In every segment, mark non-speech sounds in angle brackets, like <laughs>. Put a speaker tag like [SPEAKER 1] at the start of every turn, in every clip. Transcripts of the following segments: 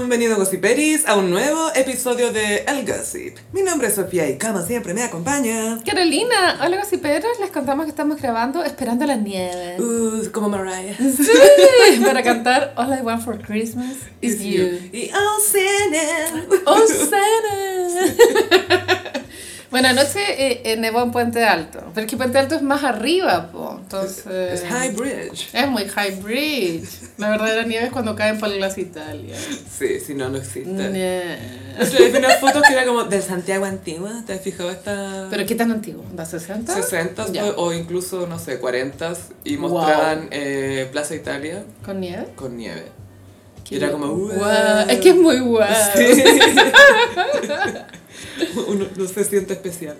[SPEAKER 1] Bienvenido Gossiperis a un nuevo episodio de El Gossip. Mi nombre es Sofía y como siempre me acompaña.
[SPEAKER 2] Carolina, hola gossiperos, les contamos que estamos grabando Esperando las Nieves.
[SPEAKER 1] Uh, como Mariah.
[SPEAKER 2] Sí, para cantar All I Want for Christmas is You.
[SPEAKER 1] Y oh, Santa. <laughs>
[SPEAKER 2] Oh, Santa. Bueno, anoche eh, eh, nevó en Puente Alto, pero es que Puente Alto es más arriba, po. entonces...
[SPEAKER 1] Es High Bridge.
[SPEAKER 2] Es muy high bridge. La verdadera nieve es cuando caen por las Italia.
[SPEAKER 1] Sí, si no, no existe.
[SPEAKER 2] Yeah.
[SPEAKER 1] Yo vi unas fotos que era como del Santiago Antigua. ¿Te has fijado esta...?
[SPEAKER 2] ¿Pero qué tan antiguo? ¿De 60?
[SPEAKER 1] 60
[SPEAKER 2] Ya.
[SPEAKER 1] o, o incluso, no sé, 40 y mostraban eh, Plaza Italia
[SPEAKER 2] ¿Con nieve?
[SPEAKER 1] con nieve. Y era
[SPEAKER 2] Qué
[SPEAKER 1] como,
[SPEAKER 2] guau.
[SPEAKER 1] "Wow".
[SPEAKER 2] Es que es muy guau.
[SPEAKER 1] <laughs> Sí. Uno no se siente especial.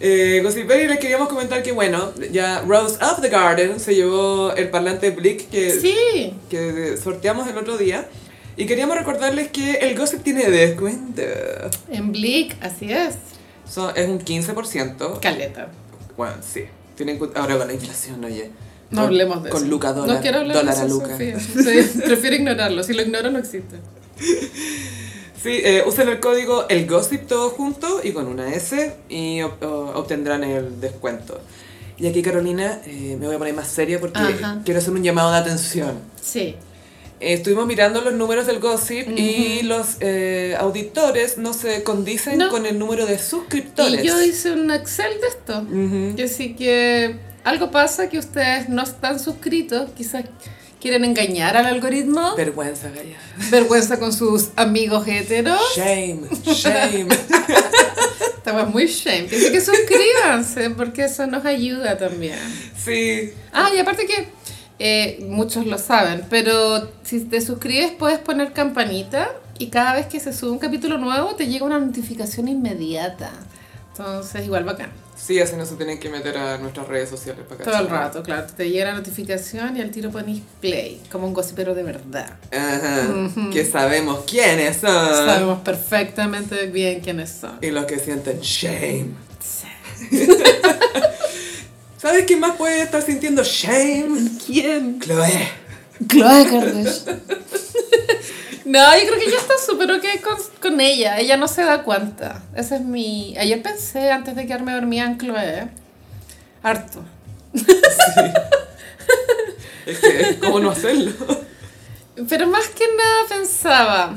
[SPEAKER 1] Eh, Gossiperi, les queríamos comentar que, bueno, ya Rose of the Garden se llevó el parlante Blick que,
[SPEAKER 2] Sí.
[SPEAKER 1] que sorteamos el otro día. Y queríamos recordarles que el Gossip tiene descuento.
[SPEAKER 2] En Blick, así es.
[SPEAKER 1] So, es un 15%.
[SPEAKER 2] Caleta.
[SPEAKER 1] Bueno, sí. Tienen, cu- ahora con la inflación, oye.
[SPEAKER 2] No
[SPEAKER 1] Con-
[SPEAKER 2] hablemos de eso.
[SPEAKER 1] Con Luca dólar.
[SPEAKER 2] no quiero hablar
[SPEAKER 1] dólar
[SPEAKER 2] de
[SPEAKER 1] a
[SPEAKER 2] eso,
[SPEAKER 1] Luca.
[SPEAKER 2] Sofía. Sí, <laughs> prefiero ignorarlo. Si lo ignoro, no existe.
[SPEAKER 1] Sí, eh, usen el código el gossip todo junto y con una S y ob- o- obtendrán el descuento. Y aquí Carolina, eh, me voy a poner más seria porque
[SPEAKER 2] Ajá.
[SPEAKER 1] quiero hacer un llamado de atención.
[SPEAKER 2] Sí.
[SPEAKER 1] Eh, estuvimos mirando los números del gossip y los eh, auditores no se condicen
[SPEAKER 2] No.
[SPEAKER 1] con el número de suscriptores.
[SPEAKER 2] Y yo hice un Excel de esto.
[SPEAKER 1] Ujú.
[SPEAKER 2] Que sí que algo pasa que ustedes no están suscritos. Quizás quieren engañar al algoritmo.
[SPEAKER 1] Vergüenza, Gaya.
[SPEAKER 2] Vergüenza con sus amigos heteros.
[SPEAKER 1] Shame, shame.
[SPEAKER 2] <laughs> Estaba muy shame.
[SPEAKER 1] <laughs>
[SPEAKER 2] Así que suscríbanse porque eso nos ayuda también.
[SPEAKER 1] sí.
[SPEAKER 2] Ah, y aparte que eh, muchos lo saben, pero si te suscribes puedes poner campanita y cada vez que se sube un capítulo nuevo te llega una notificación inmediata. Entonces, igual bacán.
[SPEAKER 1] Sí, así no se tienen que meter a nuestras redes sociales para
[SPEAKER 2] Todo el
[SPEAKER 1] cachar.
[SPEAKER 2] rato, claro. Te llega la notificación y al tiro pones play, como un gossipero de verdad.
[SPEAKER 1] Ajá, Que sabemos quiénes son.
[SPEAKER 2] Sabemos perfectamente bien quiénes son.
[SPEAKER 1] Y los que sienten shame. <laughs> ¿Sabes quién más puede estar sintiendo shame?
[SPEAKER 2] ¿Quién?
[SPEAKER 1] Chloe.
[SPEAKER 2] Chloe Kardashian. <laughs> No, yo creo que ya está súper ok con, con ella. Ella no se da cuenta. Ese es mi. Ayer pensé, antes de quedarme dormida en Chloe, harto.
[SPEAKER 1] Es que, ¿cómo no hacerlo?
[SPEAKER 2] Pero más que nada pensaba,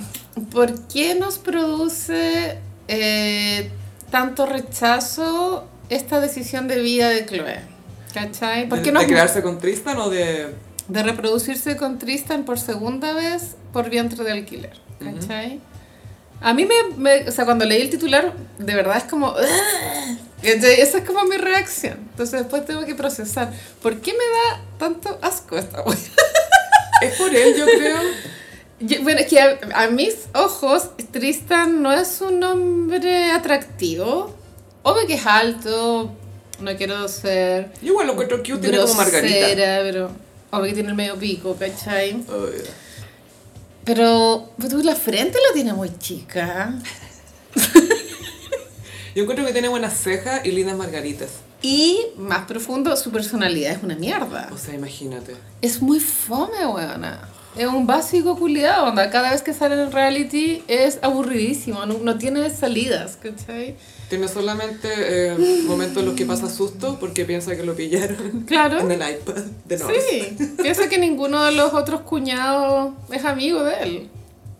[SPEAKER 2] ¿por qué nos produce eh, tanto rechazo esta decisión de vida de Chloe? ¿Cachai? ¿Por qué
[SPEAKER 1] ¿De,
[SPEAKER 2] nos
[SPEAKER 1] de quedarse con Tristan o de...?
[SPEAKER 2] de reproducirse con Tristan por segunda vez por vientre de alquiler. ¿Cachai? A mí me, me- O sea, cuando leí el titular, de verdad es como. "Ugh", ¿cachai? Esa es como mi reacción. Entonces después tengo que procesar. ¿Por qué me da tanto asco esta wea? <laughs>
[SPEAKER 1] Es por él, yo creo.
[SPEAKER 2] Yo- Bueno, es que a, a mis ojos, Tristan no es un hombre atractivo. Obvio que es alto, no quiero ser.
[SPEAKER 1] Yo igual lo encuentro cute, tiene como margarita.
[SPEAKER 2] grosera, pero. Obvio que tiene el medio pico, ¿cachai?
[SPEAKER 1] Oh, yeah.
[SPEAKER 2] Pero pues, tú, la frente la tiene muy chica.
[SPEAKER 1] Yo encuentro que tiene buenas cejas y lindas margaritas.
[SPEAKER 2] Y más profundo, su personalidad es una mierda.
[SPEAKER 1] O sea, imagínate.
[SPEAKER 2] Es muy fome, weona. Es un básico culiado, onda. Cada vez que sale en reality es aburridísimo. No, no tiene salidas, ¿cachai?
[SPEAKER 1] Tiene solamente eh, momentos en los que pasa susto porque piensa que lo pillaron en
[SPEAKER 2] Claro.
[SPEAKER 1] el iPad de North.
[SPEAKER 2] Sí. <laughs> Piensa que ninguno de los otros cuñados es amigo de él.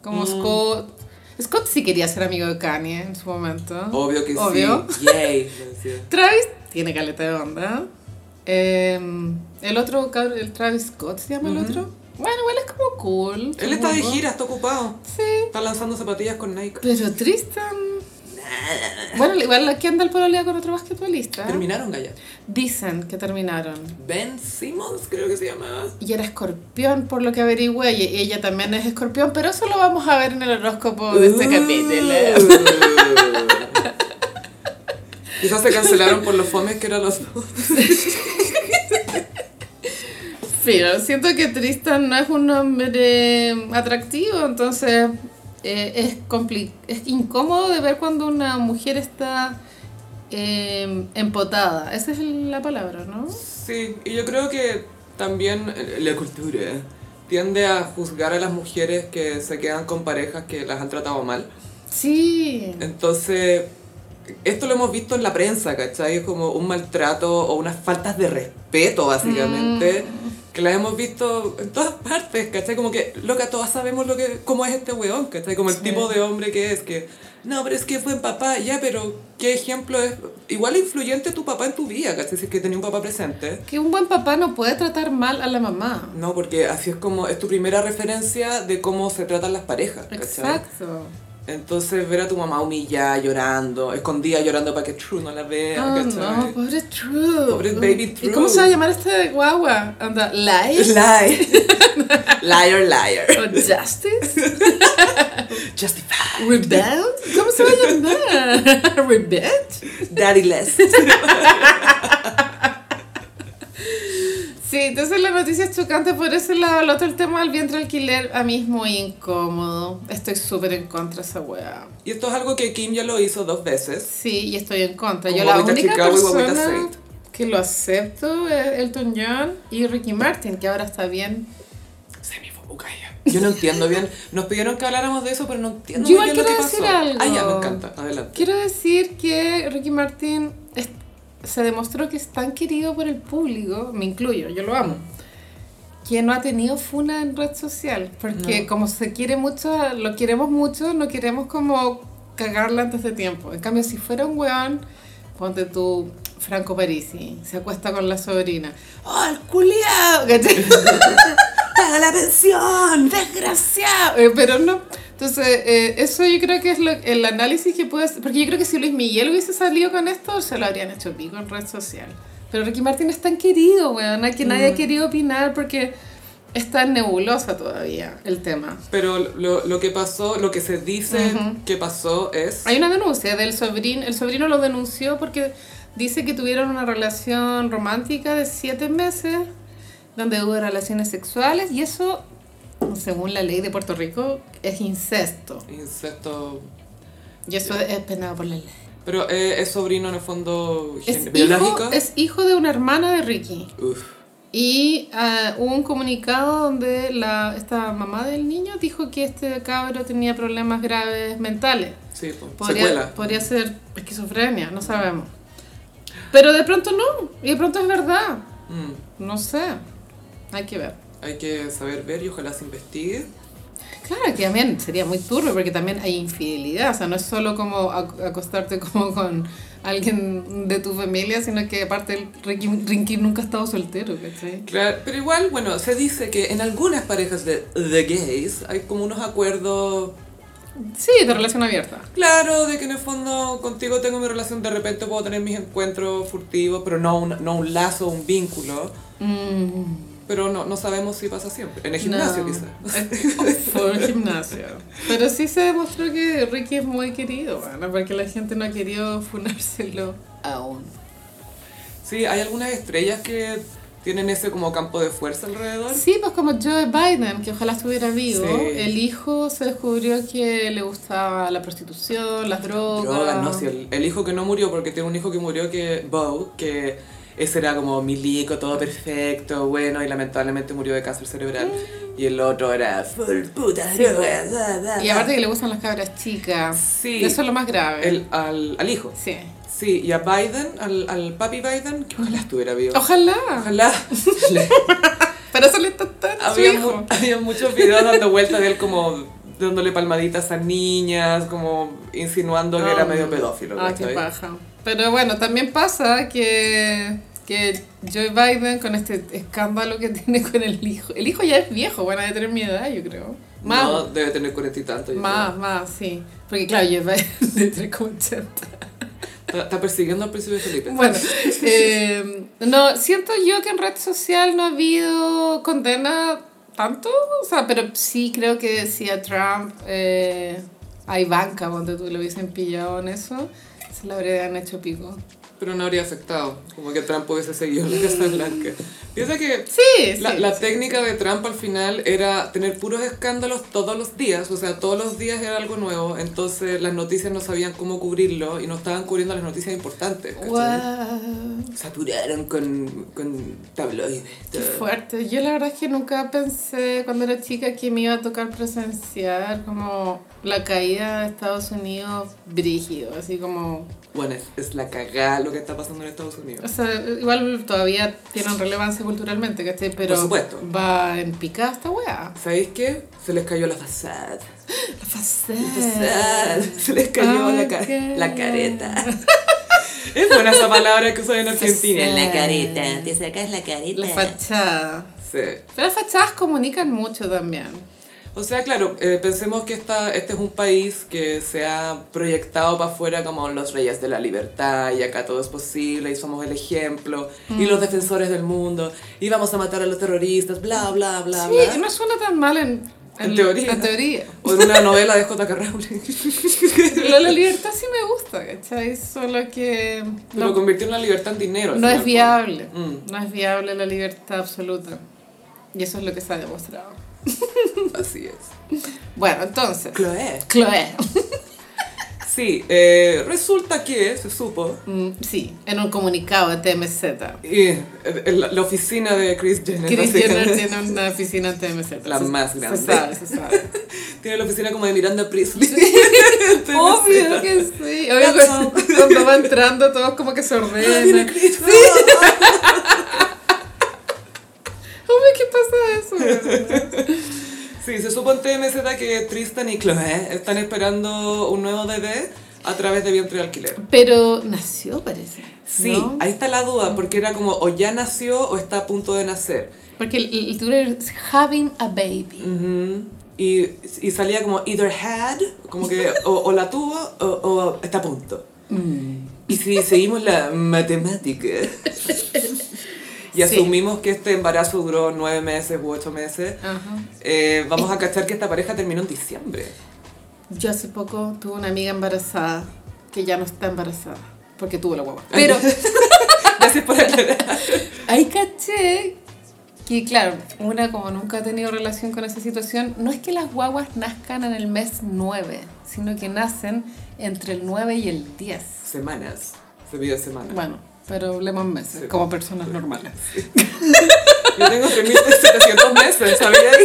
[SPEAKER 2] Como
[SPEAKER 1] Mm.
[SPEAKER 2] Scott. Scott sí quería ser amigo de Kanye en su momento.
[SPEAKER 1] Obvio que
[SPEAKER 2] Obvio.
[SPEAKER 1] sí. Yay. lo decía.
[SPEAKER 2] <laughs> Travis tiene caleta de onda. Eh, el otro, cabro- el Travis Scott se llama el
[SPEAKER 1] Ujú.
[SPEAKER 2] otro. Bueno, igual es como cool.
[SPEAKER 1] Él está de
[SPEAKER 2] supongo.
[SPEAKER 1] gira, está ocupado.
[SPEAKER 2] Sí.
[SPEAKER 1] Está lanzando zapatillas con Nike.
[SPEAKER 2] Pero Tristan. Bueno, igual la Kendall pololea con otro basquetbolista.
[SPEAKER 1] Terminaron, Gaya.
[SPEAKER 2] Dicen que terminaron.
[SPEAKER 1] Ben Simmons, creo que se llamaba.
[SPEAKER 2] Y era escorpión, por lo que averigüé. Y y ella también es escorpión, pero eso lo vamos a ver en el horóscopo de
[SPEAKER 1] Uh.
[SPEAKER 2] este capítulo.
[SPEAKER 1] capítulo. <laughs> Quizás se cancelaron por los fomes que eran los dos.
[SPEAKER 2] Pero siento que Tristan no es un hombre atractivo, entonces eh, es, compli- es incómodo de ver cuando una mujer está eh, empotada. Esa es la palabra, ¿no?
[SPEAKER 1] Sí, y yo creo que también eh, la cultura tiende a juzgar a las mujeres que se quedan con parejas que las han tratado mal.
[SPEAKER 2] Sí.
[SPEAKER 1] Entonces, esto lo hemos visto en la prensa, ¿cachai? Es como un maltrato o unas faltas de respeto, básicamente,
[SPEAKER 2] Mm.
[SPEAKER 1] que las hemos visto en todas partes, ¿cachai? Como que, loca, todas sabemos lo que, cómo es este weón, ¿cachai? Como el
[SPEAKER 2] Sí.
[SPEAKER 1] tipo de hombre que es, que, no, pero es que fue papá, ya, pero qué ejemplo es, igual influyente tu papá en tu vida, ¿cachai? Si es que tenía un papá presente.
[SPEAKER 2] Que un buen papá no puede tratar mal a la mamá.
[SPEAKER 1] No, porque así es como, es tu primera referencia de cómo se tratan las parejas, ¿cachai?
[SPEAKER 2] Exacto.
[SPEAKER 1] Entonces ver a tu mamá humillada, llorando, escondida llorando para que True no la vea,
[SPEAKER 2] Oh,
[SPEAKER 1] Eh, ¿cachai?
[SPEAKER 2] no, pobre True.
[SPEAKER 1] Pobre baby
[SPEAKER 2] ¿Y
[SPEAKER 1] True.
[SPEAKER 2] cómo se va a llamar este guagua?
[SPEAKER 1] <laughs>
[SPEAKER 2] Anda, Life
[SPEAKER 1] Lie.
[SPEAKER 2] pues.
[SPEAKER 1] <laughs> liar, liar.
[SPEAKER 2] o Justice?
[SPEAKER 1] Justify.
[SPEAKER 2] Rebel? ¿Cómo se va a llamar? <laughs> Rebel?
[SPEAKER 1] Daddyless.
[SPEAKER 2] Sí, entonces la noticia es chocante por ese lado. El otro, el tema del vientre alquiler, a mí es muy incómodo. Estoy súper en contra de esa weá.
[SPEAKER 1] Y esto es algo que Kim ya lo hizo dos veces.
[SPEAKER 2] Sí, y estoy en contra.
[SPEAKER 1] Como
[SPEAKER 2] Yo la
[SPEAKER 1] Guaguita
[SPEAKER 2] única
[SPEAKER 1] Chicago y Guaguita
[SPEAKER 2] persona
[SPEAKER 1] State.
[SPEAKER 2] que lo acepto es Elton John y Ricky Martin, que ahora está bien.
[SPEAKER 1] Se me fue bucaya. Yo no entiendo bien. Nos pidieron que habláramos de eso, pero no entiendo
[SPEAKER 2] Yo
[SPEAKER 1] muy bien
[SPEAKER 2] igual
[SPEAKER 1] lo que
[SPEAKER 2] quiero
[SPEAKER 1] pasó.
[SPEAKER 2] decir algo.
[SPEAKER 1] Ah, ya, me encanta. Adelante.
[SPEAKER 2] Quiero decir que Ricky Martin es- se demostró que es tan querido por el público, me incluyo, yo lo amo, que no ha tenido funa en red social, porque
[SPEAKER 1] No.
[SPEAKER 2] como se quiere mucho, lo queremos mucho, no queremos como cagarla antes de tiempo. En cambio, si fuera un weón, ponte tú Franco Parisi, se acuesta con la sobrina. ¡Oh, el culiao! ¿Cachai?
[SPEAKER 1] ¡Paga la pensión!
[SPEAKER 2] desgraciado. Eh, pero no. Entonces, eh, eso yo creo que es lo- el análisis que puedes. Porque yo creo que si Luis Miguel hubiese salido con esto, se lo habrían hecho pico en red social. Pero Ricky Martin es tan querido, weón, que nadie
[SPEAKER 1] Mm.
[SPEAKER 2] ha querido opinar porque es tan nebulosa todavía el tema.
[SPEAKER 1] Pero lo, lo que pasó, lo que se dice
[SPEAKER 2] Ujú.
[SPEAKER 1] que pasó es...
[SPEAKER 2] Hay una denuncia del sobrino. El sobrino lo denunció porque dice que tuvieron una relación romántica de siete meses, donde hubo relaciones sexuales, y eso, según la ley de Puerto Rico, es incesto.
[SPEAKER 1] Insecto...
[SPEAKER 2] Y eso es penado por la ley.
[SPEAKER 1] Pero eh, es sobrino en el fondo
[SPEAKER 2] Es
[SPEAKER 1] gen- biológico.
[SPEAKER 2] hijo, es hijo de una hermana de Ricky.
[SPEAKER 1] Uf.
[SPEAKER 2] Y ah, hubo un comunicado donde la, esta mamá del niño dijo que este cabro tenía problemas graves mentales.
[SPEAKER 1] Sí, po.
[SPEAKER 2] Podría,
[SPEAKER 1] secuela.
[SPEAKER 2] podría ser esquizofrenia, no sabemos. Pero de pronto no, y de pronto es verdad.
[SPEAKER 1] Mm,
[SPEAKER 2] No sé, hay que ver.
[SPEAKER 1] Hay que saber ver y ojalá se investigue.
[SPEAKER 2] Claro que también sería muy turbio porque también hay infidelidad, o sea, no es solo como ac- acostarte como con alguien de tu familia, sino que aparte el Ricky, Ricky nunca ha estado soltero, ¿cachai?
[SPEAKER 1] Claro, pero igual, bueno, se dice que en algunas parejas de The Gays hay como unos acuerdos,
[SPEAKER 2] Sí, de relación abierta.
[SPEAKER 1] claro, de que en el fondo contigo tengo mi relación, de repente puedo tener mis encuentros furtivos, pero no un, no un lazo, un vínculo.
[SPEAKER 2] Mm.
[SPEAKER 1] Pero no, no sabemos si pasa siempre. En el gimnasio
[SPEAKER 2] No. <laughs>
[SPEAKER 1] quizás.
[SPEAKER 2] Por el gimnasio. Pero sí se demostró que Ricky es muy querido, bueno, porque la gente no ha querido funárselo aún.
[SPEAKER 1] Sí, hay algunas estrellas que tienen ese como campo de fuerza alrededor.
[SPEAKER 2] Sí, pues como Joe Biden, que ojalá estuviera vivo,
[SPEAKER 1] Sí.
[SPEAKER 2] el hijo se descubrió que le gustaba la prostitución, las drogas.
[SPEAKER 1] Drogas, no, si el, el hijo que no murió, porque tiene un hijo que murió, que Bo, que ese era como milico, todo perfecto, bueno, y lamentablemente murió de cáncer cerebral. Y el otro era full puta drogas. da, da,
[SPEAKER 2] Mm. Y aparte que le gustan las cabras chicas.
[SPEAKER 1] Sí.
[SPEAKER 2] Eso es lo más grave.
[SPEAKER 1] el, al, al hijo.
[SPEAKER 2] Sí.
[SPEAKER 1] Sí, y a Biden, al, al papi Biden, que ojalá estuviera vivo.
[SPEAKER 2] Ojalá. <laughs>
[SPEAKER 1] Ojalá.
[SPEAKER 2] Para eso le está tan
[SPEAKER 1] <laughs>
[SPEAKER 2] su
[SPEAKER 1] había, mu-
[SPEAKER 2] hijo.
[SPEAKER 1] había muchos videos dando vueltas de él como dándole palmaditas a niñas, como insinuando que era
[SPEAKER 2] Mm.
[SPEAKER 1] medio pedófilo.
[SPEAKER 2] Ah, qué
[SPEAKER 1] ¿cachai?
[SPEAKER 2] paja. Pero bueno, también pasa que, que Joe Biden con este escándalo que <laughs> tiene con el hijo. El hijo ya es viejo, bueno, de tener mi edad, yo creo. Más,
[SPEAKER 1] No, debe tener cuarenta y tanto. yo creo.
[SPEAKER 2] más, más, sí. Porque claro, Joe Biden <laughs> de 3,80.
[SPEAKER 1] <laughs> Está, está persiguiendo al príncipe Felipe.
[SPEAKER 2] Bueno, eh, no, siento yo que en red social no ha habido condena tanto, o sea, pero sí creo que si a Trump, eh, a Ivanka, cuando tú lo hubiesen pillado en eso, se lo habrían hecho pico.
[SPEAKER 1] pero no habría afectado. Como que Trump hubiese seguido en la Casa Blanca. Piensa que
[SPEAKER 2] Sí,
[SPEAKER 1] la,
[SPEAKER 2] sí.
[SPEAKER 1] la técnica de Trump al final era tener puros escándalos todos los días, o sea, todos los días era algo nuevo, entonces las noticias no sabían cómo cubrirlo y no estaban cubriendo las noticias importantes. ¿cachai?
[SPEAKER 2] Guau.
[SPEAKER 1] Saturaron con, con tabloides.
[SPEAKER 2] Qué
[SPEAKER 1] todo.
[SPEAKER 2] fuerte. Yo la verdad es que nunca pensé cuando era chica que me iba a tocar presenciar como la caída de Estados Unidos brígido, así como...
[SPEAKER 1] Bueno, es, es la cagada lo que está pasando en Estados
[SPEAKER 2] O
[SPEAKER 1] Unidos.
[SPEAKER 2] sea, igual todavía tienen relevancia culturalmente, ¿cachai? Pero
[SPEAKER 1] Por supuesto.
[SPEAKER 2] va en picada esta weá.
[SPEAKER 1] ¿Sabéis qué? Se les cayó la fachada.
[SPEAKER 2] La faceta.
[SPEAKER 1] La fachada. <laughs> Se les cayó la, ca-
[SPEAKER 2] Ok.
[SPEAKER 1] la careta. es buena esa palabra que usan en Argentina.
[SPEAKER 2] Fachada.
[SPEAKER 3] te sacas la careta.
[SPEAKER 2] La fachada.
[SPEAKER 1] Sí.
[SPEAKER 2] Pero las fachadas comunican mucho también.
[SPEAKER 1] O sea, claro, eh, pensemos que esta, este es un país que se ha proyectado para afuera como los reyes de la libertad y acá todo es posible y somos el ejemplo y
[SPEAKER 2] Mm.
[SPEAKER 1] los defensores del mundo y vamos a matar a los terroristas, bla, bla, bla,
[SPEAKER 2] Sí,
[SPEAKER 1] bla.
[SPEAKER 2] no suena tan mal en,
[SPEAKER 1] En teoría.
[SPEAKER 2] En teoría.
[SPEAKER 1] O en una novela de J.K.
[SPEAKER 2] <laughs>
[SPEAKER 1] Rowling.
[SPEAKER 2] Pero la libertad sí me gusta, ¿cachai? Solo que
[SPEAKER 1] Lo
[SPEAKER 2] no,
[SPEAKER 1] convirtió en la libertad en dinero. al
[SPEAKER 2] no
[SPEAKER 1] fin y
[SPEAKER 2] es
[SPEAKER 1] al
[SPEAKER 2] viable.
[SPEAKER 1] Mm.
[SPEAKER 2] No es viable la libertad absoluta. Y eso es lo que se ha demostrado.
[SPEAKER 1] cabo. Mm, Así es.
[SPEAKER 2] Bueno, entonces.
[SPEAKER 1] Chloe.
[SPEAKER 2] Chloe.
[SPEAKER 1] Sí, eh, resulta que se supo.
[SPEAKER 2] Mm, sí, en un comunicado de
[SPEAKER 1] <laughs>
[SPEAKER 2] TMZ.
[SPEAKER 1] Y eh, la, la oficina de Chris Jenner.
[SPEAKER 2] Chris
[SPEAKER 1] <laughs>
[SPEAKER 2] Jenner
[SPEAKER 1] básicamente,
[SPEAKER 2] tiene una oficina en TMZ.
[SPEAKER 1] La
[SPEAKER 2] Se-
[SPEAKER 1] más grande.
[SPEAKER 2] Se sabe, se
[SPEAKER 1] <laughs>
[SPEAKER 2] sabe.
[SPEAKER 1] Tiene la oficina como de Miranda Priestly.
[SPEAKER 2] <laughs>
[SPEAKER 1] <laughs>
[SPEAKER 2] Obvio que sí. Obvio
[SPEAKER 1] That's
[SPEAKER 2] que <laughs> cuando va entrando todos como que se ordenan. Obvio que pasa eso.
[SPEAKER 1] <laughs> Sí, se supo en TMZ que Tristan y Chloe están esperando un nuevo bebé a través de vientre de alquiler.
[SPEAKER 2] Pero nació, parece.
[SPEAKER 1] Sí,
[SPEAKER 2] ¿no?
[SPEAKER 1] ahí está la duda, porque era como o ya nació o está a punto de nacer.
[SPEAKER 2] Porque el, el título es Having a Baby.
[SPEAKER 1] Ujú. y, y salía como either had, como que o, o la tuvo o, o está a punto. Y si seguimos la
[SPEAKER 2] <laughs>
[SPEAKER 1] matemática y
[SPEAKER 2] Sí.
[SPEAKER 1] asumimos que este embarazo duró nueve meses u ocho meses,
[SPEAKER 2] Ajá.
[SPEAKER 1] eh, vamos a cachar que esta pareja terminó en diciembre.
[SPEAKER 2] Yo hace poco tuve una amiga embarazada que ya no está embarazada porque tuvo la guagua. <laughs> Pero
[SPEAKER 1] Gracias por aclarar.
[SPEAKER 2] ahí caché que, claro, una como nunca ha tenido relación con esa situación, no es que las guaguas nazcan en el mes 9, sino que nacen entre el 9 y el 10.
[SPEAKER 1] Semanas. Se pide semanas.
[SPEAKER 2] Bueno, pero hablemos meses,
[SPEAKER 1] Sí.
[SPEAKER 2] como personas normales.
[SPEAKER 1] Yo tengo 3.700 meses,
[SPEAKER 2] <laughs>
[SPEAKER 1] ¿sabías?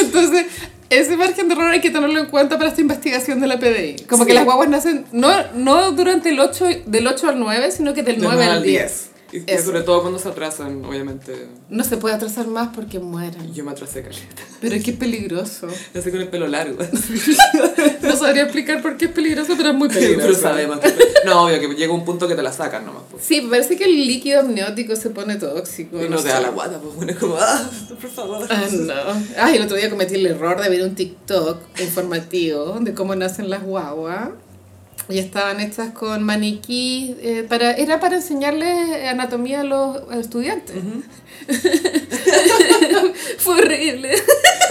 [SPEAKER 2] Entonces, ese margen de error hay que tenerlo en cuenta para esta investigación de la PDI. Como
[SPEAKER 1] Sí.
[SPEAKER 2] que las guaguas nacen no, no durante el 8, del 8 al 9, sino que del 9, al 10.
[SPEAKER 1] Y, y
[SPEAKER 2] Eso.
[SPEAKER 1] sobre todo cuando se atrasan, obviamente.
[SPEAKER 2] No se puede atrasar más porque mueren.
[SPEAKER 1] Yo me atrasé caleta.
[SPEAKER 2] Pero es que es peligroso.
[SPEAKER 1] Así con el pelo
[SPEAKER 2] <laughs>
[SPEAKER 1] largo.
[SPEAKER 2] No sabría explicar por qué es peligroso, pero es muy peligroso.
[SPEAKER 1] Pero sabemos. que- No, obvio que llega un punto que te la sacan nomás. Pues.
[SPEAKER 2] Sí, parece que el líquido amniótico se pone tóxico.
[SPEAKER 1] Y no te
[SPEAKER 2] sé.
[SPEAKER 1] da la guata, pues bueno, es como, ah, por favor.
[SPEAKER 2] Ah, no. Ay, el otro día cometí el error de ver un TikTok informativo de cómo nacen las guaguas. Y estaban hechas con maniquí, eh, para, era para enseñarles anatomía a los a los estudiantes. <laughs> Fue horrible.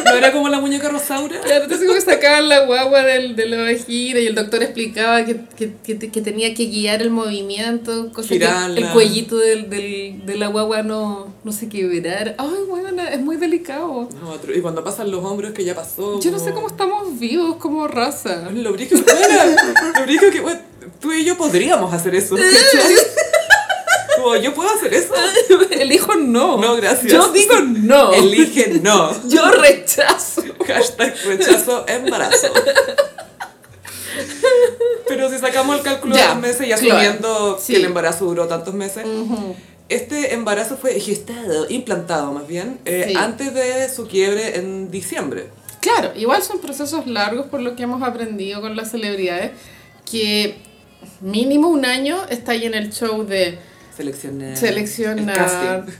[SPEAKER 1] ¿No era como la muñeca Rosaura?
[SPEAKER 2] Claro, entonces como que sacaban la guagua del, de la vagina y el doctor explicaba que, que, que- que tenía que guiar el movimiento, cosa que el
[SPEAKER 1] Girarla.
[SPEAKER 2] cuellito del, del, de la guagua no, no se quebrara. Ay, bueno, es muy delicado.
[SPEAKER 1] No, otro. Y cuando pasan los hombros, que ya pasó.
[SPEAKER 2] Yo no sé
[SPEAKER 1] como-
[SPEAKER 2] cómo estamos vivos como <laughs> raza.
[SPEAKER 1] Lo brillo que fuera. Lo brillo que bueno, Tú y yo podríamos hacer eso. ¿cachai? Como, yo puedo hacer eso.
[SPEAKER 2] El hijo no.
[SPEAKER 1] No, gracias.
[SPEAKER 2] Yo digo no.
[SPEAKER 1] Elige no.
[SPEAKER 2] Yo rechazo.
[SPEAKER 1] Hashtag rechazo embarazo. Pero si sacamos el cálculo
[SPEAKER 2] Ya,
[SPEAKER 1] de los meses y
[SPEAKER 2] claro.
[SPEAKER 1] asumiendo
[SPEAKER 2] Sí. Mm.
[SPEAKER 1] que el embarazo duró tantos meses, este embarazo fue gestado, implantado más bien, eh,
[SPEAKER 2] Sí.
[SPEAKER 1] antes de su quiebre en diciembre.
[SPEAKER 2] Claro, igual son procesos largos por lo que hemos aprendido con las celebridades, que mínimo un año está ahí en el show de Ah,
[SPEAKER 1] Seleccionar. el
[SPEAKER 2] seleccionar,
[SPEAKER 1] casting.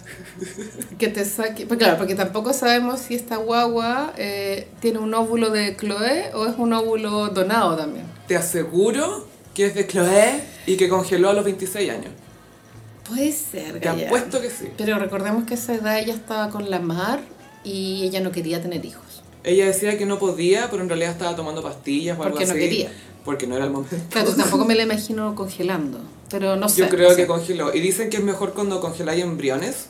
[SPEAKER 2] que te saque, pues claro, porque tampoco sabemos si esta guagua eh, tiene un óvulo de Chloe o es un óvulo donado también.
[SPEAKER 1] Te aseguro que es de Chloé y que congeló a los 26 años.
[SPEAKER 2] Puede ser,
[SPEAKER 1] Te
[SPEAKER 2] Gaya.
[SPEAKER 1] apuesto que sí.
[SPEAKER 2] Pero recordemos que a esa edad ella estaba con la mar y ella no quería tener hijos.
[SPEAKER 1] Ella decía que no podía, pero en realidad estaba tomando pastillas o algo
[SPEAKER 2] Porque no
[SPEAKER 1] así.
[SPEAKER 2] quería.
[SPEAKER 1] porque no era el momento. <laughs>
[SPEAKER 2] Claro, yo tampoco me la imagino congelando, pero no sé.
[SPEAKER 1] Yo creo
[SPEAKER 2] no
[SPEAKER 1] que
[SPEAKER 2] sé.
[SPEAKER 1] congeló. Y dicen que es mejor cuando congeláis embriones,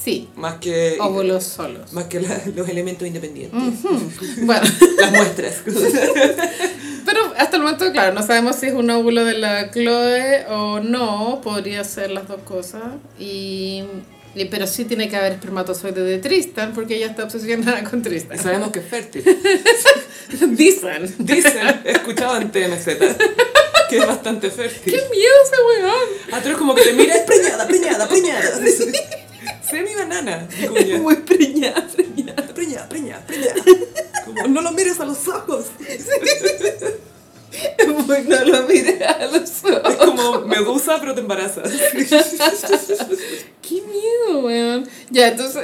[SPEAKER 2] Sí,
[SPEAKER 1] más que...
[SPEAKER 2] óvulos solos.
[SPEAKER 1] Más que la- los elementos independientes.
[SPEAKER 2] <laughs> Mm. Bueno,
[SPEAKER 1] Las
[SPEAKER 2] <laughs>
[SPEAKER 1] muestras.
[SPEAKER 2] pero hasta el momento, claro, no sabemos si es un óvulo de la Chloe o no, podría ser las dos cosas. Y, y- pero sí tiene que haber espermatozoide de Tristan, porque ella está obsesionada con Tristan.
[SPEAKER 1] Y sabemos que es fértil.
[SPEAKER 2] <laughs> Dicen.
[SPEAKER 1] Dicen, he escuchado en TMZ, que es bastante fértil.
[SPEAKER 2] ¡Qué miedo ese weón!
[SPEAKER 1] Ah, tú eres como que te mira, es preñada, preñada, preñada. <laughs> Semi banana. cuña.
[SPEAKER 2] Muy preñada, preñada.
[SPEAKER 1] Preñada, preñada, <laughs> preñada. Como, no lo mires a los ojos.
[SPEAKER 2] Muy no lo miré a los ojos.
[SPEAKER 1] Es como medusa, pero te embarazas.
[SPEAKER 2] ¡Qué miedo, weón! Ya, entonces.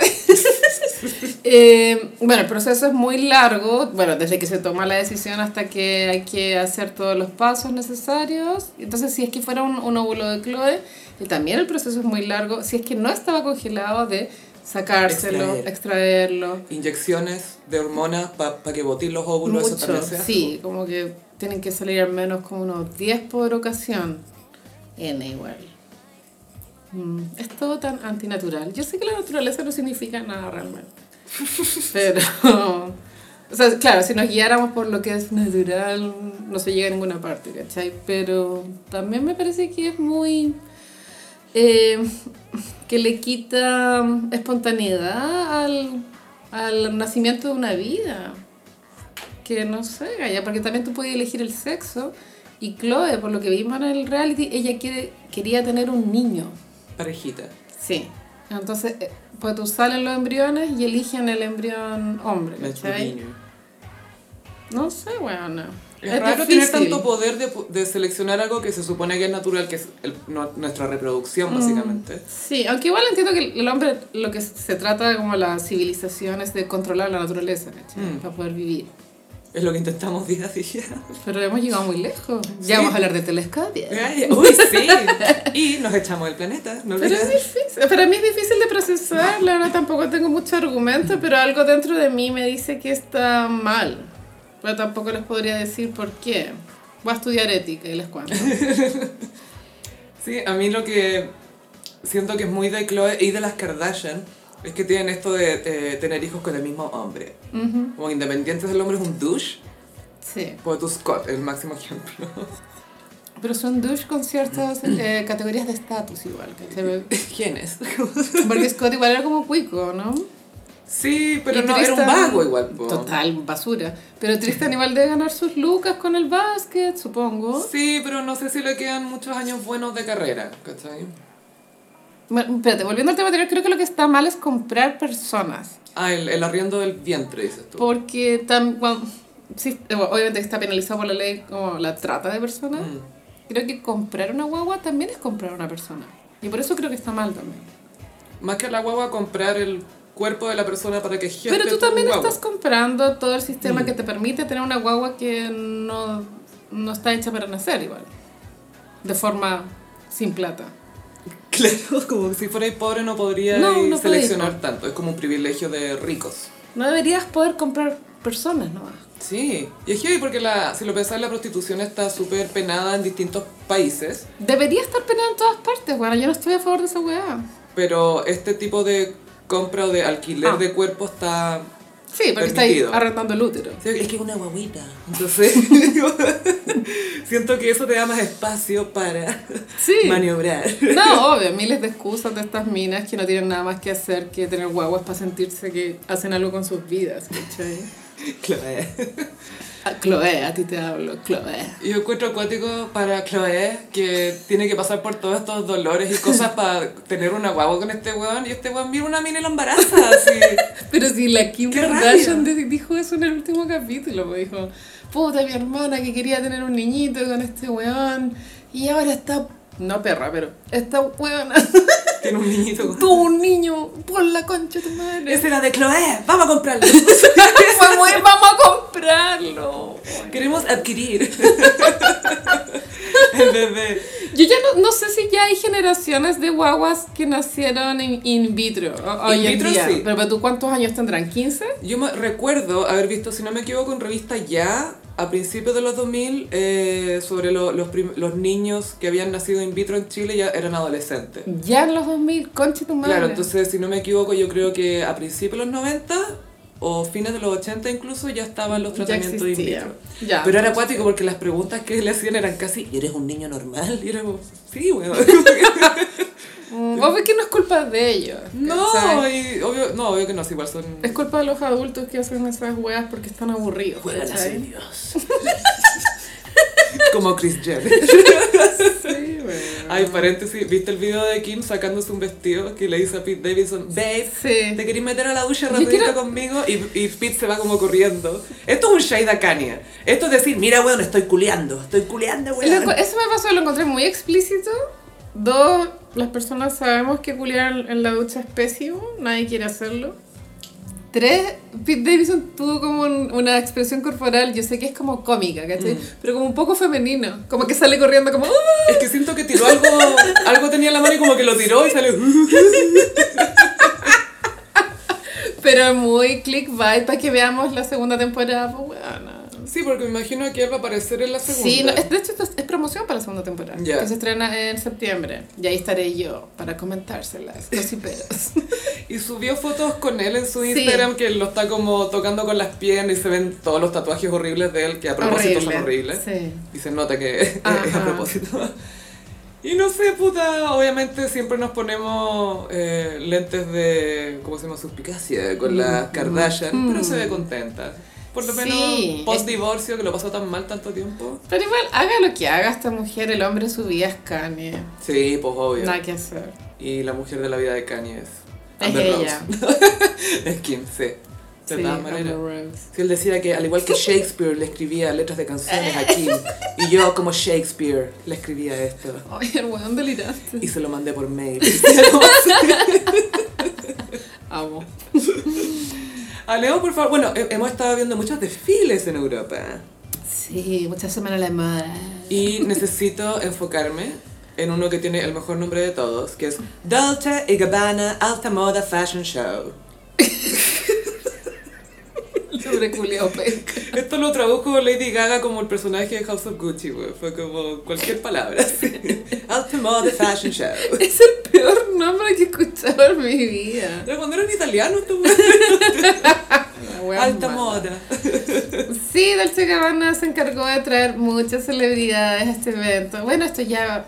[SPEAKER 2] <laughs> eh, bueno, el proceso es muy largo. Bueno, desde que se toma la decisión hasta que hay que hacer todos los pasos necesarios. Entonces, si es que fuera un, un óvulo de Chloe, y también el proceso es muy largo. Si es que no estaba congelado, de sacárselo,
[SPEAKER 1] Extraer.
[SPEAKER 2] extraerlo.
[SPEAKER 1] Inyecciones de hormonas para que botín los óvulos. eso
[SPEAKER 2] Mucho,
[SPEAKER 1] también se hace.
[SPEAKER 2] sí, como que tienen que salir al menos como unos 10 por ocasión. N igual. Mm, es todo tan antinatural. Yo sé que la naturaleza no significa nada realmente. Pero, o sea, claro, si nos guiáramos por lo que es natural, no se llega a ninguna parte, ¿cachai? Pero también me parece que es muy... eh, que le quita espontaneidad al, al nacimiento de una vida que no sé, Gaya, porque también tú puedes elegir el sexo. Y Chloe, por lo que vimos en el reality, ella quiere, quería tener un niño.
[SPEAKER 1] Parejita.
[SPEAKER 2] Sí. Entonces, eh, pues tú salen los embriones y eligen el embrión hombre, ¿cachai?
[SPEAKER 1] Menstruinio.
[SPEAKER 2] No sé, weona.
[SPEAKER 1] Es, raro tener
[SPEAKER 2] difícil.
[SPEAKER 1] tanto poder de, de seleccionar algo que se supone que es natural, que es el- no- nuestra reproducción, básicamente.
[SPEAKER 2] Mm. Sí, aunque igual entiendo que el hombre, lo que se trata como la civilización es de controlar la naturaleza, ¿cachai?
[SPEAKER 1] Mm.
[SPEAKER 2] Para poder vivir.
[SPEAKER 1] Es lo que intentamos día a <laughs> día.
[SPEAKER 2] Pero hemos llegado muy lejos.
[SPEAKER 1] Sí.
[SPEAKER 2] Ya vamos a hablar de telescopios.
[SPEAKER 1] Ay, uy, sí. Y nos echamos el planeta. No
[SPEAKER 2] Pero
[SPEAKER 1] olvides.
[SPEAKER 2] es difícil, para mí es difícil de procesar, la verdad tampoco tengo mucho argumento, pero algo dentro de mí me dice que está mal. Pero tampoco les podría decir por qué. Voy a estudiar ética y les
[SPEAKER 1] <laughs>
[SPEAKER 2] cuento.
[SPEAKER 1] Sí, a mí lo que siento que es muy de Chloe y de las Kardashian es que tienen esto de eh, tener hijos con el mismo hombre. Como que independientes del hombre es un douche,
[SPEAKER 2] Sí.
[SPEAKER 1] como tu Scott, el máximo ejemplo. <laughs>
[SPEAKER 2] Pero son douche con ciertas eh, categorías de estatus igual, ¿cachai?
[SPEAKER 1] ¿Quién es?
[SPEAKER 2] Porque Scott igual era como cuico, ¿no?
[SPEAKER 1] Sí, pero
[SPEAKER 2] Y
[SPEAKER 1] no, era un
[SPEAKER 2] Tristan-
[SPEAKER 1] vago igual. po.
[SPEAKER 2] Total, basura. Pero Tristan igual debe ganar sus lucas con el básquet, supongo.
[SPEAKER 1] Sí, pero no sé si le quedan muchos años buenos de carrera, ¿cachai?
[SPEAKER 2] Bueno, espérate, volviendo al tema anterior, creo que lo que está mal es comprar personas.
[SPEAKER 1] Ah, el, el arriendo del vientre, dices tú.
[SPEAKER 2] Porque tam, bueno, sí, bueno, obviamente está penalizado por la ley como la trata de personas.
[SPEAKER 1] Mm.
[SPEAKER 2] Creo que comprar una guagua también es comprar una persona. Y por eso creo que está mal también.
[SPEAKER 1] Más que a la guagua comprar el cuerpo de la persona para que geste
[SPEAKER 2] Pero tú
[SPEAKER 1] tu
[SPEAKER 2] también
[SPEAKER 1] guagua. Mm.
[SPEAKER 2] estás comprando todo el sistema que te permite tener una guagua que no, no está hecha para nacer igual. De forma sin plata.
[SPEAKER 1] <laughs> Claro, como si fuerais pobre no podríais
[SPEAKER 2] No, no
[SPEAKER 1] seleccionar tanto. Es como un privilegio de ricos.
[SPEAKER 2] No deberías poder comprar personas nomás.
[SPEAKER 1] Sí, y es heavy porque la, si lo pensás, la prostitución está súper penada en distintos países,
[SPEAKER 2] Debería estar penado en todas partes, bueno, yo no estoy a favor de esa weá.
[SPEAKER 1] pero este tipo de compra o de alquiler
[SPEAKER 2] Ah.
[SPEAKER 1] de cuerpo está...
[SPEAKER 2] Sí, porque
[SPEAKER 1] Permitido.
[SPEAKER 2] estáis arrendando el útero.
[SPEAKER 3] Es que es una guaguita.
[SPEAKER 1] Entonces, <laughs> siento que eso te da más espacio para
[SPEAKER 2] Sí.
[SPEAKER 1] maniobrar. <laughs>
[SPEAKER 2] <laughs> No, obvio, miles de excusas de estas minas que no tienen nada más que hacer que tener guaguas para sentirse que hacen algo con sus vidas, ¿cachai?
[SPEAKER 1] Chloe.
[SPEAKER 2] A Chloe, a ti te hablo, Chloe.
[SPEAKER 1] Yo encuentro acuático para Chloe que tiene que pasar por todos estos dolores y cosas <laughs> para tener una guagua con este weón y este weón mira una mina y la embaraza <laughs> así.
[SPEAKER 2] Pero si la Kim
[SPEAKER 1] ¡Qué
[SPEAKER 2] Kardashian de- dijo eso en el último capítulo, pues dijo, puta, mi hermana que quería tener un niñito con este weón y ahora está, no perra, pero esta weona <laughs>
[SPEAKER 1] Tiene un niñito con...
[SPEAKER 2] tuvo un niño por la concha de tu
[SPEAKER 1] <laughs>
[SPEAKER 2] madre.
[SPEAKER 1] Esa era de Chloe, vamos a comprarlo.
[SPEAKER 2] <laughs> Fue muy, vamos a comprarlo.
[SPEAKER 1] <laughs> Queremos <laughs> adquirir. El bebé.
[SPEAKER 2] Yo ya no, no sé si ya hay generaciones de guaguas que nacieron en in vitro. o- hoy
[SPEAKER 1] In
[SPEAKER 2] en
[SPEAKER 1] vitro,
[SPEAKER 2] día.
[SPEAKER 1] sí.
[SPEAKER 2] Pero, pero tú cuántos años tendrán? ¿15?
[SPEAKER 1] Yo me recuerdo haber visto, si no me equivoco, en revista Ya, a principios de los 2000 eh, sobre lo- los, prim- los niños que habían nacido in vitro en Chile ya eran adolescentes.
[SPEAKER 2] Ya en los 2000, conche tu madre.
[SPEAKER 1] Claro, entonces si no me equivoco yo creo que a principios de los 90 o fines de los 80 incluso ya estaban los
[SPEAKER 2] Ya
[SPEAKER 1] tratamientos in
[SPEAKER 2] existía.
[SPEAKER 1] vitro.
[SPEAKER 2] Ya. pues.
[SPEAKER 1] Pero era acuático porque las preguntas que le hacían eran casi, ¿y eres un niño normal? Y éramos, sí,
[SPEAKER 2] <laughs>
[SPEAKER 1] weón.
[SPEAKER 2] Mm, Vos ves que no es culpa de ellos.
[SPEAKER 1] No,
[SPEAKER 2] ¿cachai?
[SPEAKER 1] y obvio, no, obvio que no, si igual
[SPEAKER 2] <laughs>
[SPEAKER 1] son...
[SPEAKER 2] Es culpa de los adultos que hacen esas weas porque están aburridos.
[SPEAKER 1] Juegan a ser
[SPEAKER 2] ¿cachai?
[SPEAKER 1] Dios. Como Chris Jenner.
[SPEAKER 2] <laughs> Sí, weón.
[SPEAKER 1] Ay, paréntesis, ¿viste el video de Kim sacándose un vestido que le dice a Pete Davidson, babe,
[SPEAKER 2] Sí.
[SPEAKER 1] ¿te querés meter a la ducha
[SPEAKER 2] Yo
[SPEAKER 1] rapidito
[SPEAKER 2] quiero-
[SPEAKER 1] conmigo? Y, y Pete se va como corriendo. Esto es un shade a Kanye. Esto es decir, mira, weón, estoy culeando, estoy culeando,
[SPEAKER 2] Lo-
[SPEAKER 1] weón.
[SPEAKER 2] Eso me pasó, lo encontré muy explícito. Dos, las personas sabemos que culiar en la ducha es pésimo, nadie quiere hacerlo. Tres, Pete Davidson tuvo como un- una expresión corporal, yo sé que es como cómica,
[SPEAKER 1] Mm.
[SPEAKER 2] ¿cachai? Pero como un poco femenino, como que sale corriendo como... "Ah".
[SPEAKER 1] Es que siento que tiró algo, algo tenía en la mano y como que lo tiró y salió...
[SPEAKER 2] Pero muy clickbait para que veamos la segunda temporada, pues weona.
[SPEAKER 1] Sí, porque me imagino que él va a aparecer en la segunda.
[SPEAKER 2] Sí, no, es- de hecho esto es, es promoción para la segunda temporada,
[SPEAKER 1] Ya.
[SPEAKER 2] que se estrena en septiembre. Y ahí estaré yo para
[SPEAKER 1] <laughs>
[SPEAKER 2] comentárselas, los hiperos.
[SPEAKER 1] Y subió fotos con él en su
[SPEAKER 2] Sí.
[SPEAKER 1] Instagram que lo está como tocando con las piernas y se ven todos los tatuajes horribles de él, que a propósito son horribles.
[SPEAKER 2] Sí.
[SPEAKER 1] Y se nota que es a
[SPEAKER 2] Ajá.
[SPEAKER 1] propósito. Y no sé, puta, obviamente siempre nos ponemos eh, lentes de, ¿cómo se llama? Suspicacia con la Kardashian, pero se ve contenta. Por lo menos
[SPEAKER 2] Sí.
[SPEAKER 1] post-divorcio, que lo pasó tan mal tanto tiempo.
[SPEAKER 2] Pero igual, haga lo que haga esta mujer, el hombre en su vida es Kanye.
[SPEAKER 1] Sí, pues obvio.
[SPEAKER 2] Nada que hacer.
[SPEAKER 1] Y la mujer de la vida de Kanye es...
[SPEAKER 2] Es
[SPEAKER 1] Amber Rose.
[SPEAKER 2] ella.
[SPEAKER 1] <laughs> es quien sé. De
[SPEAKER 2] Sí,
[SPEAKER 1] todas maneras.
[SPEAKER 2] Amber Rose.
[SPEAKER 1] Si él decía que al
[SPEAKER 2] <laughs>
[SPEAKER 1] igual que Shakespeare le escribía letras de canciones a Kim y yo como Shakespeare le escribía esto
[SPEAKER 2] Ay, el weón delirante.
[SPEAKER 1] y se lo mandé por mail. <laughs>
[SPEAKER 2] Amo.
[SPEAKER 1] A Leo, por favor, bueno, he- hemos estado viendo muchos desfiles en Europa
[SPEAKER 2] Sí, muchas semanas la moda.
[SPEAKER 1] y necesito enfocarme en uno que tiene el mejor nombre de todos, que es Dolce y Gabbana Alta Moda Fashion Show.
[SPEAKER 2] Sobre culeo penca.
[SPEAKER 1] Esto lo tradujo Lady Gaga como el personaje de House of Gucci, güey. Fue como cualquier palabra. <laughs> así. Alta Moda Fashion Show.
[SPEAKER 2] Es el peor nombre que he escuchado en mi vida.
[SPEAKER 1] Pero cuando eran italianos, tú,
[SPEAKER 2] La wea
[SPEAKER 1] Alta
[SPEAKER 2] mala.
[SPEAKER 1] moda.
[SPEAKER 2] Sí, Dolce Gabbana se encargó de traer muchas celebridades a este evento. Bueno, esto ya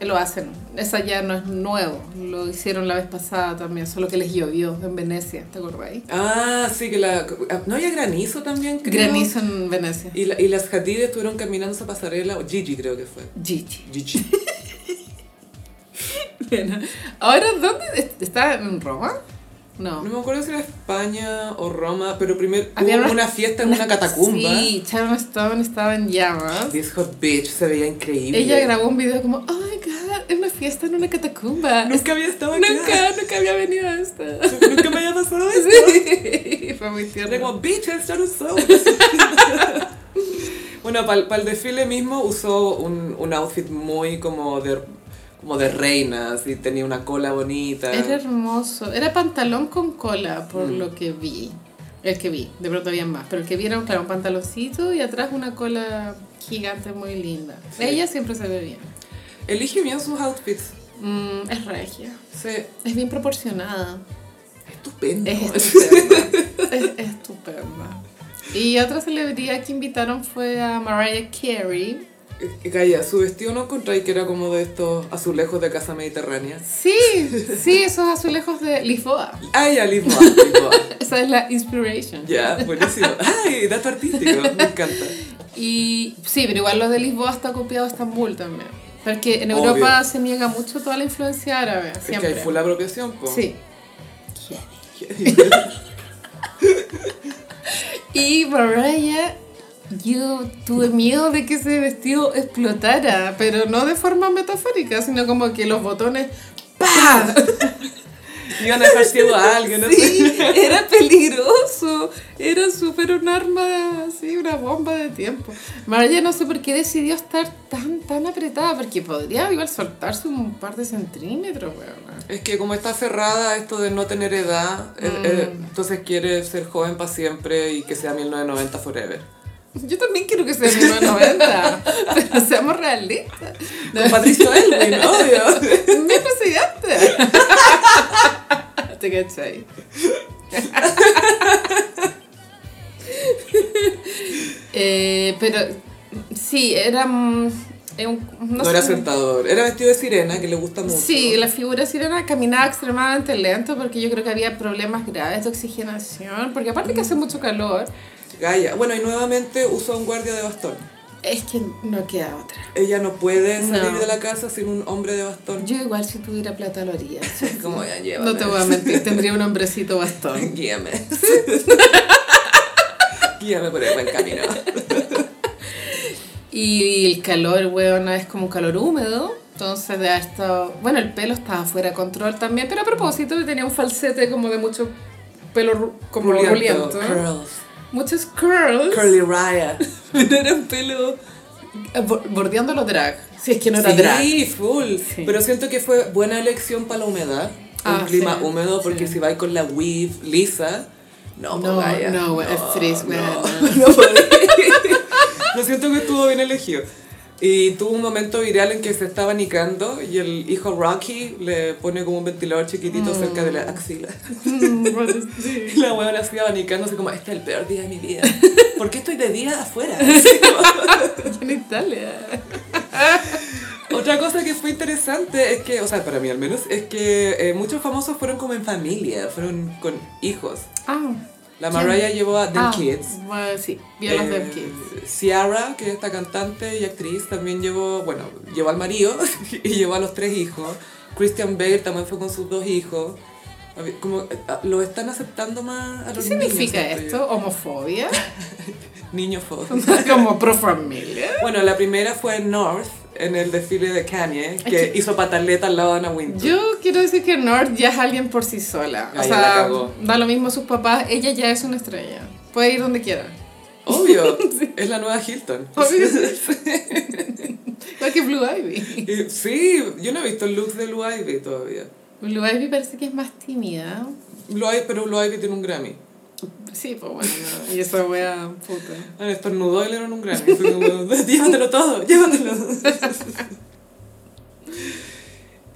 [SPEAKER 2] lo hacen. Esa ya no es nuevo. Lo hicieron la vez pasada también, solo que les llovió en Venecia, ¿te acordáis?
[SPEAKER 1] Ah, sí, que la... ¿No había granizo también? creo?
[SPEAKER 2] Granizo en Venecia.
[SPEAKER 1] Y, la- y las Hadid estuvieron caminando esa pasarela, o Gigi creo que fue.
[SPEAKER 2] Gigi.
[SPEAKER 1] Gigi.
[SPEAKER 2] Bueno, ahora, ¿dónde? est- ¿Está en Roma? No.
[SPEAKER 1] No me acuerdo si era España o Roma, pero primero
[SPEAKER 2] Había
[SPEAKER 1] hubo
[SPEAKER 2] unas-
[SPEAKER 1] una, fiesta en una catacumba.
[SPEAKER 2] Sí, Sharon Stone estaba en llamas.
[SPEAKER 1] This hot bitch se veía increíble.
[SPEAKER 2] Ella grabó un video como, oh my god, es una fiesta en una catacumba.
[SPEAKER 1] Nunca había estado acá.
[SPEAKER 2] nunca, nunca había venido a esta.
[SPEAKER 1] Nunca me había pasado eso.
[SPEAKER 2] Sí, <laughs> fue muy
[SPEAKER 1] Era
[SPEAKER 2] tierno.
[SPEAKER 1] como, bitch, it's not a
[SPEAKER 2] <laughs>
[SPEAKER 1] soul. bueno, para el desfile mismo usó un, un outfit muy como de, como de reina, así, tenía una cola bonita.
[SPEAKER 2] Era hermoso. Era pantalón con cola, por
[SPEAKER 1] Mm.
[SPEAKER 2] lo que vi. El que vi, de pronto había más, pero el que vi era claro, un pantaloncito y atrás una cola gigante muy linda.
[SPEAKER 1] Sí.
[SPEAKER 2] Ella siempre se ve bien.
[SPEAKER 1] Elige bien sus outfits.
[SPEAKER 2] Mm, es regia.
[SPEAKER 1] Se,
[SPEAKER 2] Es bien proporcionada.
[SPEAKER 1] estupendo.
[SPEAKER 2] Es
[SPEAKER 1] <laughs>
[SPEAKER 2] estupenda. es estupenda. Y otra celebridad que invitaron fue a Mariah Carey.
[SPEAKER 1] Calla, su vestido no encontré que era como de estos azulejos de casa mediterránea.
[SPEAKER 2] Sí, sí, esos azulejos de Lisboa.
[SPEAKER 1] Ay, ya, Lisboa, Lisboa.
[SPEAKER 2] <laughs> Esa es la inspiration.
[SPEAKER 1] Ya, buenísimo. Ay, dato artístico, me encanta.
[SPEAKER 2] Y sí, pero igual los de Lisboa está copiado a Estambul también. Porque en
[SPEAKER 1] Obvio.
[SPEAKER 2] Europa se niega mucho toda la influencia árabe. Siempre.
[SPEAKER 1] Es que hay full apropiación, po.
[SPEAKER 2] Sí. <laughs> Y Mariah, yo tuve miedo de que ese vestido explotara, pero no de forma metafórica, sino como que los botones ¡Pah!
[SPEAKER 1] Iban a dejar ciego a alguien, no sé.
[SPEAKER 2] <laughs> Sí, era peligroso, era súper un arma, así, una bomba de tiempo. Mariah no sé por qué decidió estar tan, tan apretada, porque podría igual soltarse un par de centímetros, weón.
[SPEAKER 1] Es que como está cerrada a esto de no tener
[SPEAKER 2] Mm. <laughs>
[SPEAKER 1] edad, eh, eh, entonces quiere ser joven para siempre y que sea 1990 forever.
[SPEAKER 2] Pues Yo también quiero que sea
[SPEAKER 1] <laughs>
[SPEAKER 2] 1990, pero seamos realistas.
[SPEAKER 1] Con
[SPEAKER 2] <laughs>
[SPEAKER 1] Patricio Elwin, obvio.
[SPEAKER 2] ¡Mi presidente! ¿Te cachai? <laughs> eh, pero sí, era. mm, eh, un-
[SPEAKER 1] No,
[SPEAKER 2] sé
[SPEAKER 1] era
[SPEAKER 2] cómo-
[SPEAKER 1] sentador. Era vestido de sirena, que le gusta mucho.
[SPEAKER 2] Sí, la figura sirena caminaba extremadamente lento porque yo creo que había problemas graves de oxigenación, porque aparte que hace mucho calor,
[SPEAKER 1] Gaia. Bueno, y nuevamente usa un guardia de bastón.
[SPEAKER 2] es que no queda otra.
[SPEAKER 1] Ella no puede
[SPEAKER 2] No.
[SPEAKER 1] salir de la casa sin un hombre de bastón.
[SPEAKER 2] Yo igual si tuviera plata lo haría.
[SPEAKER 1] Como ya lleva.
[SPEAKER 2] No te voy a mentir, tendría un hombrecito bastón.
[SPEAKER 1] <laughs> Guíame. Guíame por el buen camino.
[SPEAKER 2] Y el calor, weón, es como un calor húmedo. Entonces de haber estado- Bueno, el pelo estaba fuera de control también, pero a propósito tenía un falsete como de mucho pelo ru- como
[SPEAKER 1] Ruliento,
[SPEAKER 2] ruliento.
[SPEAKER 1] Curls.
[SPEAKER 2] Muchos curls.
[SPEAKER 1] Curly Raya.
[SPEAKER 2] <laughs> Pero era un pelo eh, bo- bordeando lo drag. Si es que no era drag. <laughs>
[SPEAKER 1] Sí, full.
[SPEAKER 2] Sí.
[SPEAKER 1] Pero siento que fue buena elección para la humedad.
[SPEAKER 2] Ah,
[SPEAKER 1] un clima
[SPEAKER 2] sí,
[SPEAKER 1] húmedo, porque
[SPEAKER 2] sí.
[SPEAKER 1] si vais con la weave lisa, no,
[SPEAKER 2] No,
[SPEAKER 1] po, Gaia,
[SPEAKER 2] no, we- es frizz,
[SPEAKER 1] no, <laughs>
[SPEAKER 2] weona.
[SPEAKER 1] no podéis. Lo siento que estuvo bien elegido. Y tuvo un momento viral en que se estaba nicando y el hijo Rocky le pone como un ventilador chiquitito cerca de la
[SPEAKER 2] Mm.
[SPEAKER 1] axila. <laughs> Y la huevona así abanicándose como, este es el peor día de mi vida. ¿Por qué estoy de día afuera? Así como-
[SPEAKER 2] en Italia.
[SPEAKER 1] Otra cosa que fue interesante es que, o sea, para mí al menos, es que eh, muchos famosos fueron como en familia, fueron con hijos.
[SPEAKER 2] Ah,
[SPEAKER 1] La
[SPEAKER 2] ¿Quién?
[SPEAKER 1] Mariah llevó a The
[SPEAKER 2] ah,
[SPEAKER 1] Kids.
[SPEAKER 2] bueno, sí, vi a los
[SPEAKER 1] Eh,
[SPEAKER 2] Dem Kids.
[SPEAKER 1] Ciara, que es esta cantante y actriz, también llevó, bueno, llevó al marido <laughs> y llevó a los tres hijos. Christian Bale también fue con sus dos hijos. A ver, Como, eh, lo están aceptando más a
[SPEAKER 2] ¿Qué
[SPEAKER 1] los niños,
[SPEAKER 2] significa
[SPEAKER 1] siento yo.
[SPEAKER 2] esto? ¿Homofobia? <laughs>
[SPEAKER 1] Niños fo-
[SPEAKER 2] ¿Como pro familia?
[SPEAKER 1] Bueno, la primera fue en North, en el desfile de Kanye, que
[SPEAKER 2] que-
[SPEAKER 1] hizo pataleta al lado de Anna Wintour.
[SPEAKER 2] Yo quiero decir que North ya es alguien por sí sola.
[SPEAKER 1] Ah,
[SPEAKER 2] o
[SPEAKER 1] ya la
[SPEAKER 2] sea,
[SPEAKER 1] cagó.
[SPEAKER 2] da lo mismo a sus papás, ella ya es una estrella. Puede ir donde quiera. <laughs>
[SPEAKER 1] Obvio, es la nueva Hilton. <laughs>
[SPEAKER 2] Obvio. Igual que Blue Ivy.
[SPEAKER 1] Y- sí, yo no he visto el look de Blue Ivy todavía.
[SPEAKER 2] Blue Ivy parece que es más tímida.
[SPEAKER 1] Blue Ivy, pero Blue Ivy tiene un Grammy.
[SPEAKER 2] Sí, pues bueno, no. y esa wea puta.
[SPEAKER 1] Ah, estornudó y le dieron un Grammy. Fue
[SPEAKER 2] <laughs>
[SPEAKER 1] como, llévatelo todo, llévatelo.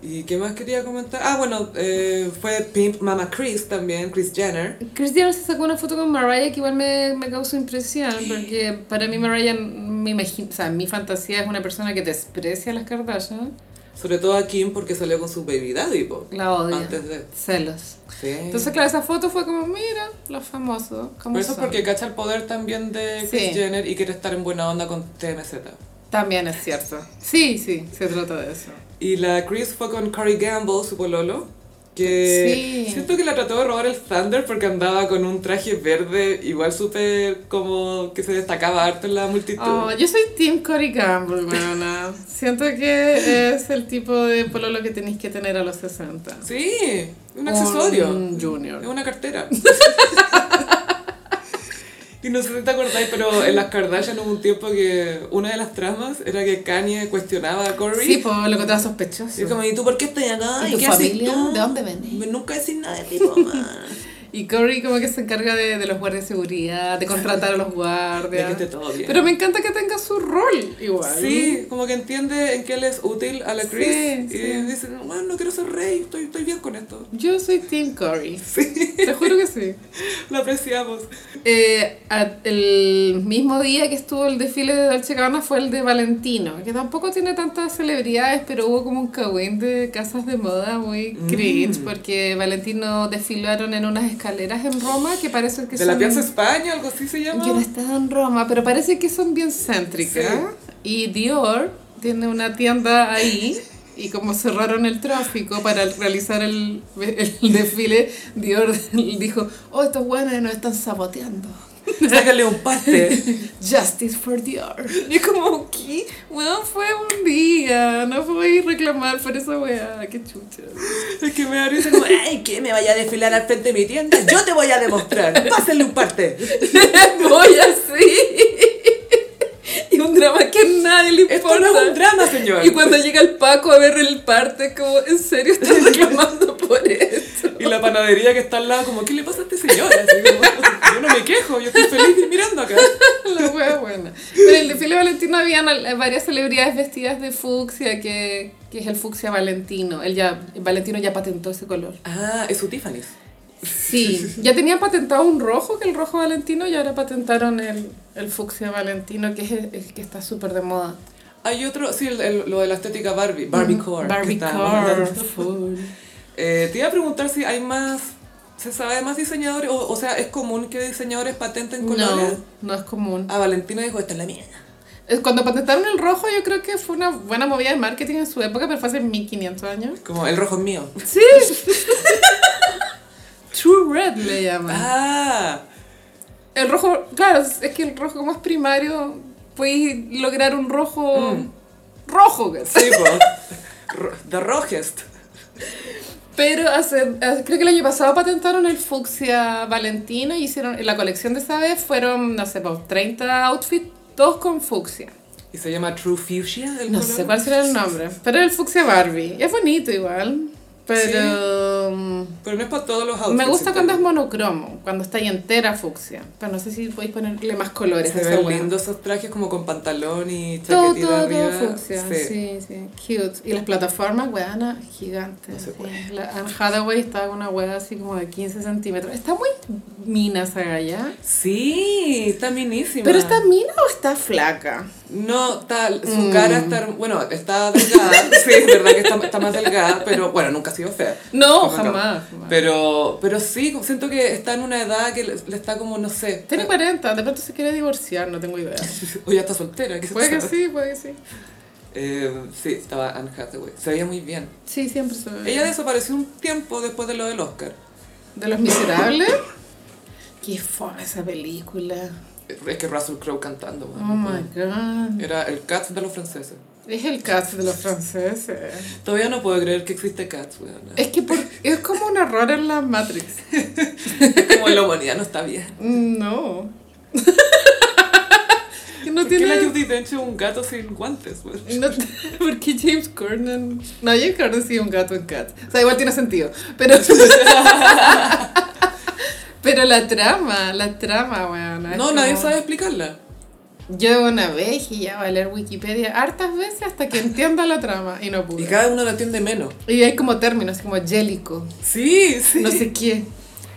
[SPEAKER 1] ¿Y qué más quería comentar? Ah, bueno, eh, fue Pimp Mama Chris también, Chris Jenner.
[SPEAKER 2] Chris Jenner se sacó una foto con Mariah que igual me, me causó impresión, porque para mí Mariah, me imagino, o sea, mi fantasía es una persona que desprecia a las Kardashian.
[SPEAKER 1] Sobre todo a Kim porque salió con su baby daddy, po.
[SPEAKER 2] La odia.
[SPEAKER 1] Antes de...
[SPEAKER 2] Celos.
[SPEAKER 1] Sí.
[SPEAKER 2] Entonces, claro, esa foto fue como, mira, los famosos. ¿cómo
[SPEAKER 1] Pero eso es
[SPEAKER 2] son?".
[SPEAKER 1] porque cacha el poder también de Chris
[SPEAKER 2] Sí.
[SPEAKER 1] Jenner y quiere estar en buena onda con TMZ.
[SPEAKER 2] También es cierto. Sí, sí, se trata de eso.
[SPEAKER 1] Y la Chris fue con Corey Gamble, su pololo. Que
[SPEAKER 2] Sí.
[SPEAKER 1] siento que la trató de robar el Thunder porque andaba con un traje verde, igual súper como que se destacaba harto en la multitud.
[SPEAKER 2] Oh, yo soy Team Cory Campbell, weona. Siento que es el tipo de pololo que tenéis que tener a los 60.
[SPEAKER 1] Sí, un accesorio.
[SPEAKER 2] Un
[SPEAKER 1] Es
[SPEAKER 2] junior.
[SPEAKER 1] una cartera. <laughs> y no sé si te acordáis, pero en las Kardashian hubo un tiempo que una de las tramas era que Kanye cuestionaba a Corey.
[SPEAKER 2] Sí, pues lo que te
[SPEAKER 1] Y es
[SPEAKER 2] sospechoso.
[SPEAKER 1] como, ¿y tú por qué estás acá?
[SPEAKER 2] ¿Y
[SPEAKER 1] ¿Y,
[SPEAKER 2] tu
[SPEAKER 1] qué haces
[SPEAKER 2] familia?
[SPEAKER 1] tú? Pues
[SPEAKER 2] ¿De dónde venís?
[SPEAKER 1] Nunca decís nada
[SPEAKER 3] <laughs>
[SPEAKER 1] de ti, mamá.
[SPEAKER 2] Y Cory como que se encarga de, de los guardias de seguridad, de contratar a los
[SPEAKER 1] <laughs> De que
[SPEAKER 2] guardias.
[SPEAKER 1] esté todo bien.
[SPEAKER 2] Pero me encanta que tenga su rol igual.
[SPEAKER 1] Sí, como que entiende en qué le es útil a la Chris.
[SPEAKER 2] Sí,
[SPEAKER 1] y
[SPEAKER 2] sí.
[SPEAKER 1] dice, bueno, no quiero ser rey, estoy, estoy bien con esto.
[SPEAKER 2] Yo soy Team Cory. Te juro que sí.
[SPEAKER 1] Lo apreciamos.
[SPEAKER 2] Eh, a- el mismo día que estuvo el desfile de Dolce Gabbana fue el de Valentino, que tampoco tiene tantas celebridades, pero hubo como un cagüín de casas de moda muy
[SPEAKER 1] Mm.
[SPEAKER 2] cringe, porque Valentino desfilaron en unas escaleras en Roma que parece que
[SPEAKER 1] De
[SPEAKER 2] son...
[SPEAKER 1] la Piazza España, algo así se llama.
[SPEAKER 2] Yo no he estado en Roma, pero parece que son bien céntricas. Y Dior tiene una tienda ahí. Y como cerraron el tráfico para realizar el, el desfile, Dior <laughs> dijo, oh, estos buenos nos están saboteando.
[SPEAKER 1] Sácale un <laughs> parte.
[SPEAKER 2] Justice for Dior. Y es como, ¿qué? Bueno, fue un día. No voy a reclamar por esa weá. Qué chucha.
[SPEAKER 1] <laughs> es que me da risa como, ay, que me vaya a desfilar al frente de mi tienda. Yo te voy a demostrar. Pásenle un parte.
[SPEAKER 2] <laughs> voy así. Y un drama que a nadie le importa.
[SPEAKER 1] Esto no es un drama, señor.
[SPEAKER 2] <laughs> Y cuando llega el Paco a ver el parte, como, ¿en serio estás reclamando por esto?
[SPEAKER 1] Y la panadería que está al lado, como, ¿qué le pasa a este señor? Así como, yo no me quejo, yo estoy feliz mirando acá.
[SPEAKER 2] La wea buena. Pero en el desfile valentino habían al- eh, varias celebridades vestidas de fucsia, que, que es el fucsia valentino. Él ya, Valentino ya patentó ese color.
[SPEAKER 1] Ah, es su Tiffany's.
[SPEAKER 2] Sí, ya tenían patentado un rojo, que el rojo valentino, y ahora patentaron el, el fucsia valentino, que es el, el que está súper de moda.
[SPEAKER 1] Hay otro, sí, el- el- lo de la estética Barbie, Barbie Core. que
[SPEAKER 2] Barbie
[SPEAKER 1] estábamos
[SPEAKER 2] Core,
[SPEAKER 1] hablando.
[SPEAKER 2] full.
[SPEAKER 1] Eh, te iba a preguntar si hay más, ¿se sabe de más diseñadores? O, o sea, ¿es común que diseñadores patenten colores?
[SPEAKER 2] No, no es común.
[SPEAKER 1] Ah, Valentina dijo, esta es la mierda.
[SPEAKER 2] Es Cuando patentaron el rojo, yo creo que fue una buena movida de marketing en su época, pero fue hace 1500 años.
[SPEAKER 1] Como, el rojo es mío.
[SPEAKER 2] Sí. <laughs> True Red le llaman. <laughs>
[SPEAKER 1] Ah,
[SPEAKER 2] El rojo, claro, es es que el rojo como es primario, puedes lograr un rojo... Rojo, ¿cachai?
[SPEAKER 1] sí, po. Ro- The Rojest.
[SPEAKER 2] Pero hace, hace- creo que el año pasado patentaron el fucsia valentino y hicieron, en la colección de esta vez fueron, no sé, po, 30 outfits, todos con fucsia.
[SPEAKER 1] Y se llama True Fuchsia el
[SPEAKER 2] No
[SPEAKER 1] color.
[SPEAKER 2] sé cuál será el nombre, pero era el fucsia Barbie. Es bonito igual, pero... mm,
[SPEAKER 1] Pero no es para todos los outfits.
[SPEAKER 2] Me gusta
[SPEAKER 1] ¿sí?
[SPEAKER 2] cuando es monocromo, cuando está ahí entera fucsia. Pero no sé si podéis ponerle más colores. a
[SPEAKER 1] Se
[SPEAKER 2] esa
[SPEAKER 1] ven
[SPEAKER 2] wea.
[SPEAKER 1] lindos esos trajes como con pantalón y
[SPEAKER 2] Todo,
[SPEAKER 1] chaquetita
[SPEAKER 2] todo, todo
[SPEAKER 1] arriba.
[SPEAKER 2] fucsia. Sí. sí, Cute. Y las plataformas, weana, gigantes.
[SPEAKER 1] No se puede.
[SPEAKER 2] Sí. La Anne Hathaway estaba con una wea así como de 15 centímetros. Está muy mina esa galla.
[SPEAKER 1] Sí, está minísima.
[SPEAKER 2] ¿Pero está Mm. mina o está flaca?
[SPEAKER 1] No, tal, su cara está... herm- Bueno, está delgada.
[SPEAKER 2] <laughs>
[SPEAKER 1] sí, es verdad que está, está más delgada, pero bueno, nunca ha sido fea.
[SPEAKER 2] No,
[SPEAKER 1] Como acá.
[SPEAKER 2] jamás. jamás.
[SPEAKER 1] Pero, pero sí, como siento que está en una edad que le, le está como, no sé...
[SPEAKER 2] Tiene
[SPEAKER 1] está-
[SPEAKER 2] 40, de pronto se quiere divorciar, no tengo
[SPEAKER 1] <laughs>
[SPEAKER 2] idea.
[SPEAKER 1] O ya está soltera. ¿qué se
[SPEAKER 2] Puede que
[SPEAKER 1] sabe?
[SPEAKER 2] sí, puede que sí.
[SPEAKER 1] Eh, sí, estaba Anne Hathaway. Se veía muy bien.
[SPEAKER 2] Sí, siempre se ve.
[SPEAKER 1] Ella desapareció un tiempo después de lo del Oscar.
[SPEAKER 2] De los miserables. Qué fome esa película.
[SPEAKER 1] Es que Russell Crowe cantando,
[SPEAKER 2] Oh
[SPEAKER 1] weón.
[SPEAKER 2] my god.
[SPEAKER 1] Era el Cats de los franceses.
[SPEAKER 2] Es el cast de los franceses.
[SPEAKER 1] Todavía no puedo creer que existe Cats, weón.
[SPEAKER 2] Es que por- es como un error en la Matrix.
[SPEAKER 1] <laughs> Es como la humanidad no está bien. <laughs>
[SPEAKER 2] No. Que no
[SPEAKER 1] ¿Por qué la
[SPEAKER 2] tiene.
[SPEAKER 1] Judy Dench es un gato sin guantes, weón?
[SPEAKER 2] No,
[SPEAKER 1] <laughs>
[SPEAKER 2] porque James Corden. No, James Corden sí es un gato en Cats. O sea, igual tiene sentido.
[SPEAKER 1] <laughs>
[SPEAKER 2] Pero. Pero la trama, la trama, weón. es
[SPEAKER 1] No,
[SPEAKER 2] como-
[SPEAKER 1] nadie sabe explicarla.
[SPEAKER 2] Yo una vez y ya va a leer Wikipedia hartas veces hasta que entienda la trama y no
[SPEAKER 1] Y
[SPEAKER 2] pude.
[SPEAKER 1] cada uno la atiende menos.
[SPEAKER 2] Y hay como términos, como gélico,
[SPEAKER 1] Sí, sí.
[SPEAKER 2] no sé qué.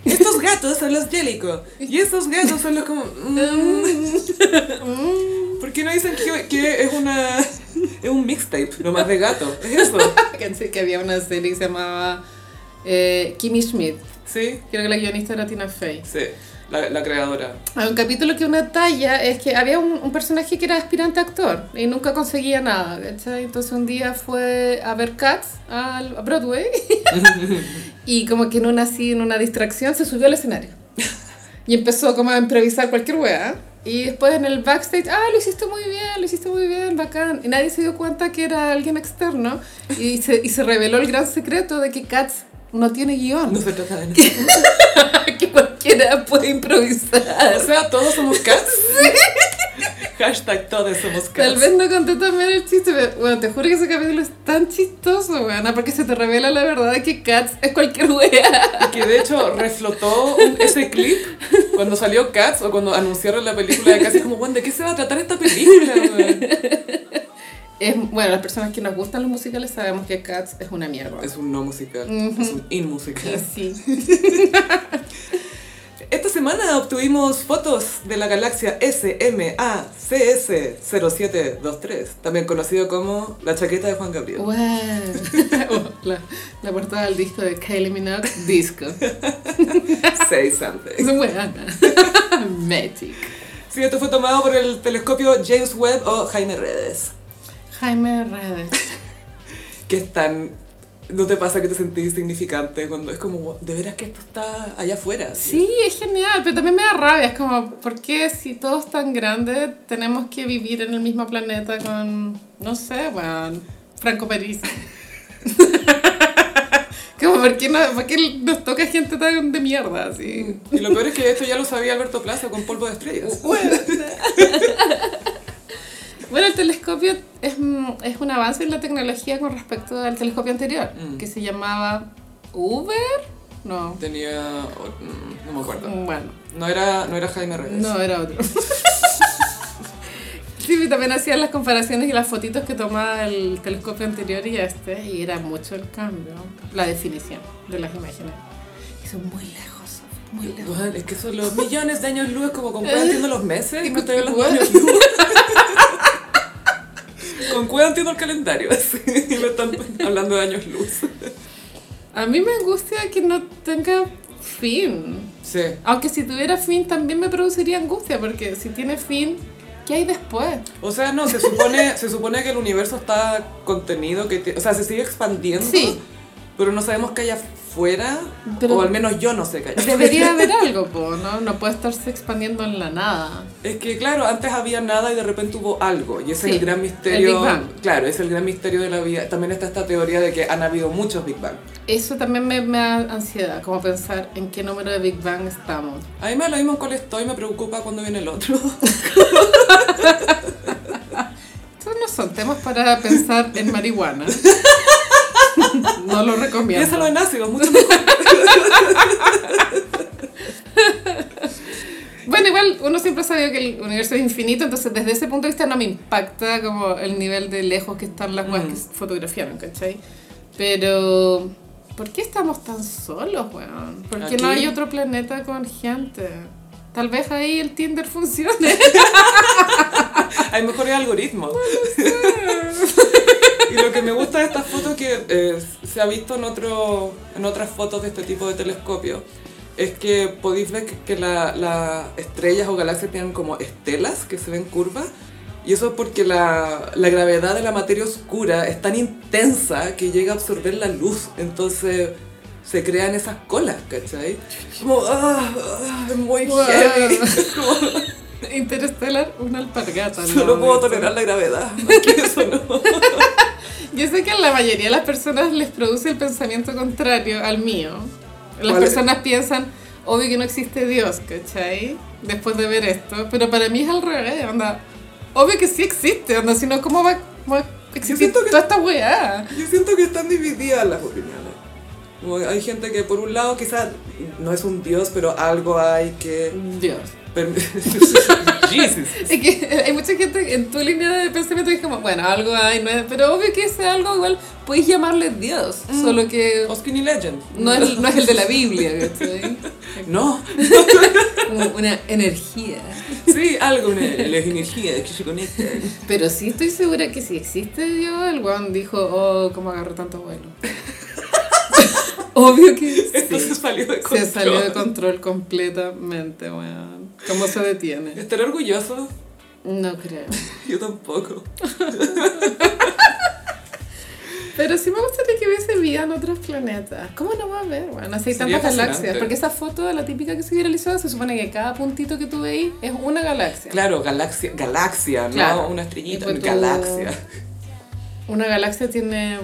[SPEAKER 1] Estos gatos son los Jellico. Y estos gatos son los como... <laughs> mm. ¿Por qué no dicen que, que es una... Es un mixtape, nomás de gato. Es eso.
[SPEAKER 2] <laughs> Pensé que había una serie que se llamaba eh, Kimmy Schmidt.
[SPEAKER 1] Sí,
[SPEAKER 2] Creo que la guionista era Tina Fey.
[SPEAKER 1] sí. La, la creadora.
[SPEAKER 2] Hay un capítulo que una talla es que había un, un personaje que era aspirante a actor y nunca conseguía nada, ¿cachai? Entonces un día fue a ver Cats al- a <laughs> Broadway y como que en una, así, en una distracción se subió al escenario y empezó como a improvisar cualquier weá. Y después en el backstage, ah, lo hiciste muy bien, lo hiciste muy bien, bacán. Y nadie se dio cuenta que era alguien externo y se, y se reveló el gran secreto de que Cats no tiene
[SPEAKER 1] No
[SPEAKER 2] guión,
[SPEAKER 1] se trata de nada.
[SPEAKER 2] <laughs> que cualquiera puede improvisar.
[SPEAKER 1] O sea, <laughs> todos somos
[SPEAKER 2] <laughs>
[SPEAKER 1] cats. Hashtag todos somos cats.
[SPEAKER 2] Tal vez no conté también el chiste, pero bueno, te juro que ese capítulo es tan chistoso, weona, porque se te revela la verdad de que Cats es cualquier wea.
[SPEAKER 1] Y que de hecho reflotó un- ese clip cuando salió Cats o cuando anunciaron la película de Cats. Es como, bueno, ¿de qué se va a tratar esta película?
[SPEAKER 2] <laughs>
[SPEAKER 1] weón?"
[SPEAKER 2] Es, bueno, las personas que nos gustan los musicales sabemos que Cats es una mierda.
[SPEAKER 1] Es un no musical, es un in musical.
[SPEAKER 2] Sí.
[SPEAKER 1] Esta semana obtuvimos fotos de la galaxia SMACS0723, también conocido como la chaqueta de Juan Gabriel.
[SPEAKER 2] Wow. la, la portada del disco de Kylie Minogue, disco.
[SPEAKER 1] Say something.
[SPEAKER 2] Es weona. <laughs> Magic.
[SPEAKER 1] Sí, esto fue tomado por el telescopio James Webb o Jaime Redes.
[SPEAKER 2] Jaime Redes.
[SPEAKER 1] que es tan... ¿No te pasa que te sentís insignificante cuando es como, de veras que esto está allá afuera?
[SPEAKER 2] Sí, es genial, pero también me da rabia. Es como, ¿por qué si todos tan grandes tenemos que vivir en el mismo planeta con, no sé, weón, Franco París? <laughs> como, ¿por qué, no, por qué nos toca gente tan de mierda así?
[SPEAKER 1] Y lo peor es que esto ya lo sabía Alberto Plaza con polvo de estrellas.
[SPEAKER 2] Uh, <laughs> Bueno, el telescopio es, mm, es un avance en la tecnología con respecto al telescopio anterior, que se llamaba Uber. No.
[SPEAKER 1] Tenía. oh, mm, no me acuerdo.
[SPEAKER 2] Bueno,
[SPEAKER 1] No era, no era Jaime Reyes.
[SPEAKER 2] no, era otro. <laughs> Sí, pero también hacían las comparaciones y las fotitos que tomaba el telescopio anterior y este, y era mucho el cambio, la definición de las imágenes. Y son muy lejos, Sofi, muy lejos.
[SPEAKER 1] Weón, es que son los millones de años luz, como
[SPEAKER 2] <laughs>
[SPEAKER 1] con cuál entiendo los meses. No estoy hablando de
[SPEAKER 2] Weón.
[SPEAKER 1] años luz. Con cuál entiendo el calendario. <laughs> así, y me están hablando de años luz.
[SPEAKER 2] <laughs> A mí me angustia que no tenga fin.
[SPEAKER 1] Sí.
[SPEAKER 2] Aunque si tuviera fin también me produciría angustia, porque si tiene fin, ¿qué hay después?
[SPEAKER 1] O sea, no, se
[SPEAKER 2] <laughs>
[SPEAKER 1] supone, se supone que el universo está contenido, que te- o sea, se sigue expandiendo.
[SPEAKER 2] <laughs> Sí.
[SPEAKER 1] Pero no sabemos qué hay afuera,
[SPEAKER 2] Pero-
[SPEAKER 1] o al menos yo no sé qué hay.
[SPEAKER 2] Debería haber algo, po, ¿no? No puede estarse expandiendo en la nada.
[SPEAKER 1] <laughs> Es que claro, antes había nada y de repente hubo algo, y ese es
[SPEAKER 2] Sí,
[SPEAKER 1] el gran
[SPEAKER 2] el
[SPEAKER 1] misterio.
[SPEAKER 2] Big Bang.
[SPEAKER 1] Claro, es el gran misterio de la vida. También está esta teoría de que han habido muchos Big Bang.
[SPEAKER 2] Eso también me, me da ansiedad, como pensar en qué número de Big Bang estamos.
[SPEAKER 1] A mí me da lo mismo en cuál estoy, me preocupa cuando viene el otro. <laughs>
[SPEAKER 2] Estos no son temas para pensar en
[SPEAKER 1] <laughs>
[SPEAKER 2] marihuana. No lo
[SPEAKER 1] Piénsalo
[SPEAKER 2] recomiendo.
[SPEAKER 1] en ácido, pues, mucho mejor.
[SPEAKER 2] Bueno, igual uno siempre ha sabido que el universo es infinito, entonces desde ese punto de vista no me impacta como el nivel de lejos que están las weas que fotografiaron, ¿cachai? Pero, ¿por qué estamos tan solos, weón? ¿Por qué no
[SPEAKER 1] Aquí.
[SPEAKER 2] hay otro planeta con gente? Tal vez ahí el Tinder funcione. <laughs>
[SPEAKER 1] Hay mejores algoritmos. <laughs> Y lo que me gusta de estas fotos que eh, se ha visto en, otro, en otras fotos de este tipo de telescopio es que podéis ver que, que la- las estrellas o galaxias tienen como estelas que se ven curvas y eso es porque la, la gravedad de la materia oscura es tan intensa que llega a absorber la luz, entonces se crean esas colas, ¿cachai? Como, ah, ah, es muy heavy. <laughs>
[SPEAKER 2] Interstellar, una alpargata. ¿no?
[SPEAKER 1] Solo puedo tolerar la gravedad, más que eso no.
[SPEAKER 2] Yo sé que a la mayoría de las personas les produce el pensamiento contrario al mío. Las
[SPEAKER 1] ¿Cuál es?
[SPEAKER 2] personas piensan, obvio que no existe Dios, ¿cachai? Después de ver esto. Pero para mí es al revés, onda. Obvio que sí existe, onda, si no, ¿cómo va, va a existir
[SPEAKER 1] siento que-
[SPEAKER 2] toda esta weá?
[SPEAKER 1] Yo siento que están divididas las opiniones. Como hay gente que por un lado quizás no es un dios, pero algo hay que...
[SPEAKER 2] Dios.
[SPEAKER 1] <laughs> perm- Jesus.
[SPEAKER 2] Es que <laughs> hay mucha gente en tu línea de pensamiento que es como, bueno, algo hay, no es- pero obvio que ese algo igual podéis llamarle Dios,
[SPEAKER 1] Mm.
[SPEAKER 2] solo que
[SPEAKER 1] Oscar y Legend.
[SPEAKER 2] no es, no es el de
[SPEAKER 1] <laughs>
[SPEAKER 2] la Biblia, ¿cachai?
[SPEAKER 1] No.
[SPEAKER 2] Como una energía.
[SPEAKER 1] Sí, algo, una, la energía que este. se conecta.
[SPEAKER 2] Pero sí estoy segura que si existe Dios, el weón dijo, oh, cómo agarró tanto vuelo. Obvio que
[SPEAKER 1] Entonces
[SPEAKER 2] sí.
[SPEAKER 1] salió de control.
[SPEAKER 2] Se salió de control completamente, weón. ¿Cómo se detiene?
[SPEAKER 1] ¿Estaré orgulloso?
[SPEAKER 2] No creo.
[SPEAKER 1] Yo tampoco.
[SPEAKER 2] Pero sí me gustaría que hubiese vida en otros planetas. ¿Cómo no va a haber, weón? Así hay
[SPEAKER 1] Sería
[SPEAKER 2] tantas galaxias.
[SPEAKER 1] fascinante.
[SPEAKER 2] Porque esa foto, la típica que se viralizó, se supone que cada puntito que tú veis es una galaxia.
[SPEAKER 1] Claro, galaxia, galaxia,
[SPEAKER 2] Claro.
[SPEAKER 1] no una
[SPEAKER 2] Y
[SPEAKER 1] estrellita,
[SPEAKER 2] pues tú-
[SPEAKER 1] galaxia.
[SPEAKER 2] Una galaxia tiene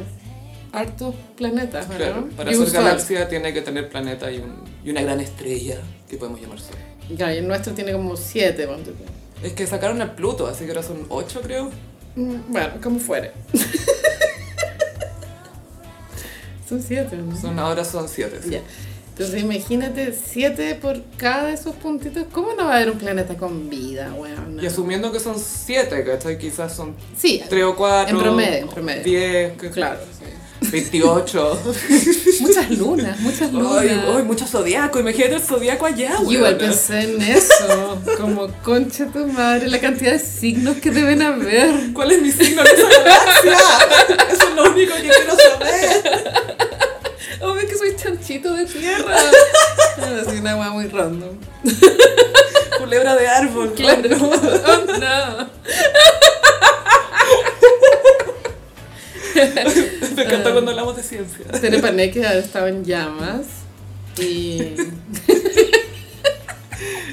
[SPEAKER 2] hartos planetas, ¿verdad?
[SPEAKER 1] <laughs> Claro, para
[SPEAKER 2] Y un
[SPEAKER 1] ser
[SPEAKER 2] sol.
[SPEAKER 1] galaxia tiene que tener planeta y, un- y una gran estrella que podemos llamar sol.
[SPEAKER 2] Ya, y el nuestro tiene como siete, ponte tú.
[SPEAKER 1] Es que sacaron a Pluto, así que ahora son 8 creo.
[SPEAKER 2] Mm, Bueno, como fuere. <laughs> Son siete, ¿no?
[SPEAKER 1] Son, ahora son 7.
[SPEAKER 2] Ya. Entonces imagínate siete por cada de esos puntitos. ¿Cómo no va a haber un planeta con vida, weón?
[SPEAKER 1] Y asumiendo que son 7, ¿cachai? Quizás son
[SPEAKER 2] Sí,
[SPEAKER 1] 3 o 4.
[SPEAKER 2] En promedio, en promedio.
[SPEAKER 1] 10,
[SPEAKER 2] Claro.
[SPEAKER 1] 28.
[SPEAKER 2] muchas lunas, muchas lunas.
[SPEAKER 1] Ay, ay, mucho zodiaco. Imagínate el zodiaco allá,
[SPEAKER 2] Yo
[SPEAKER 1] güey.
[SPEAKER 2] igual pensé en eso, como concha tu madre, la cantidad de signos que deben haber.
[SPEAKER 1] ¿Cuál es mi signo en esa galaxia? <laughs> Eso es lo único que quiero saber.
[SPEAKER 2] Obvio Oh, que soy chanchito de tierra. <laughs> Así una weá muy random.
[SPEAKER 1] Culebra de árbol.
[SPEAKER 2] Claro. Oh, no.
[SPEAKER 1] Me
[SPEAKER 2] Ah.
[SPEAKER 1] encanta cuando hablamos de ciencia.
[SPEAKER 2] Terepané Pues que estaba en llamas. Y <laughs>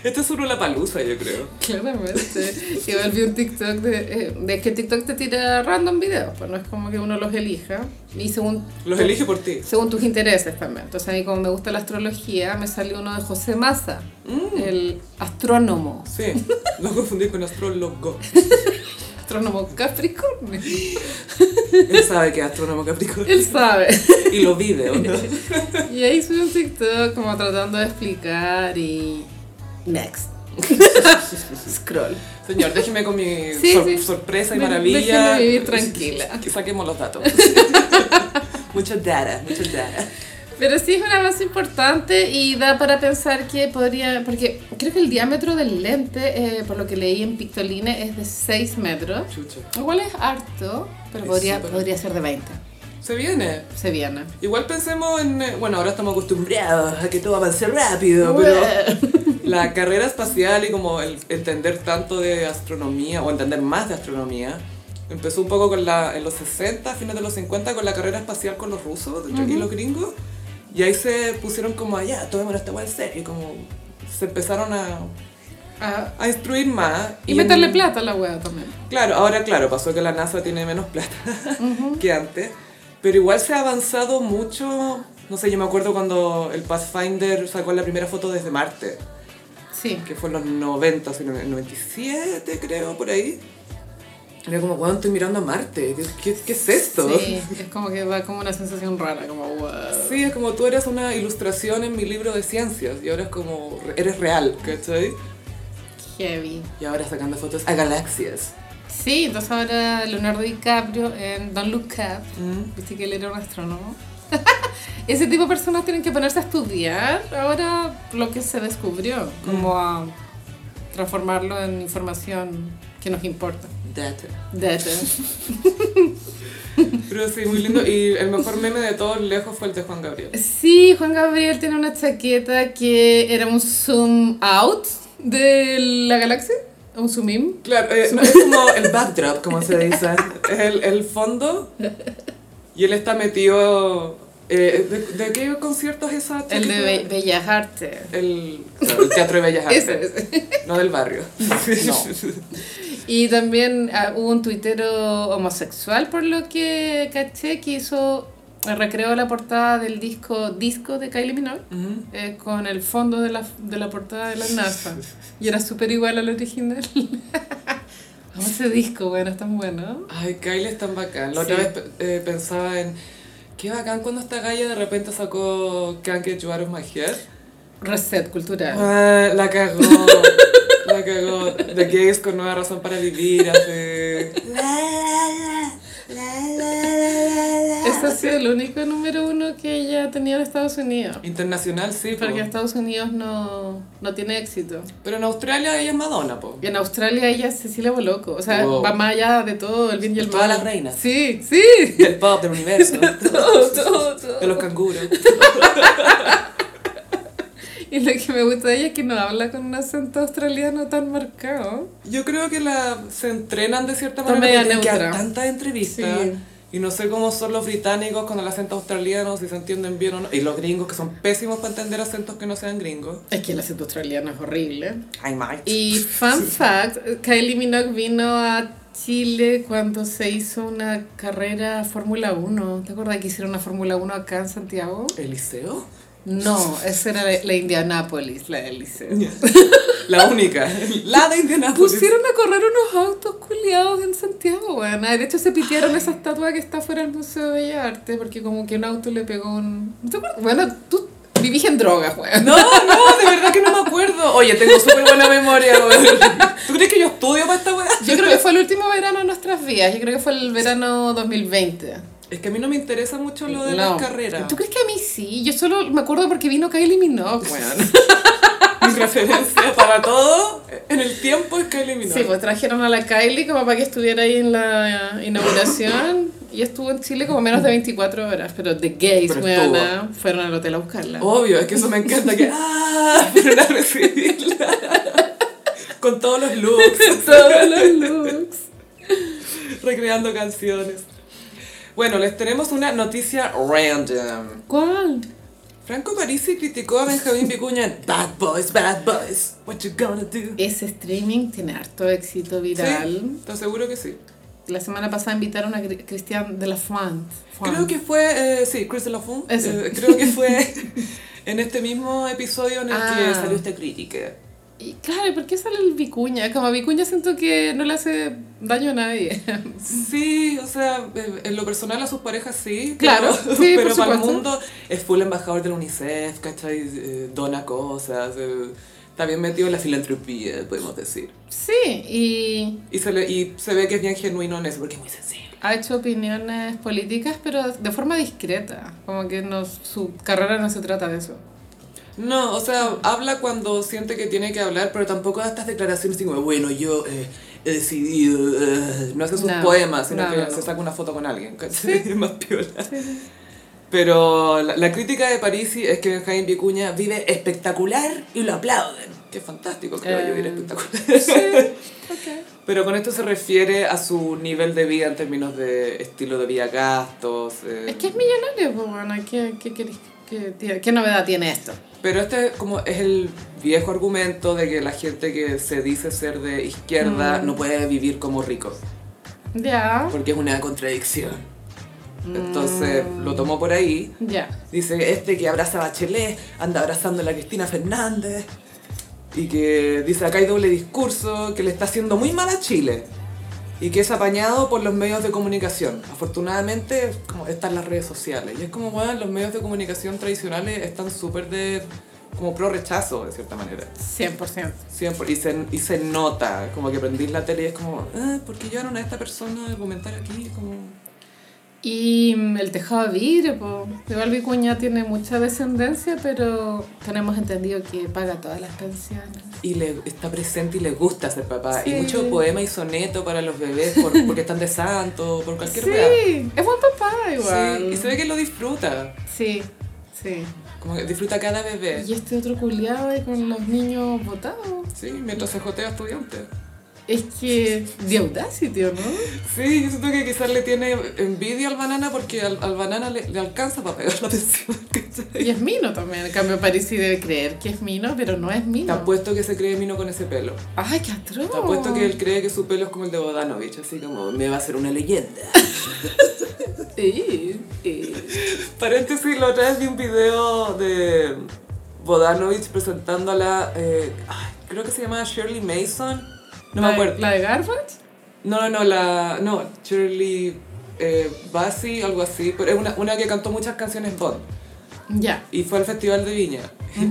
[SPEAKER 1] Esto es una palusa, yo creo.
[SPEAKER 2] claramente. Igual vi un TikTok de, eh, de que TikTok te tira random videos, pues no es como que uno los elija. Y según,
[SPEAKER 1] Los elige por ti.
[SPEAKER 2] según tus intereses también. Entonces a mí como me gusta la astrología, me salió uno de José Massa, el astrónomo. <laughs>
[SPEAKER 1] Sí, no confundí con astrólogo.
[SPEAKER 2] astrónomo Capricornio.
[SPEAKER 1] Él sabe que es astrónomo Capricornio.
[SPEAKER 2] Él sabe.
[SPEAKER 1] Y lo vive, ¿o
[SPEAKER 2] <laughs>
[SPEAKER 1] no?
[SPEAKER 2] Y ahí sube un TikTok como tratando de explicar y... Next. <laughs> Scroll.
[SPEAKER 1] Señor, déjeme con mi
[SPEAKER 2] Sí,
[SPEAKER 1] sor-
[SPEAKER 2] sí.
[SPEAKER 1] sorpresa y
[SPEAKER 2] Ven,
[SPEAKER 1] maravilla.
[SPEAKER 2] déjeme vivir tranquila.
[SPEAKER 1] Que <laughs> saquemos los
[SPEAKER 2] <laughs>
[SPEAKER 1] datos. mucha data, mucha data.
[SPEAKER 2] Pero sí es un avance importante y da para pensar que podría, porque creo que el diámetro del lente, eh, por lo que leí en Pictoline, es de 6 metros.
[SPEAKER 1] Chucha.
[SPEAKER 2] Igual es harto, pero
[SPEAKER 1] Es
[SPEAKER 2] podría,
[SPEAKER 1] súper.
[SPEAKER 2] podría ser de 20.
[SPEAKER 1] Se viene.
[SPEAKER 2] Se viene.
[SPEAKER 1] Igual pensemos en... eh, Bueno, ahora estamos acostumbrados a que todo avance rápido, pero... <laughs> La carrera espacial y como el entender tanto de astronomía o entender más de astronomía empezó un poco con la, en los 60, fines de los 50, con la carrera espacial con los rusos y los gringos. Y ahí se pusieron como allá, todo esta guay en serio. y Como se empezaron a,
[SPEAKER 2] Ah,
[SPEAKER 1] a instruir más.
[SPEAKER 2] y meterle
[SPEAKER 1] en-
[SPEAKER 2] plata a la wea
[SPEAKER 1] <laughs>
[SPEAKER 2] también.
[SPEAKER 1] Claro, ahora claro, pasó que la NASA tiene menos plata que antes, pero igual se ha avanzado mucho. No sé, yo me acuerdo cuando el Pathfinder sacó la primera foto desde Marte
[SPEAKER 2] Sí.
[SPEAKER 1] que fue en los 90, sino en el 97 creo, por ahí. Era como, weón, estoy mirando a Marte, ¿qué, qué- qué es esto?
[SPEAKER 2] Sí, es como que va como una sensación rara, como wow.
[SPEAKER 1] Sí, es como tú eras una ilustración en mi libro de ciencias y ahora es como, re- eres real, ¿cachai?
[SPEAKER 2] Heavy.
[SPEAKER 1] Y ahora sacando fotos a galaxias.
[SPEAKER 2] Sí, entonces ahora Leonardo DiCaprio en Don't Look Up, viste que él era un astrónomo. <laughs> Ese tipo de personas tienen que ponerse a estudiar ahora lo que se descubrió, como a transformarlo en información que nos importa.
[SPEAKER 1] Data.
[SPEAKER 2] Data.
[SPEAKER 1] Pero sí, muy lindo. Y el mejor meme de todos lejos fue el de Juan Gabriel.
[SPEAKER 2] Sí, Juan Gabriel tiene una chaqueta que era un zoom out de la galaxia, un zoom in.
[SPEAKER 1] Claro, eh, no, es como el backdrop, como se dice. Es el, el fondo. Y él está metido... eh, ¿de, de qué concierto es esa?
[SPEAKER 2] El de Be-
[SPEAKER 1] chaqueta?
[SPEAKER 2] Bellas Artes.
[SPEAKER 1] El, claro, el Teatro de Bellas Artes.
[SPEAKER 2] <laughs> Ese, ese.
[SPEAKER 1] No del
[SPEAKER 2] <laughs>
[SPEAKER 1] barrio.
[SPEAKER 2] Y también ah, hubo un tuitero homosexual, por lo que caché, que hizo, eh, recreó la portada del disco Disco de Kylie Minogue
[SPEAKER 1] Ujú.
[SPEAKER 2] eh, con el fondo de la, de la portada de la NASA. Y era súper igual al original. <laughs> Amo ese disco, bueno, es tan bueno.
[SPEAKER 1] Ay, Kylie es tan bacán. La
[SPEAKER 2] Sí.
[SPEAKER 1] otra vez pe- eh, pensaba en. Qué bacán cuando esta galla de repente sacó Can't Get You Out of My Head.
[SPEAKER 2] Reset cultural.
[SPEAKER 1] Ah, la cagó. la cagó. The Gays con nueva razón para vivir.
[SPEAKER 2] <laughs>
[SPEAKER 1] Así.
[SPEAKER 2] Ese ha sido el único número uno que ella tenía en Estados Unidos.
[SPEAKER 1] Internacional, sí. po.
[SPEAKER 2] Porque Estados Unidos no, no tiene éxito.
[SPEAKER 1] Pero en Australia ella es Madonna, po.
[SPEAKER 2] Y en Australia ella se sí la voló, o sea,
[SPEAKER 1] Wow.
[SPEAKER 2] va más allá de todo, el bien y el mal.
[SPEAKER 1] Todas las reinas.
[SPEAKER 2] Sí, sí.
[SPEAKER 1] <laughs> Del pop, del
[SPEAKER 2] <laughs>
[SPEAKER 1] universo.
[SPEAKER 2] Todo, todo, todo.
[SPEAKER 1] De los canguros.
[SPEAKER 2] Y lo que me gusta de ella es que no habla con un acento australiano tan marcado.
[SPEAKER 1] Yo creo que la, se entrenan de cierta
[SPEAKER 2] Está
[SPEAKER 1] manera
[SPEAKER 2] media
[SPEAKER 1] porque tienen que
[SPEAKER 2] neutra.
[SPEAKER 1] dar tantas entrevistas.
[SPEAKER 2] Sí.
[SPEAKER 1] Y no sé cómo son los británicos con el acento australiano, si se entienden bien o no. Y los gringos, que son pésimos para entender acentos que no sean gringos.
[SPEAKER 2] Es que el acento australiano es horrible.
[SPEAKER 1] I might.
[SPEAKER 2] Y fun fact, Kylie Minogue vino a Chile cuando se hizo una carrera Fórmula 1. ¿Te acuerdas que hicieron una Fórmula 1 acá en Santiago?
[SPEAKER 1] ¿Eliseo?
[SPEAKER 2] No, esa era la, la Indianápolis, la del liceo.
[SPEAKER 1] <laughs> La única. La de Indianapolis.
[SPEAKER 2] Pusieron a correr unos autos culiados en Santiago, weón. De hecho, se pitearon esa estatua que está fuera del Museo de Bellas Artes porque como que un auto le pegó un... ¿No te acuerdas? Bueno, tú vivís en drogas, weón.
[SPEAKER 1] No, no, de verdad que no me acuerdo. Oye, tengo súper buena memoria, güey. ¿Tú crees que yo estudio para esta weá?
[SPEAKER 2] Yo creo que fue el último verano de nuestras vidas. Yo creo que fue el verano 2020.
[SPEAKER 1] Es que a mí no me interesa mucho lo de
[SPEAKER 2] No.
[SPEAKER 1] las carreras.
[SPEAKER 2] ¿Tú crees que a mí sí? Yo solo me acuerdo porque vino Kylie Minogue, weón.
[SPEAKER 1] Mi referencia para todo en el tiempo es que eliminó.
[SPEAKER 2] Sí, pues trajeron a la Kylie como para que estuviera ahí en la inauguración. Y estuvo en Chile como menos de 24 horas. Pero The Gays,
[SPEAKER 1] Pero estuvo.
[SPEAKER 2] weón, fueron al hotel a buscarla.
[SPEAKER 1] Obvio, es que eso me encanta que ¡Ah! <laughs> Fueron a recibirla. Con todos los looks,
[SPEAKER 2] <laughs> Todos los looks.
[SPEAKER 1] recreando canciones. Bueno, les tenemos una noticia random.
[SPEAKER 2] ¿Cuál?
[SPEAKER 1] Franco Parisi criticó a Benjamín Vicuña en Bad Boys, Bad Boys, what you gonna do?
[SPEAKER 2] Ese streaming tiene harto éxito
[SPEAKER 1] Sí,
[SPEAKER 2] viral.
[SPEAKER 1] te aseguro que sí.
[SPEAKER 2] La semana pasada invitaron a Cri- Cristian de la Font.
[SPEAKER 1] Creo que fue, eh, sí, Chris de la Fun. <laughs>
[SPEAKER 2] Ese.
[SPEAKER 1] Eh, creo que fue en este mismo episodio en el
[SPEAKER 2] Ah.
[SPEAKER 1] que salió esta crítica.
[SPEAKER 2] Y claro, ¿y ¿por qué sale el Vicuña? Como Vicuña siento que no le hace daño a nadie. <laughs>
[SPEAKER 1] Sí, o sea, en en lo personal a sus parejas sí, <laughs>
[SPEAKER 2] Claro, sí,
[SPEAKER 1] pero
[SPEAKER 2] por
[SPEAKER 1] para el
[SPEAKER 2] supuesto.
[SPEAKER 1] mundo es full embajador del UNICEF, ¿cachai? Eh, dona cosas, eh, está bien metido en la filantropía, podemos decir.
[SPEAKER 2] Sí, y
[SPEAKER 1] Y se, le- y se ve que es bien genuino en eso, porque es muy sensible.
[SPEAKER 2] ha hecho opiniones políticas, pero de forma discreta. Como que no, su carrera no se trata de
[SPEAKER 1] <laughs>
[SPEAKER 2] eso.
[SPEAKER 1] No, o sea, habla cuando siente que tiene que hablar, pero tampoco da estas declaraciones así como, bueno, yo eh, he decidido, eh", no hace sus
[SPEAKER 2] No,
[SPEAKER 1] poemas, sino
[SPEAKER 2] no,
[SPEAKER 1] que
[SPEAKER 2] no, no.
[SPEAKER 1] se saca una foto con alguien, ¿cachai? <laughs> Más piola. Pero la, la crítica de Parisi es que Benjamín Vicuña vive espectacular y lo aplauden. Qué fantástico, creo yo,
[SPEAKER 2] Eh,
[SPEAKER 1] vivir espectacular. <laughs>
[SPEAKER 2] Ok.
[SPEAKER 1] Pero con esto se refiere a su nivel de vida en términos de estilo de vida, gastos. eh.
[SPEAKER 2] Es que es millonario, pues bueno, ¿qué, qué, queréis que tiene- qué novedad tiene esto?
[SPEAKER 1] Pero este como es el viejo argumento de que la gente que se dice ser de izquierda no puede vivir como rico,
[SPEAKER 2] Ya,
[SPEAKER 1] porque es una contradicción. Entonces lo tomó por ahí.
[SPEAKER 2] ya.
[SPEAKER 1] Dice, este que abraza a Bachelet anda abrazando a la Cristina Fernández. Y que dice, acá hay doble discurso, que le está haciendo muy mal a Chile. Y que es apañado por los medios de comunicación. Afortunadamente, como están las redes sociales. Y es como, bueno, los medios de comunicación tradicionales están súper de... como pro rechazo, de cierta manera.
[SPEAKER 2] 100%.
[SPEAKER 1] Siempre. Y se, y se nota, como que prendís la tele y es como, ah, ¿por qué llevaron a esta persona a argumentar aquí? Como...
[SPEAKER 2] Y mm, el tejado de vidrio, po. Igual Vicuña tiene mucha descendencia, pero tenemos entendido que paga todas las pensiones.
[SPEAKER 1] y le está presente y le gusta ser papá.
[SPEAKER 2] Sí.
[SPEAKER 1] Y mucho poema y soneto para los bebés
[SPEAKER 2] <laughs>
[SPEAKER 1] por- porque están de santo, por cualquier
[SPEAKER 2] Sí,
[SPEAKER 1] wea.
[SPEAKER 2] es buen papá igual.
[SPEAKER 1] Sí, y se ve que lo disfruta.
[SPEAKER 2] Sí, sí.
[SPEAKER 1] Como que disfruta cada bebé.
[SPEAKER 2] Y este otro culiado ahí con los niños botados.
[SPEAKER 1] Sí, mientras se jotea a estudiantes.
[SPEAKER 2] Es que de Audacity, ¿o ¿no?
[SPEAKER 1] Sí, yo siento que quizás le tiene envidia al banana porque al, al banana le, le alcanza para pagar la pensión. <laughs> ¿cachai?
[SPEAKER 2] Y es Mino también. En cambio, París sí debe creer que es Mino, pero no es
[SPEAKER 1] Te
[SPEAKER 2] Mino.
[SPEAKER 1] apuesto que se cree mino con ese pelo.
[SPEAKER 2] Ay, qué atroz.
[SPEAKER 1] Te apuesto que él cree que su pelo es como el de Bodanovich, así como me va a ser una leyenda.
[SPEAKER 2] Sí, sí.
[SPEAKER 1] Paréntesis, la otra vez vi un video de Bodanovich presentando a la. eh, ay, creo que se llamaba Shirley Mason. No me
[SPEAKER 2] La de-
[SPEAKER 1] acuerdo.
[SPEAKER 2] ¿La de Garbage?
[SPEAKER 1] No, no, no, la. No, Shirley eh, Bassey, algo así. Pero es una, una que cantó muchas canciones Bond.
[SPEAKER 2] Ya.
[SPEAKER 1] Y fue al Festival de Viña.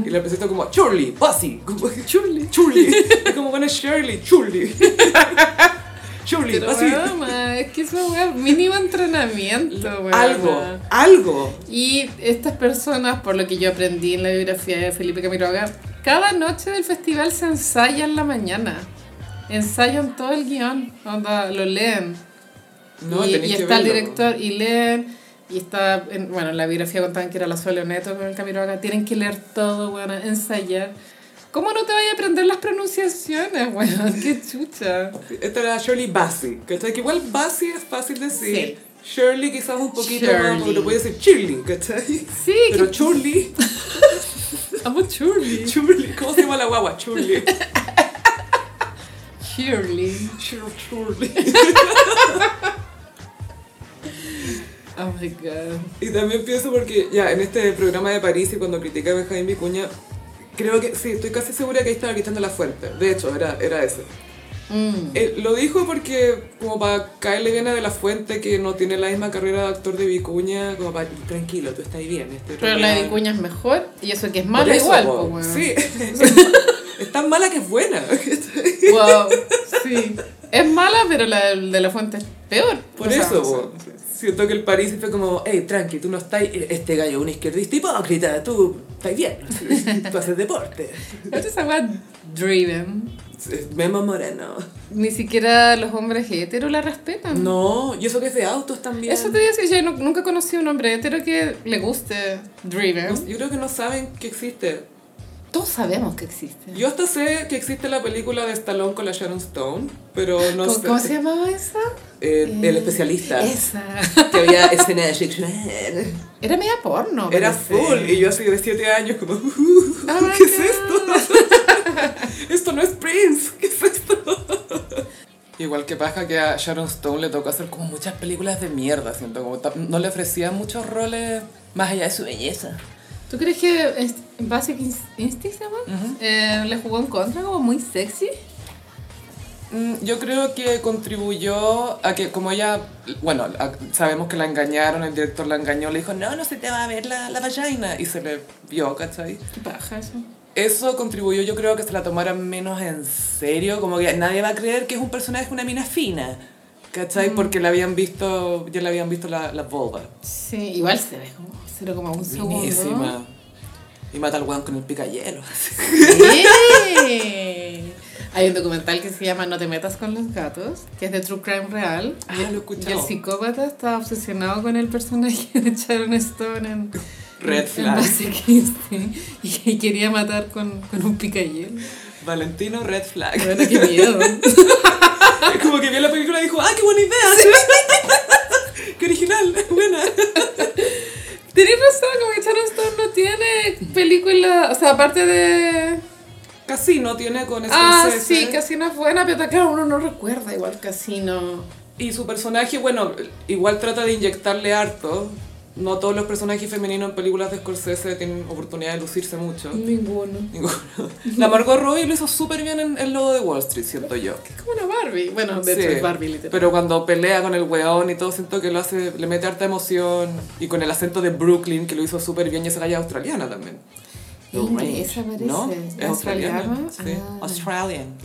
[SPEAKER 1] Y la presentó como Shirley Bassey. Como, Shirley.
[SPEAKER 2] <laughs>
[SPEAKER 1] Shirley. Es como bueno, Shirley, Shirley. <laughs> Shirley
[SPEAKER 2] Pero
[SPEAKER 1] Bassey.
[SPEAKER 2] mamá, es que es un mínimo entrenamiento, weona.
[SPEAKER 1] Algo, algo.
[SPEAKER 2] Y estas personas, por lo que yo aprendí en la biografía de Felipe Camiroaga, cada noche del festival se ensaya en la mañana. Ensayan todo el guión, onda, lo leen.
[SPEAKER 1] No,
[SPEAKER 2] y,
[SPEAKER 1] tenéis
[SPEAKER 2] y
[SPEAKER 1] que
[SPEAKER 2] está el
[SPEAKER 1] verlo.
[SPEAKER 2] director y leen. Y está, en- bueno, en la biografía contaban que era la Sole Neto con el Camiroaga. Tienen que leer todo, weón, ensayar. ¿Cómo no te vayas a aprender las pronunciaciones, weón? <laughs> ¡Qué chucha!
[SPEAKER 1] Esta era Shirley Bassey, ¿cachai? Que igual Bassey es fácil decir. Shirley quizás un poquito
[SPEAKER 2] Shirley.
[SPEAKER 1] más, porque lo puede decir Shirley, ¿cachai?
[SPEAKER 2] Sí,
[SPEAKER 1] Pero
[SPEAKER 2] que- <laughs>
[SPEAKER 1] Shirley, <laughs>
[SPEAKER 2] I'm a Shirley.
[SPEAKER 1] Shirley, ¿cómo se llama la guagua? Shirley.
[SPEAKER 2] Shirley.
[SPEAKER 1] Shir- Shirley.
[SPEAKER 2] Oh my god.
[SPEAKER 1] Y también pienso porque ya en este programa de París y cuando critica a Benjamín Vicuña, creo que sí, estoy casi segura que ahí estaba gritando la fuente. De hecho, era, era ese.
[SPEAKER 2] Mm.
[SPEAKER 1] Eh, lo dijo porque como para caerle bien a De La Fuente que no tiene la misma carrera de actor de Vicuña, como para tranquilo, tú estás ahí bien. Este
[SPEAKER 2] Pero la
[SPEAKER 1] realidad-
[SPEAKER 2] de Cuña es mejor y eso que es
[SPEAKER 1] Por
[SPEAKER 2] malo
[SPEAKER 1] eso,
[SPEAKER 2] igual,
[SPEAKER 1] po.
[SPEAKER 2] po, weón. <laughs>
[SPEAKER 1] Sí. <laughs> es tan mala que es buena. <laughs>
[SPEAKER 2] Wow, sí. Es mala, pero la del- de, la fuente es peor.
[SPEAKER 1] Por
[SPEAKER 2] O sea,
[SPEAKER 1] eso,
[SPEAKER 2] no sé,
[SPEAKER 1] po.
[SPEAKER 2] no sé.
[SPEAKER 1] Siento que el París fue como, hey, tranqui, tú no estás, este gallo es un izquierdista hipócrita, tú estás bien, <laughs> tú haces deporte.
[SPEAKER 2] Esta es agua driven.
[SPEAKER 1] Memo Moreno.
[SPEAKER 2] Ni siquiera los hombres heteros la respetan.
[SPEAKER 1] No, y eso que es de autos también.
[SPEAKER 2] Eso te dice, yo nu- nunca conocí a un hombre hetero que le guste driven.
[SPEAKER 1] Yo creo que no saben que existe.
[SPEAKER 2] Todos sabemos que existe.
[SPEAKER 1] Yo hasta sé que existe la película de Stallone con la Sharon Stone, pero no
[SPEAKER 2] ¿Cómo,
[SPEAKER 1] sé.
[SPEAKER 2] cómo se llamaba esa?
[SPEAKER 1] Eh, el especialista.
[SPEAKER 2] Esa. <laughs>
[SPEAKER 1] Que había escena de sexual.
[SPEAKER 2] Era media porno.
[SPEAKER 1] Era
[SPEAKER 2] parece.
[SPEAKER 1] full. Y yo así de 7 años como, "Uh,
[SPEAKER 2] Oh my
[SPEAKER 1] ¿qué es
[SPEAKER 2] God.
[SPEAKER 1] esto? <laughs> esto no es Prince, ¿qué es esto? <laughs> Igual que paja que a Sharon Stone le tocó hacer como muchas películas de mierda, siento, como ta- no le ofrecían muchos roles más allá de su belleza.
[SPEAKER 2] ¿Tú crees que Inst- Basic Inst- Instinct se llama? Eh, le jugó en contra como muy sexy?
[SPEAKER 1] Mm, Yo creo que contribuyó a que, como ella, bueno, a- sabemos que la engañaron, el director la engañó, le dijo, no, no se te va a ver la, la vagina, y se le vio, ¿cachai?
[SPEAKER 2] Qué paja eso.
[SPEAKER 1] Eso contribuyó, yo creo, a que se la tomaran menos en serio, como que nadie va a creer que es un personaje, una mina fina,
[SPEAKER 2] Mm.
[SPEAKER 1] ¿cachai? Porque la habían visto, ya le habían visto la, la vulva.
[SPEAKER 2] Sí, igual se ve como 0,1 <laughs> segundo.
[SPEAKER 1] Minísima. Y mata al weón con el picayelo.
[SPEAKER 2] Sí. Hay un documental que se llama No te metas con los gatos, que es de True Crime Real.
[SPEAKER 1] Ah, lo he
[SPEAKER 2] Y el
[SPEAKER 1] escuchado.
[SPEAKER 2] psicópata está obsesionado con el personaje de Sharon Stone en
[SPEAKER 1] <laughs> Red
[SPEAKER 2] en
[SPEAKER 1] flag.
[SPEAKER 2] Basic Instinct, y, y quería matar con, con un picayelo.
[SPEAKER 1] Valentino Red Flag.
[SPEAKER 2] Bueno, qué miedo.
[SPEAKER 1] Es <laughs> como que vio la película y dijo, ¡ah, qué buena idea! <laughs> ¡Qué original! ¡Buena!
[SPEAKER 2] Tenés razón, como que Sharon Stone no tiene película, o sea, aparte de...
[SPEAKER 1] Casino tiene con
[SPEAKER 2] Ah,
[SPEAKER 1] Scorsese.
[SPEAKER 2] sí, Casino es buena, pero claro, uno no recuerda igual Casino.
[SPEAKER 1] Y su personaje, bueno, igual trata de inyectarle harto. No todos los personajes femeninos en películas de Scorsese tienen oportunidad de lucirse mucho.
[SPEAKER 2] Mm. Ninguno.
[SPEAKER 1] Ninguno. <laughs> La Margot Robbie lo hizo súper bien en El Lobo de Wall Street, siento yo.
[SPEAKER 2] Es como una Barbie. Bueno, de hecho
[SPEAKER 1] Sí,
[SPEAKER 2] es Barbie literal.
[SPEAKER 1] Pero cuando pelea con el weón y todo, siento que lo hace, le mete harta emoción. Y con el acento de Brooklyn, que lo hizo súper bien, y esa galla es australiana también.
[SPEAKER 2] Inglesa parece.
[SPEAKER 1] ¿No? Es australiana.
[SPEAKER 2] ¿Australiana?
[SPEAKER 1] Sí.
[SPEAKER 2] Ah.
[SPEAKER 1] Australian.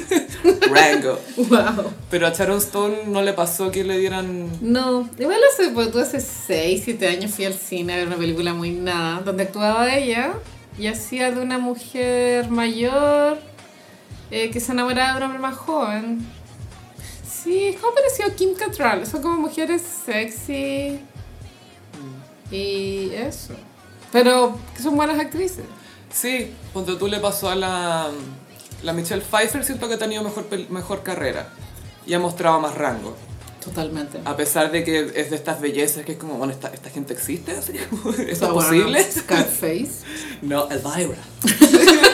[SPEAKER 1] <laughs> Rango.
[SPEAKER 2] Wow.
[SPEAKER 1] Pero a Sharon Stone no le pasó que le dieran...
[SPEAKER 2] No, igual hace, pues, tú hace 6, 7 años fui al cine a ver una película muy nada, donde actuaba ella y hacía de una mujer mayor eh, que se enamoraba de un hombre más joven. Sí, es como parecido a Kim Cattrall, son como mujeres sexy y eso. Pero que son buenas actrices.
[SPEAKER 1] Sí, cuando tú le pasó a la, la Michelle Pfeiffer, siento que ha tenido mejor, pel- mejor carrera. Y ha mostrado más rango.
[SPEAKER 2] Totalmente.
[SPEAKER 1] A pesar de que es de estas bellezas que es como, bueno, ¿esta, esta gente existe? Así como, <laughs> ¿Eso es
[SPEAKER 2] Está bueno,
[SPEAKER 1] posible?
[SPEAKER 2] <laughs> Scarface.
[SPEAKER 1] No, Elvira. <laughs>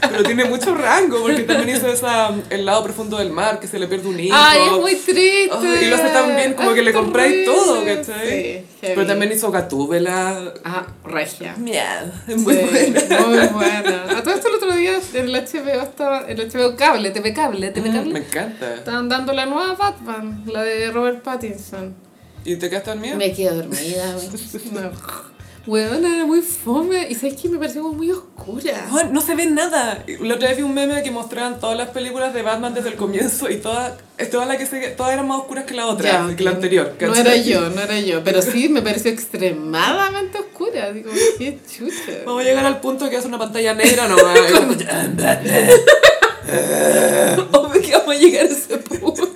[SPEAKER 1] Pero tiene mucho rango, porque también hizo esa, El lado profundo del mar, que se le pierde un hijo.
[SPEAKER 2] Ay, es muy triste.
[SPEAKER 1] Ay, y lo hace tan bien, como
[SPEAKER 2] Ay,
[SPEAKER 1] que le
[SPEAKER 2] qué
[SPEAKER 1] compráis todo,
[SPEAKER 2] horrible.
[SPEAKER 1] ¿cachai?
[SPEAKER 2] Sí,
[SPEAKER 1] Pero
[SPEAKER 2] heavy.
[SPEAKER 1] también hizo Gatúbela.
[SPEAKER 2] Ah, regia.
[SPEAKER 1] Mierda, es muy
[SPEAKER 2] Sí,
[SPEAKER 1] buena.
[SPEAKER 2] Muy buena. A todo esto el otro día en el HBO estaba, en el HBO Cable, TV Cable, TV
[SPEAKER 1] Mm, Me
[SPEAKER 2] Cable.
[SPEAKER 1] encanta.
[SPEAKER 2] Estaban dando la nueva Batman, la de Robert Pattinson.
[SPEAKER 1] ¿Y te quedaste dormida?
[SPEAKER 2] Me quedo dormida, <laughs> güey. No. Weona, era muy fome. Y sabes que me pareció como muy oscura.
[SPEAKER 1] Juan, no se ve nada. La otra vez vi un meme que mostraban todas las películas de Batman desde el comienzo y todas toda la que se- todas eran más oscuras que la otra,
[SPEAKER 2] Ya.
[SPEAKER 1] que la anterior.
[SPEAKER 2] No
[SPEAKER 1] ¿cachai?
[SPEAKER 2] era yo, no era yo. Pero sí me pareció extremadamente oscura. Digo, qué chucha.
[SPEAKER 1] Vamos a llegar al punto que hace una pantalla
[SPEAKER 2] <laughs>
[SPEAKER 1] negra nomás.
[SPEAKER 2] Obvio que vamos a llegar a ese punto.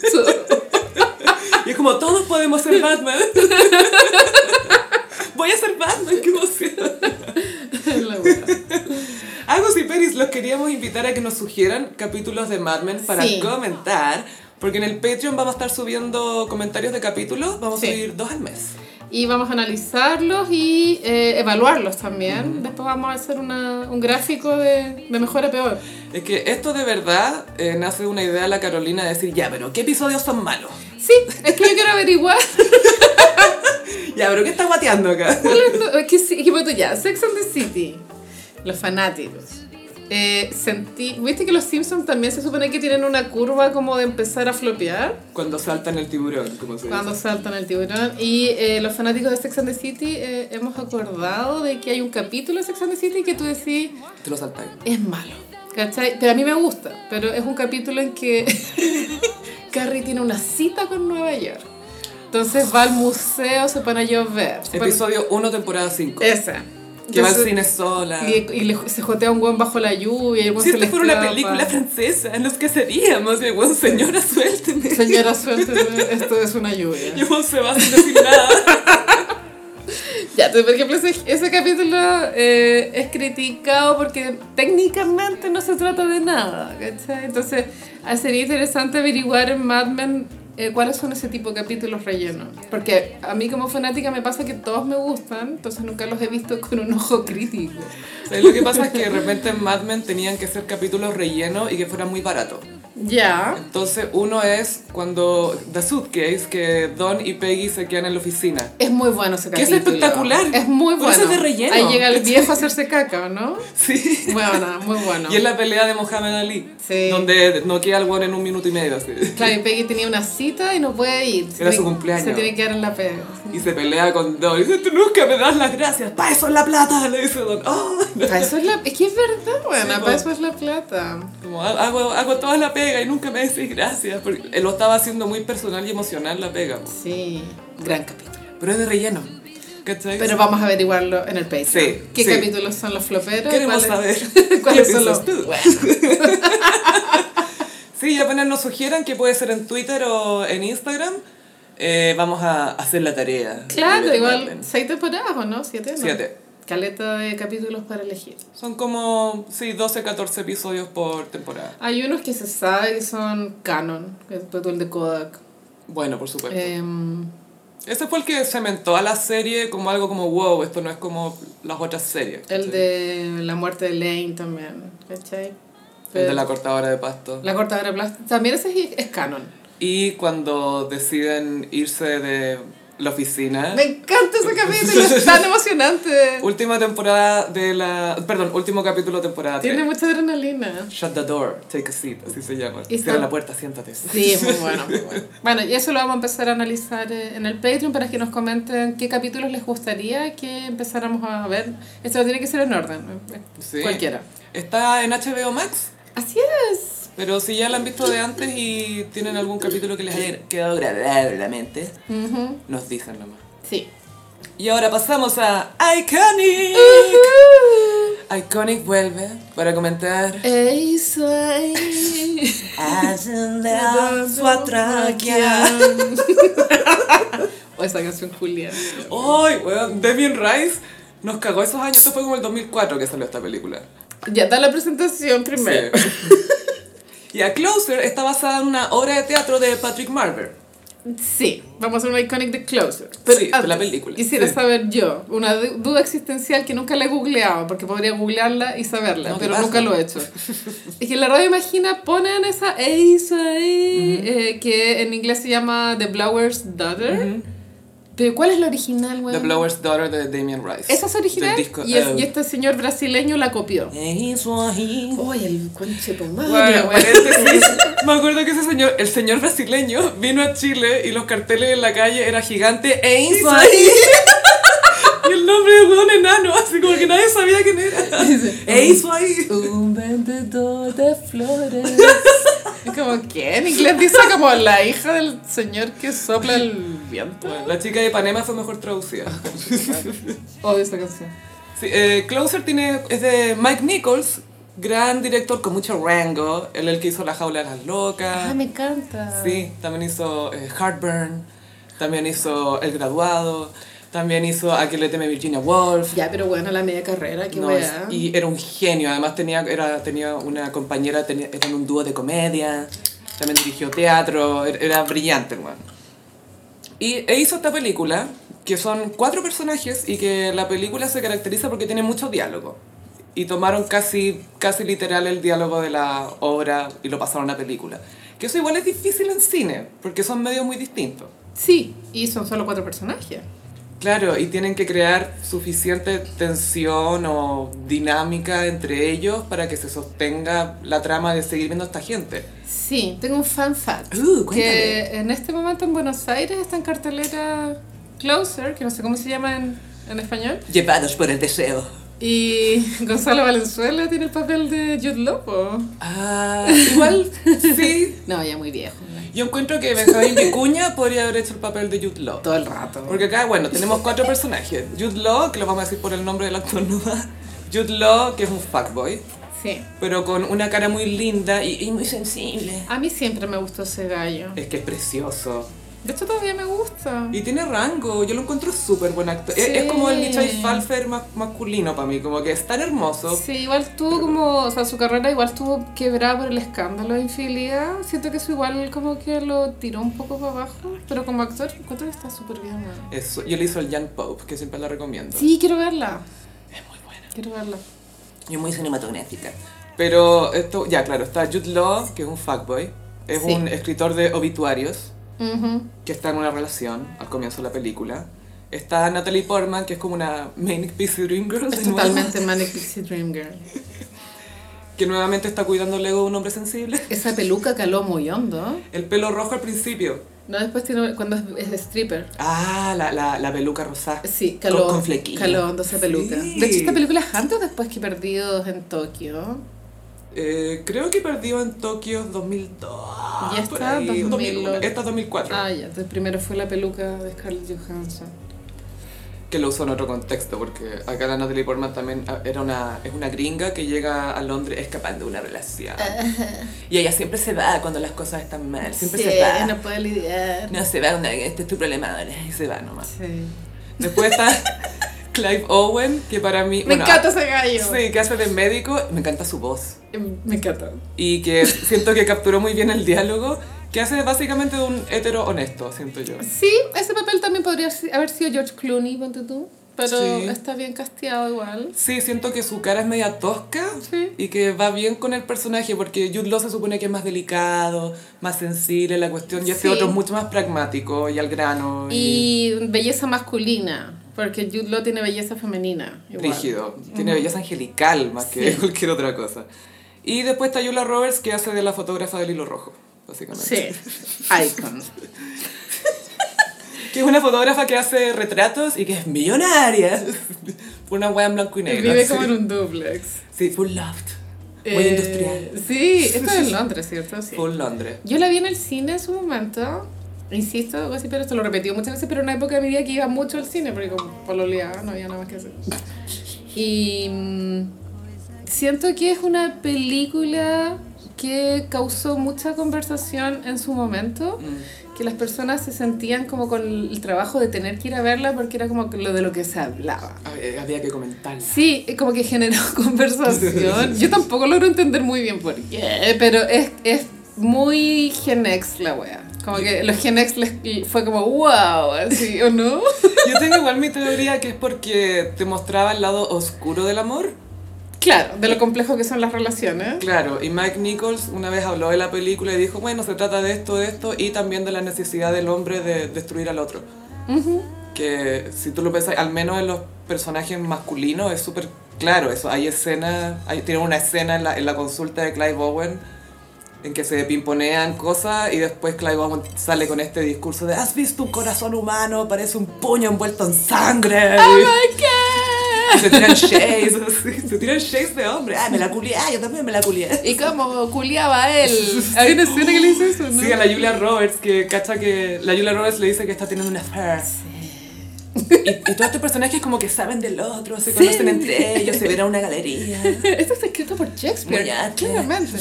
[SPEAKER 1] y es como, todos podemos ser Batman. Voy a ser Batman, qué emoción.
[SPEAKER 2] <laughs> La wea.
[SPEAKER 1] Agus y Peris, los queríamos invitar a que nos sugieran capítulos de Mad Men para
[SPEAKER 2] Sí.
[SPEAKER 1] comentar. Porque en el Patreon vamos a estar subiendo comentarios de capítulos. Vamos
[SPEAKER 2] Sí.
[SPEAKER 1] a subir dos al mes.
[SPEAKER 2] y vamos a analizarlos y eh, evaluarlos también. Después vamos a hacer una, un gráfico de, de mejor a peor.
[SPEAKER 1] Es que esto de verdad eh, nace de una idea de la Carolina de decir, ya, pero ¿qué episodios son malos?
[SPEAKER 2] Sí, es que yo quiero averiguar.
[SPEAKER 1] <laughs>
[SPEAKER 2] <laughs>
[SPEAKER 1] Ya, pero ¿qué estás guateando acá?
[SPEAKER 2] cuál es lo- es que sí, es que bueno, ya, Sex and the City, los fanáticos. Eh, sentí, viste que los Simpsons también se supone que tienen una curva como de empezar a flopear
[SPEAKER 1] Cuando saltan el tiburón, como se dice.
[SPEAKER 2] cuando saltan el tiburón. Y eh, los fanáticos de Sex and the City eh, hemos acordado de que hay un capítulo de Sex and the City que tú decís,
[SPEAKER 1] Te lo saltáis.
[SPEAKER 2] es malo. ¿Cachai? Pero a mí me gusta. Pero es un capítulo en que <laughs> Carrie tiene una cita con Nueva York. Entonces va al museo, se pone a llover. se pone-
[SPEAKER 1] Episodio 1, temporada 5.
[SPEAKER 2] Esa.
[SPEAKER 1] Que va al
[SPEAKER 2] Entonces-
[SPEAKER 1] cine sola.
[SPEAKER 2] Y, y le- se jotea un buen bajo la lluvia. y el weón
[SPEAKER 1] Si
[SPEAKER 2] se
[SPEAKER 1] esto
[SPEAKER 2] le
[SPEAKER 1] fuera una
[SPEAKER 2] escapa.
[SPEAKER 1] película francesa, en los que seríamos, y bueno, señora, suélteme.
[SPEAKER 2] Señora, suerte, esto es una lluvia.
[SPEAKER 1] Y bueno, se va sin decir nada. <laughs>
[SPEAKER 2] Ya, entonces, por ejemplo, ese, ese capítulo eh, es criticado porque técnicamente no se trata de nada, ¿cachai? Entonces, ah, sería interesante averiguar en Mad Men eh, cuáles son ese tipo de capítulos rellenos. Porque a mí como fanática me pasa que todos me gustan, entonces nunca los he visto con un ojo crítico.
[SPEAKER 1] Eh, ¿Sabes lo que pasa? Es que de repente en Mad Men tenían que ser capítulos rellenos y que fueran muy baratos.
[SPEAKER 2] Ya.
[SPEAKER 1] Entonces, uno es cuando The Suitcase, que Don y Peggy se quedan en la oficina. <laughs>
[SPEAKER 2] Es muy bueno ese
[SPEAKER 1] Que es
[SPEAKER 2] capítulo.
[SPEAKER 1] espectacular.
[SPEAKER 2] Es muy
[SPEAKER 1] Por
[SPEAKER 2] bueno.
[SPEAKER 1] eso es de relleno.
[SPEAKER 2] Ahí llega el viejo a hacerse caca, ¿o ¿no?
[SPEAKER 1] Sí.
[SPEAKER 2] Bueno, nada, muy bueno.
[SPEAKER 1] <laughs> Y es la pelea de Mohamed Ali,
[SPEAKER 2] Sí.
[SPEAKER 1] donde no queda el weón en un minuto y medio. así.
[SPEAKER 2] Claro, y Peggy tenía una cita y no puede ir. Se
[SPEAKER 1] Era
[SPEAKER 2] tiene-
[SPEAKER 1] su cumpleaños.
[SPEAKER 2] Se tiene que quedar en la pega.
[SPEAKER 1] Y se pelea con Don. Y dice, tú nunca me das las gracias. Para eso es la plata, le dice Don. Oh, no.
[SPEAKER 2] Para eso es la... Es que es verdad, bueno,
[SPEAKER 1] Sí,
[SPEAKER 2] para
[SPEAKER 1] pues.
[SPEAKER 2] eso es la plata.
[SPEAKER 1] Como ha- hago, hago toda la pega y nunca me decís gracias. Porque él lo estaba haciendo muy personal y emocional la pega. po.
[SPEAKER 2] Sí, gran capítulo.
[SPEAKER 1] Pero es de relleno. ¿Cachai?
[SPEAKER 2] Pero vamos a averiguarlo en el Patreon.
[SPEAKER 1] Sí,
[SPEAKER 2] ¿Qué
[SPEAKER 1] sí.
[SPEAKER 2] capítulos son los floperos?
[SPEAKER 1] Queremos
[SPEAKER 2] ¿Cuáles- <laughs>
[SPEAKER 1] saber.
[SPEAKER 2] ¿Cuáles
[SPEAKER 1] ¿Qué
[SPEAKER 2] son los...?
[SPEAKER 1] piensas tú? <laughs> Sí, y apenas nos sugieran que puede ser en Twitter o en Instagram. eh, vamos a hacer la tarea.
[SPEAKER 2] Claro,
[SPEAKER 1] De
[SPEAKER 2] igual
[SPEAKER 1] Batman.
[SPEAKER 2] seis temporadas, ¿o no? Siete, ¿no?
[SPEAKER 1] Siete.
[SPEAKER 2] Caleta de capítulos para elegir.
[SPEAKER 1] Son como, sí, 12, 14 episodios por temporada.
[SPEAKER 2] Hay unos que se sabe que son canon, que es todo el de Kodak.
[SPEAKER 1] Bueno, por supuesto.
[SPEAKER 2] Em,
[SPEAKER 1] Eh, Ese fue el que cementó a la serie como algo como, wow, esto no es como las otras series.
[SPEAKER 2] el
[SPEAKER 1] ¿cachai?
[SPEAKER 2] de la muerte de Lane también, ¿cachai?
[SPEAKER 1] El de la cortadora de pasto.
[SPEAKER 2] La cortadora de plástico. También ese es, es canon.
[SPEAKER 1] Y cuando deciden irse de la oficina...
[SPEAKER 2] Me encanta
[SPEAKER 1] <laughs>
[SPEAKER 2] ese capítulo, es tan emocionante.
[SPEAKER 1] Última temporada de la... Perdón, último capítulo de temporada
[SPEAKER 2] Tiene
[SPEAKER 1] tres.
[SPEAKER 2] mucha adrenalina.
[SPEAKER 1] Shut the door, take a seat, así se llama.
[SPEAKER 2] Y
[SPEAKER 1] Cierra
[SPEAKER 2] está-
[SPEAKER 1] la puerta, siéntate.
[SPEAKER 2] Sí, es muy bueno, muy
[SPEAKER 1] <laughs>
[SPEAKER 2] bueno. Bueno, y eso lo vamos a empezar a analizar eh, en el Patreon para que nos comenten qué capítulos les gustaría que empezáramos a ver. Esto no tiene que ser en orden, eh,
[SPEAKER 1] Sí.
[SPEAKER 2] cualquiera.
[SPEAKER 1] Está en HBO Max,
[SPEAKER 2] Así es.
[SPEAKER 1] pero si ya la han visto de antes y tienen algún capítulo que les haya quedado grabado en la mente,
[SPEAKER 2] Ujú,
[SPEAKER 1] nos dicen nomás.
[SPEAKER 2] Sí.
[SPEAKER 1] Y ahora pasamos a Iconic. Iconic vuelve para comentar.
[SPEAKER 2] Eso <laughs> ahí.
[SPEAKER 3] Hazle su atraquia.
[SPEAKER 2] <laughs> O esa canción Julián.
[SPEAKER 1] ¡Ay, weón! Damien Rice nos cagó esos años. Esto fue como el 2004 que salió esta película.
[SPEAKER 2] Ya da la presentación primero.
[SPEAKER 1] Sí. <laughs> Y a Closer está basada en una obra de teatro de Patrick Marver.
[SPEAKER 2] Sí, vamos a hacer una Iconic de Closer.
[SPEAKER 1] Sí, de la película,
[SPEAKER 2] Quisiera
[SPEAKER 1] sí.
[SPEAKER 2] saber yo, una du- duda existencial que nunca la he googleado, porque podría googlearla y saberla,
[SPEAKER 1] No, ¿qué
[SPEAKER 2] pero
[SPEAKER 1] pasa?
[SPEAKER 2] nunca lo
[SPEAKER 1] <laughs>
[SPEAKER 2] he hecho. es que la radio imagina, ponen esa eso ahí, eh, que en inglés se llama The Blower's Daughter. Pero ¿cuál es la original, güey?
[SPEAKER 1] The Blower's Daughter de Damien Rice.
[SPEAKER 2] Esa es original
[SPEAKER 1] Del disco,
[SPEAKER 2] y, es-
[SPEAKER 1] eh,
[SPEAKER 2] y este señor brasileño la copió. Oye, el conche tu madre,
[SPEAKER 1] Bueno,
[SPEAKER 2] güey.
[SPEAKER 1] paréntesis. Me acuerdo que ese señor, el señor brasileño, vino a Chile y los carteles en la calle era gigante e Inside. Y el nombre de un enano, <laughs> así como que nadie sabía quién era. E Inside.
[SPEAKER 2] Un vendedor de flores. Es como, ¿qué? En inglés dice como la hija del señor que sopla el viento.
[SPEAKER 1] Bueno, la chica de Panema fue mejor traducida.
[SPEAKER 2] Odio esa canción.
[SPEAKER 1] Sí, eh, Closer tiene, es de Mike Nichols, gran director con mucho rango. Él el que hizo La Jaula de las Locas.
[SPEAKER 2] Ah, me encanta.
[SPEAKER 1] Sí, también hizo eh, Heartburn. También hizo El Graduado. También hizo A que le teme Virginia Woolf.
[SPEAKER 2] Ya, pero bueno, la media carrera, qué
[SPEAKER 1] No,
[SPEAKER 2] weá.
[SPEAKER 1] es- y era un genio, además tenía, era, tenía una compañera, tenía, eran un dúo de comedia, también dirigió teatro, era, era brillante, hermano. Y e hizo esta película, que son cuatro personajes y que la película se caracteriza porque tiene mucho diálogo. Y tomaron casi, casi literal el diálogo de la obra y lo pasaron a película. Que eso igual es difícil en cine, porque son medios muy distintos.
[SPEAKER 2] Sí, y son solo cuatro personajes.
[SPEAKER 1] Claro, y tienen que crear suficiente tensión o dinámica entre ellos para que se sostenga la trama de seguir viendo a esta gente.
[SPEAKER 2] Sí, tengo un fan fact.
[SPEAKER 1] Uh, cuéntame.
[SPEAKER 2] que en este momento en Buenos Aires está en cartelera Closer, que no sé cómo se llama en, en español.
[SPEAKER 3] Llevados por el deseo.
[SPEAKER 2] Y <laughs> Gonzalo Valenzuela tiene el papel de Jude Lopo.
[SPEAKER 1] Ah, igual,
[SPEAKER 2] <laughs>
[SPEAKER 1] sí.
[SPEAKER 2] No, ya muy viejo.
[SPEAKER 1] Yo encuentro que Benjamín Vicuña podría haber hecho el papel de Jude Law.
[SPEAKER 2] Todo el rato.
[SPEAKER 1] Porque acá, bueno, tenemos cuatro personajes. Jude Law, que lo vamos a decir por el nombre del actor nueva. Jude Law, que es un fuckboy,
[SPEAKER 2] Sí.
[SPEAKER 1] pero con una cara muy linda y, y muy sensible.
[SPEAKER 2] A mí siempre me gustó ese gallo.
[SPEAKER 1] Es que es precioso.
[SPEAKER 2] De hecho, todavía me gusta.
[SPEAKER 1] Y tiene rango, yo lo encuentro súper buen actor. Es,
[SPEAKER 2] Sí.
[SPEAKER 1] es como el Michai Pfeiffer ma- masculino para mí, como que es tan hermoso.
[SPEAKER 2] Sí, igual tuvo como, o sea, su carrera igual estuvo quebrada por el escándalo de infidelidad. Siento que eso igual como que lo tiró un poco para abajo, pero como actor encuentro que está súper bien. weón.
[SPEAKER 1] Eso, yo le hizo el Young Pope, que siempre la recomiendo.
[SPEAKER 2] Sí, quiero verla,
[SPEAKER 1] Es muy buena.
[SPEAKER 2] quiero verla.
[SPEAKER 3] Y muy cinematográfica.
[SPEAKER 1] Pero esto, ya, claro, está Jude Law, que es un fuckboy. Es
[SPEAKER 2] Sí.
[SPEAKER 1] un escritor de obituarios
[SPEAKER 2] Ujú.
[SPEAKER 1] que está en una relación al comienzo de la película. Está Natalie Portman, que es como una Manic Pixie Dream Girl. de
[SPEAKER 2] Es
[SPEAKER 1] nuevo,
[SPEAKER 2] totalmente Manic Pixie Dream Girl.
[SPEAKER 1] que nuevamente está cuidando el ego de un hombre sensible.
[SPEAKER 2] Esa peluca caló muy hondo.
[SPEAKER 1] El pelo rojo al principio.
[SPEAKER 2] No, después tiene cuando es, es stripper.
[SPEAKER 1] Ah, la, la, la peluca rosada.
[SPEAKER 2] Sí, caló.
[SPEAKER 1] Con- con flequillo.
[SPEAKER 2] Caló hondo esa peluca.
[SPEAKER 1] Sí.
[SPEAKER 2] De hecho, esta película es antes o después que Perdidos en Tokio.
[SPEAKER 1] Eh, creo que perdió en Tokio 2002.
[SPEAKER 2] Y esta,
[SPEAKER 1] por ahí,
[SPEAKER 2] 2008.
[SPEAKER 1] 2001. Esta es 2004.
[SPEAKER 2] Ah, ya. Entonces primero fue la peluca de Scarlett Johansson.
[SPEAKER 1] Que lo usó en otro contexto, porque acá la Natalie Portman también ah, era una, es una gringa que llega a Londres escapando de una
[SPEAKER 2] <laughs>
[SPEAKER 1] relación. Y ella siempre se va cuando las cosas están mal. Siempre
[SPEAKER 2] Sí,
[SPEAKER 1] se va.
[SPEAKER 2] no puede lidiar.
[SPEAKER 1] No, se va, una- este es tu problema, dale, y se va nomás.
[SPEAKER 2] Sí.
[SPEAKER 1] Después
[SPEAKER 2] <laughs>
[SPEAKER 1] está Clive Owen, que para mí...
[SPEAKER 2] Me
[SPEAKER 1] bueno,
[SPEAKER 2] encanta ese gallo.
[SPEAKER 1] Sí, que hace de médico, me encanta su voz.
[SPEAKER 2] Me encanta.
[SPEAKER 1] Y que siento que capturó muy bien el diálogo, que hace básicamente de un hétero honesto, siento yo.
[SPEAKER 2] Sí, ese papel también podría si- haber sido George Clooney, ponte tú. Pero
[SPEAKER 1] Sí.
[SPEAKER 2] está bien casteado igual.
[SPEAKER 1] Sí, siento que su cara es media tosca
[SPEAKER 2] Sí.
[SPEAKER 1] y que va bien con el personaje porque Jude Law se supone que es más delicado, más sensible a la cuestión y este
[SPEAKER 2] Sí.
[SPEAKER 1] otro es mucho más pragmático y al grano y,
[SPEAKER 2] Y belleza masculina, porque Jude Law tiene belleza femenina. Igual.
[SPEAKER 1] rígido. Tiene belleza angelical más que
[SPEAKER 2] Sí.
[SPEAKER 1] cualquier otra cosa. Y después está Yula Roberts que hace de la fotógrafa del hilo rojo, básicamente.
[SPEAKER 2] Sí,
[SPEAKER 1] <laughs>
[SPEAKER 2] icon.
[SPEAKER 1] Que es una fotógrafa que hace retratos y que es millonaria. <laughs> Por una wea en blanco y negro.
[SPEAKER 2] Vive
[SPEAKER 1] sí.
[SPEAKER 2] como en un duplex.
[SPEAKER 1] Sí, full loft. Muy
[SPEAKER 2] Eh,
[SPEAKER 1] industrial. <laughs>
[SPEAKER 2] Sí, esto es en Londres, ¿cierto? Sí.
[SPEAKER 1] Full Londres.
[SPEAKER 2] Yo la vi en el cine en su momento. Insisto, así, pero esto lo repetí muchas veces, pero en una época de mi vida que iba mucho al cine, porque como pololeaba, no había nada más que hacer. Y mm, siento que es una película que causó mucha conversación en su momento,
[SPEAKER 1] Mm,
[SPEAKER 2] que las personas se sentían como con el trabajo de tener que ir a verla porque era como que lo de lo que se hablaba.
[SPEAKER 1] Hab- Había que comentarla.
[SPEAKER 2] Sí, eh, como que generó <laughs> conversación. Yo tampoco logro entender muy bien por qué, pero es, es muy Gen X la wea. Como que los Gen X les fue como wow, así, ¿o no?
[SPEAKER 1] <laughs> Yo tengo igual mi teoría que es porque te mostraba el lado oscuro del amor.
[SPEAKER 2] Claro, de lo complejo que son las relaciones.
[SPEAKER 1] Claro, y Mike Nichols una vez habló de la película y dijo, bueno, se trata de esto, de esto, y también de la necesidad del hombre de destruir al otro. Que si tú lo piensas, al menos en los personajes masculinos es súper claro eso. Hay escenas, hay, tiene una escena en la, en la consulta de Clive Owen en que se pimponean cosas y después Clive Owen sale con este discurso de ¿Has visto un corazón humano? Parece un puño envuelto en sangre.
[SPEAKER 2] Oh ¿Qué?
[SPEAKER 1] Se tiran shades, <laughs> así, se tiran shades de hombre. Ah, me la culié, ah, yo también me la culié.
[SPEAKER 2] ¿Y cómo culiaba él?
[SPEAKER 1] <laughs>
[SPEAKER 2] Hay una escena que le dice eso, ¿no?
[SPEAKER 1] Sí, a la Julia Roberts, que cacha que la Julia Roberts le dice que está teniendo una affair. Y, y todos estos personajes como que saben del otro, se conocen entre ellos, se ven a una galería.
[SPEAKER 2] <laughs> Esto está escrito por Shakespeare,
[SPEAKER 1] Muy arte. <laughs>
[SPEAKER 2] claramente.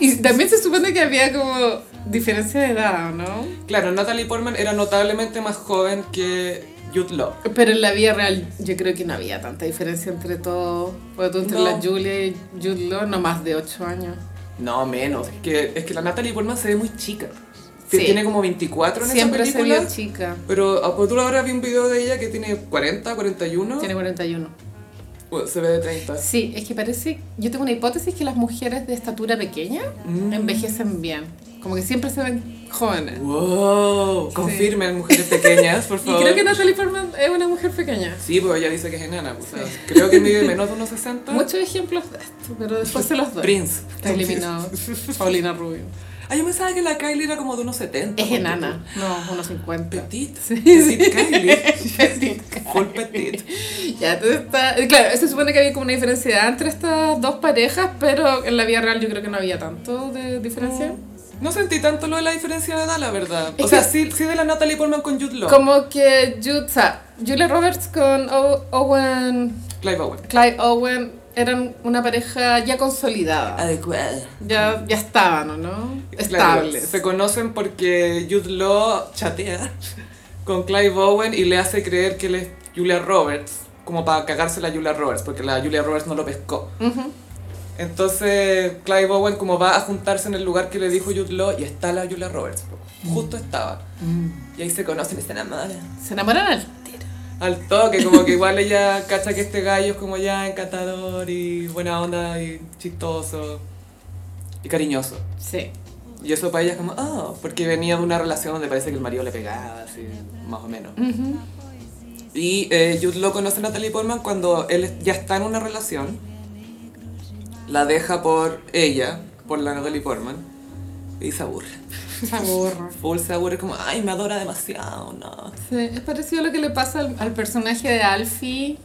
[SPEAKER 2] Y también se supone que había como diferencia de edad, ¿o ¿no?
[SPEAKER 1] Claro, Natalie Portman era notablemente más joven que Jude Law.
[SPEAKER 2] Pero en la vida real yo creo que no había tanta diferencia entre todos. Por ejemplo, entre
[SPEAKER 1] No.
[SPEAKER 2] la Julia y Jude Law, no más de 8 años.
[SPEAKER 1] No, menos. Es que, es que la Natalie Portman se ve muy chica. Se
[SPEAKER 2] Sí.
[SPEAKER 1] Tiene como 24 en
[SPEAKER 2] Siempre
[SPEAKER 1] esa
[SPEAKER 2] se
[SPEAKER 1] película.
[SPEAKER 2] vio chica.
[SPEAKER 1] pero ah, pues, tú ahora vi un video de ella que tiene 40, 41.
[SPEAKER 2] Tiene 41.
[SPEAKER 1] Bueno, Uh, se ve de 30.
[SPEAKER 2] Sí, es que parece... Yo tengo una hipótesis que las mujeres de estatura pequeña
[SPEAKER 1] Mm.
[SPEAKER 2] envejecen bien. Como que siempre se ven jóvenes.
[SPEAKER 1] Wow, confirmen mujeres pequeñas, por
[SPEAKER 2] Y
[SPEAKER 1] favor.
[SPEAKER 2] creo que Natalie Portman es una mujer pequeña.
[SPEAKER 1] Sí, porque ella dice que es enana, pues, o sea, creo que mide menos de unos 60.
[SPEAKER 2] Muchos ejemplos de esto, pero después se los doy.
[SPEAKER 1] Prince.
[SPEAKER 2] Está
[SPEAKER 1] <laughs>
[SPEAKER 2] eliminado. Paulina Rubio.
[SPEAKER 1] Ah, yo pensaba que la Kylie era como de unos 70.
[SPEAKER 2] Es
[SPEAKER 1] ponte
[SPEAKER 2] enana. No, unos
[SPEAKER 1] tú.
[SPEAKER 2] 50. <laughs>
[SPEAKER 1] Petit.
[SPEAKER 2] Sí,
[SPEAKER 1] Petit
[SPEAKER 2] sí.
[SPEAKER 1] Kylie. Full petit.
[SPEAKER 2] Ya, entonces está. eh, Claro, se supone que había como una diferencia entre estas dos parejas, pero en la vida real yo creo que no había tanto de diferencia.
[SPEAKER 1] No sentí tanto lo de la diferencia de edad, la verdad. O
[SPEAKER 2] Es
[SPEAKER 1] sea,
[SPEAKER 2] que-
[SPEAKER 1] sí, sí de la Natalie Portman con Jude Law.
[SPEAKER 2] Como que Jude, o sea, Julia Roberts con O- Owen,
[SPEAKER 1] Clive Owen.
[SPEAKER 2] Clive Owen, eran una pareja ya
[SPEAKER 3] Ah.
[SPEAKER 2] consolidada.
[SPEAKER 3] Adecuado.
[SPEAKER 2] Ya, ya estaban, ¿o ¿no?
[SPEAKER 1] Claro,
[SPEAKER 2] Estables.
[SPEAKER 1] se conocen porque Jude Law chatea con Clive Owen y le hace creer que él es Julia Roberts, como para cagársela a Julia Roberts, porque la Julia Roberts no lo pescó.
[SPEAKER 2] Ujú.
[SPEAKER 1] Entonces Clive Owen como va a juntarse en el lugar que le dijo Jude Law y está la Julia Roberts. po. Justo estaba. Y ahí se conocen y se enamoran.
[SPEAKER 2] Se enamoraron al tiro.
[SPEAKER 1] al toque, como que igual ella cacha que este gallo es como ya encantador y buena onda y chistoso y cariñoso.
[SPEAKER 2] Sí.
[SPEAKER 1] Y eso para ella es como, oh, porque venía de una relación donde parece que el marido le pegaba, así, más o menos.
[SPEAKER 2] Ujú.
[SPEAKER 1] Y eh, Jude lo conoce a Natalie Portman cuando él ya está en una relación. La deja por ella, por la Natalie Portman, y se aburre.
[SPEAKER 2] Se aburre.
[SPEAKER 1] Full se aburre, como, ay, me adora demasiado, no.
[SPEAKER 2] Sí, es parecido a lo que le pasa al, al personaje de Alfie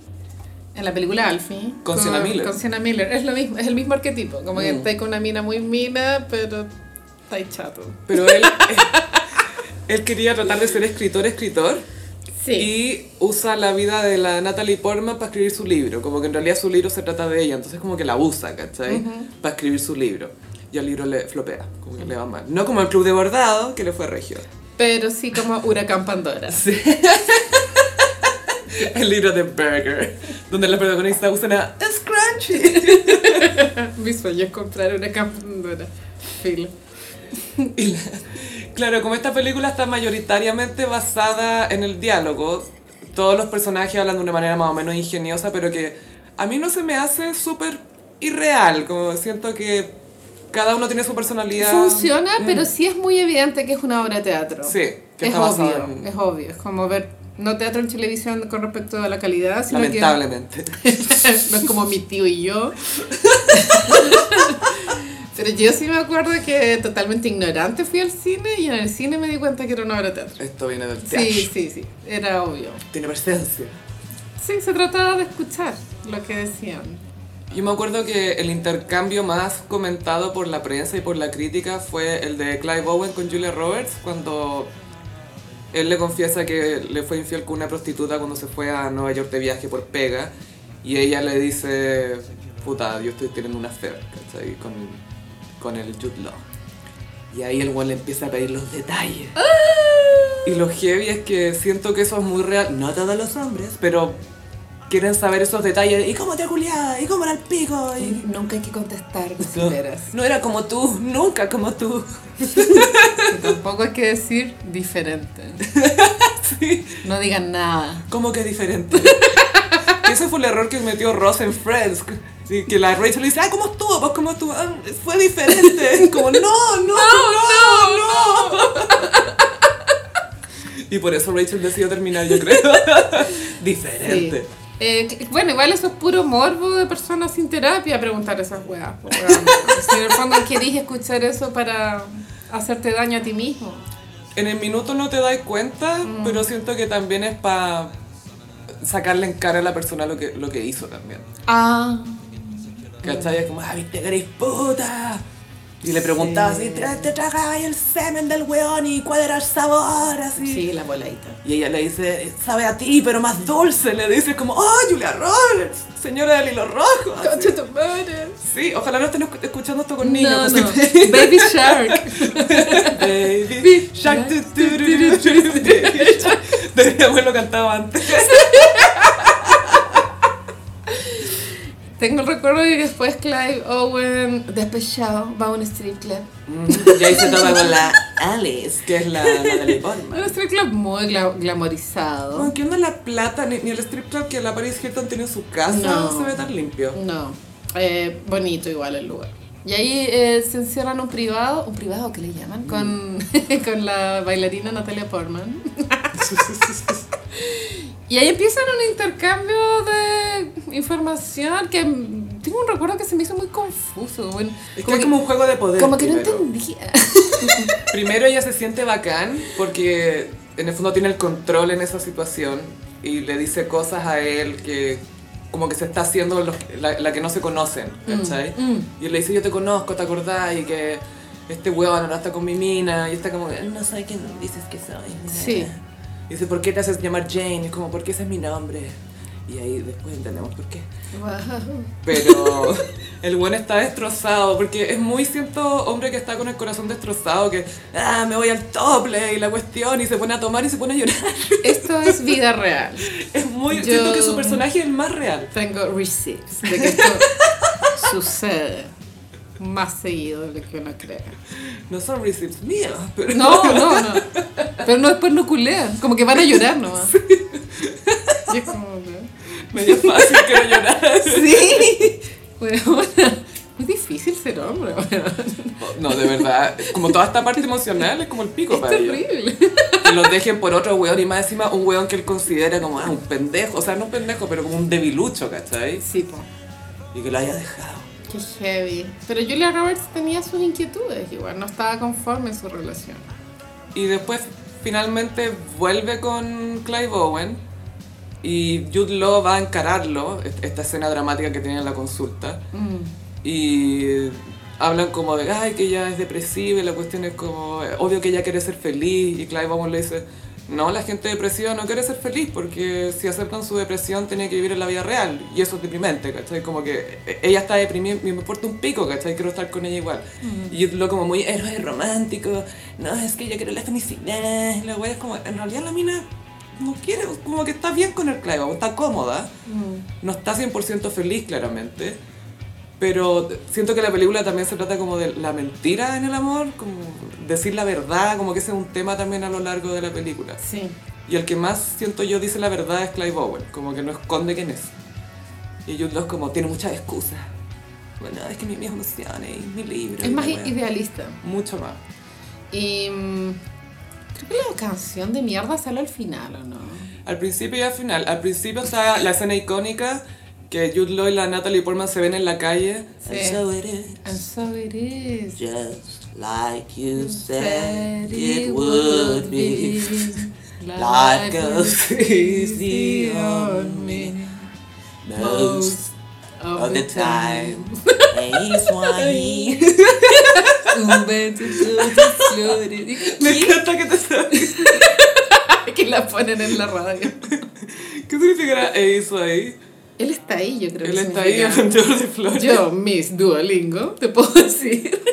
[SPEAKER 2] en la película Alfie.
[SPEAKER 1] Con Sienna Miller.
[SPEAKER 2] Con Sienna Miller. Es lo mismo, es el mismo arquetipo. Como que
[SPEAKER 1] Mm.
[SPEAKER 2] está ahí con una mina muy mina, pero está ahí chato.
[SPEAKER 1] Pero él, <laughs> él quería tratar de ser escritor, escritor.
[SPEAKER 2] Sí.
[SPEAKER 1] Y usa la vida de la Natalie Portman para escribir su libro. Como que en realidad su libro se trata de ella. Entonces como que la usa, ¿cachai? Para escribir su libro. Y al libro le flopea. Como que le va mal. No como el club de bordado, que le fue regio.
[SPEAKER 2] Pero sí como Huracán Pandora.
[SPEAKER 1] El libro de Burger. Donde la protagonista usa una...
[SPEAKER 2] <laughs> Mi sueño es comprar Huracán Pandora. Filo.
[SPEAKER 1] <laughs> y la- Claro, como esta película está mayoritariamente basada en el diálogo, todos los personajes hablan de una manera más o menos ingeniosa, pero que a mí no se me hace súper irreal, como siento que cada uno tiene su personalidad.
[SPEAKER 2] Funciona, pero sí es muy evidente que es una obra de teatro.
[SPEAKER 1] Mm. Sí, que
[SPEAKER 2] es
[SPEAKER 1] está basado
[SPEAKER 2] obvio,
[SPEAKER 1] en-
[SPEAKER 2] es obvio. Es como ver, no teatro en televisión con respecto a la calidad, sino que...
[SPEAKER 1] Lamentablemente. <laughs>
[SPEAKER 2] <laughs> no es como mi tío y <laughs> yo. Pero yo sí me acuerdo que totalmente ignorante fui al cine y en el cine me di cuenta que era una obra de teatro.
[SPEAKER 1] Esto viene del teatro.
[SPEAKER 2] Sí, sí, sí, era obvio.
[SPEAKER 1] Tiene presencia.
[SPEAKER 2] Sí, se trataba de escuchar lo que decían.
[SPEAKER 1] Yo me acuerdo que el intercambio más comentado por la prensa y por la crítica fue el de Clive Owen con Julia Roberts cuando él le confiesa que le fue infiel con una prostituta cuando se fue a Nueva York de viaje por pega y ella le dice, puta, yo estoy teniendo una affair, ¿cachai? Con, con el Jude Law. Y ahí el one le empieza a pedir los detalles. Y lo heavy es que siento que eso es muy real. No todos los hombres, pero quieren saber esos detalles. ¿Y cómo te culiaba? ¿Y cómo era el pico? ¿Y-
[SPEAKER 2] Nunca hay que contestar
[SPEAKER 1] No,
[SPEAKER 2] groseras.
[SPEAKER 1] no era como tú, nunca como tú. <laughs>
[SPEAKER 2] Y Tampoco hay <laughs> que decir diferente. No digan nada.
[SPEAKER 1] Como que diferente. Que ese fue el error que metió Ross en Friends. Sí, que la Rachel dice, ah, ¿cómo estuvo? Pues como tú, Ah, fue diferente. <laughs> Como, no, no, no, no, Y por eso Rachel decidió terminar, yo creo. <laughs>
[SPEAKER 2] Sí.
[SPEAKER 1] diferente.
[SPEAKER 2] Eh, cl- bueno, igual eso es puro morbo de personas sin terapia preguntar esas weas. po, weón. Si en el fondo querís escuchar eso para hacerte daño a ti mismo.
[SPEAKER 1] En el minuto no te das cuenta, pero siento que también es para sacarle en cara a la persona lo que, lo que hizo también.
[SPEAKER 2] Ah.
[SPEAKER 1] ¿Cachai? Es como, ah, viste que eres puta. Y le preguntaba
[SPEAKER 2] Sí.
[SPEAKER 1] así, "Tra- te tragabas el semen del weón y cuál era el sabor, así.
[SPEAKER 2] Sí, la boladita.
[SPEAKER 1] Y ella le dice, sabe a ti, pero más dulce. Le dice como, oh, Julia Roberts, señora del hilo rojo. así.
[SPEAKER 2] Concha tu madre.
[SPEAKER 1] Sí, ojalá no estén escu- escuchando esto con niños. así.
[SPEAKER 2] No, no. Baby Shark.
[SPEAKER 1] <laughs> Baby Shark. tu, tu, ru, ru, ru, ru, baby shark. Debería haberlo cantado antes.
[SPEAKER 2] <laughs> Tengo el recuerdo de que después Clive Owen, despechado, va a un strip club.
[SPEAKER 1] Mm, Ya hice todo con la
[SPEAKER 3] Alice.
[SPEAKER 1] que es la, la de
[SPEAKER 2] Un strip club muy gla- glamorizado.
[SPEAKER 1] Aunque onda la plata, ni, ni el strip club que la Paris Hilton tiene en su casa
[SPEAKER 2] No.
[SPEAKER 1] se ve tan
[SPEAKER 2] <laughs>
[SPEAKER 1] limpio.
[SPEAKER 2] No. Eh, bonito igual el lugar. Y ahí eh, se encierran un privado, un privado que le llaman, con, <laughs> con la bailarina Natalia Portman. Y ahí empiezan un intercambio de información que mm, tengo un recuerdo que se me hizo muy confuso. bueno,
[SPEAKER 1] Es que
[SPEAKER 2] como,
[SPEAKER 1] es como un juego de
[SPEAKER 2] que,
[SPEAKER 1] poder.
[SPEAKER 2] como que no
[SPEAKER 1] primero.
[SPEAKER 2] entendía.
[SPEAKER 1] Primero ella se siente bacán porque en el fondo tiene el control en esa situación y le dice cosas a él que como que se está haciendo los- la, la que no se conocen, ¿cachai?
[SPEAKER 2] mm.
[SPEAKER 1] Y él le dice, yo te conozco, ¿te acordás? Y que este huevón no está con mi mina y está como... que,
[SPEAKER 3] No soy quien dices que soy.
[SPEAKER 2] Sí.
[SPEAKER 1] Dice, ¿por qué te haces llamar Jane? Y como, porque ese es mi nombre. Y ahí después entendemos por qué.
[SPEAKER 2] Wow.
[SPEAKER 1] Pero <laughs> el buen está destrozado, porque es muy cierto hombre que está con el corazón destrozado, que ah, me voy al tople y la cuestión, y se pone a tomar y se pone a llorar. <laughs>
[SPEAKER 2] Esto es vida real.
[SPEAKER 1] Es muy.
[SPEAKER 2] Yo-
[SPEAKER 1] Siento que su personaje es el más real.
[SPEAKER 2] Tengo receipts de que esto sucede más seguido de lo que uno cree.
[SPEAKER 1] No son receipts míos, pero. <laughs>
[SPEAKER 2] No, no, no. Pero no después no culean. Como que van a llorar nomás. Y es como, ¿no?
[SPEAKER 1] Medio fácil que no llorar.
[SPEAKER 2] Sí. Bueno, es difícil ser hombre, weón.
[SPEAKER 1] <laughs> No, de verdad. Como toda esta parte emocional es como el pico
[SPEAKER 2] Es
[SPEAKER 1] para ellos.
[SPEAKER 2] terrible.
[SPEAKER 1] Que los dejen por otro weón y más encima un weón que él considera como ah, un pendejo. O sea, no un pendejo, pero como un debilucho, ¿cachai?
[SPEAKER 2] Sí, po.
[SPEAKER 1] Y que lo haya dejado.
[SPEAKER 2] Qué heavy. Pero Julia Roberts tenía sus inquietudes, igual. No estaba conforme en su relación.
[SPEAKER 1] Y después finalmente vuelve con Clive Owen y Jude Law va a encararlo, est- esta escena dramática que tenía en la consulta.
[SPEAKER 2] Mm,
[SPEAKER 1] Y hablan como de, ay, que ella es depresiva, y la cuestión es como, eh, obvio que ella quiere ser feliz. Y Clive Owen le dice, no, la gente depresiva no quiere ser feliz porque si aceptan su depresión tiene que vivir en la vida real. Y eso es deprimente, ¿cachai? Como que eh, ella está deprimida y me importa un pico, ¿cachai? Quiero estar con ella igual. Y Jude Law como muy héroe romántico, no, es que ella quiere la felicidad. Y la wea es como, en realidad la mina no quiere, como que está bien con el Clive Owen, está cómoda
[SPEAKER 2] mm.
[SPEAKER 1] no está 100% feliz claramente, pero siento que la película también se trata como de la mentira en el amor, como decir la verdad, como que ese es un tema también a lo largo de la película.
[SPEAKER 2] Sí.
[SPEAKER 1] Y el que más siento yo dice la verdad es Clive Owen, como que no esconde quién es. Y Jude Law como tiene muchas excusas. Bueno, es que mi, mis emociones y mi libro. y
[SPEAKER 2] Es más
[SPEAKER 1] la wea.
[SPEAKER 2] idealista.
[SPEAKER 1] Mucho más.
[SPEAKER 2] Y mm, creo que la canción de mierda sale al final, ¿o no?
[SPEAKER 1] Al principio y al final. Al principio está la escena icónica que Jude Law y la Natalie Portman se ven en la calle.
[SPEAKER 2] Sí.
[SPEAKER 3] And so it is,
[SPEAKER 2] And so it is.
[SPEAKER 3] just like you
[SPEAKER 2] That
[SPEAKER 3] said it Mm, would be.
[SPEAKER 2] Life
[SPEAKER 3] Life goes easy on me most of the time. And it's why
[SPEAKER 2] Un beso de tus <laughs> flores.
[SPEAKER 1] Me encanta que te
[SPEAKER 2] Que la ponen en la radio.
[SPEAKER 1] ¿Qué significará eso ahí?
[SPEAKER 2] Él está ahí, yo creo.
[SPEAKER 1] Él
[SPEAKER 2] que
[SPEAKER 1] está ahí
[SPEAKER 2] significa.
[SPEAKER 1] alrededor de flores.
[SPEAKER 2] Yo, Miss Duolingo, te puedo decir. <laughs>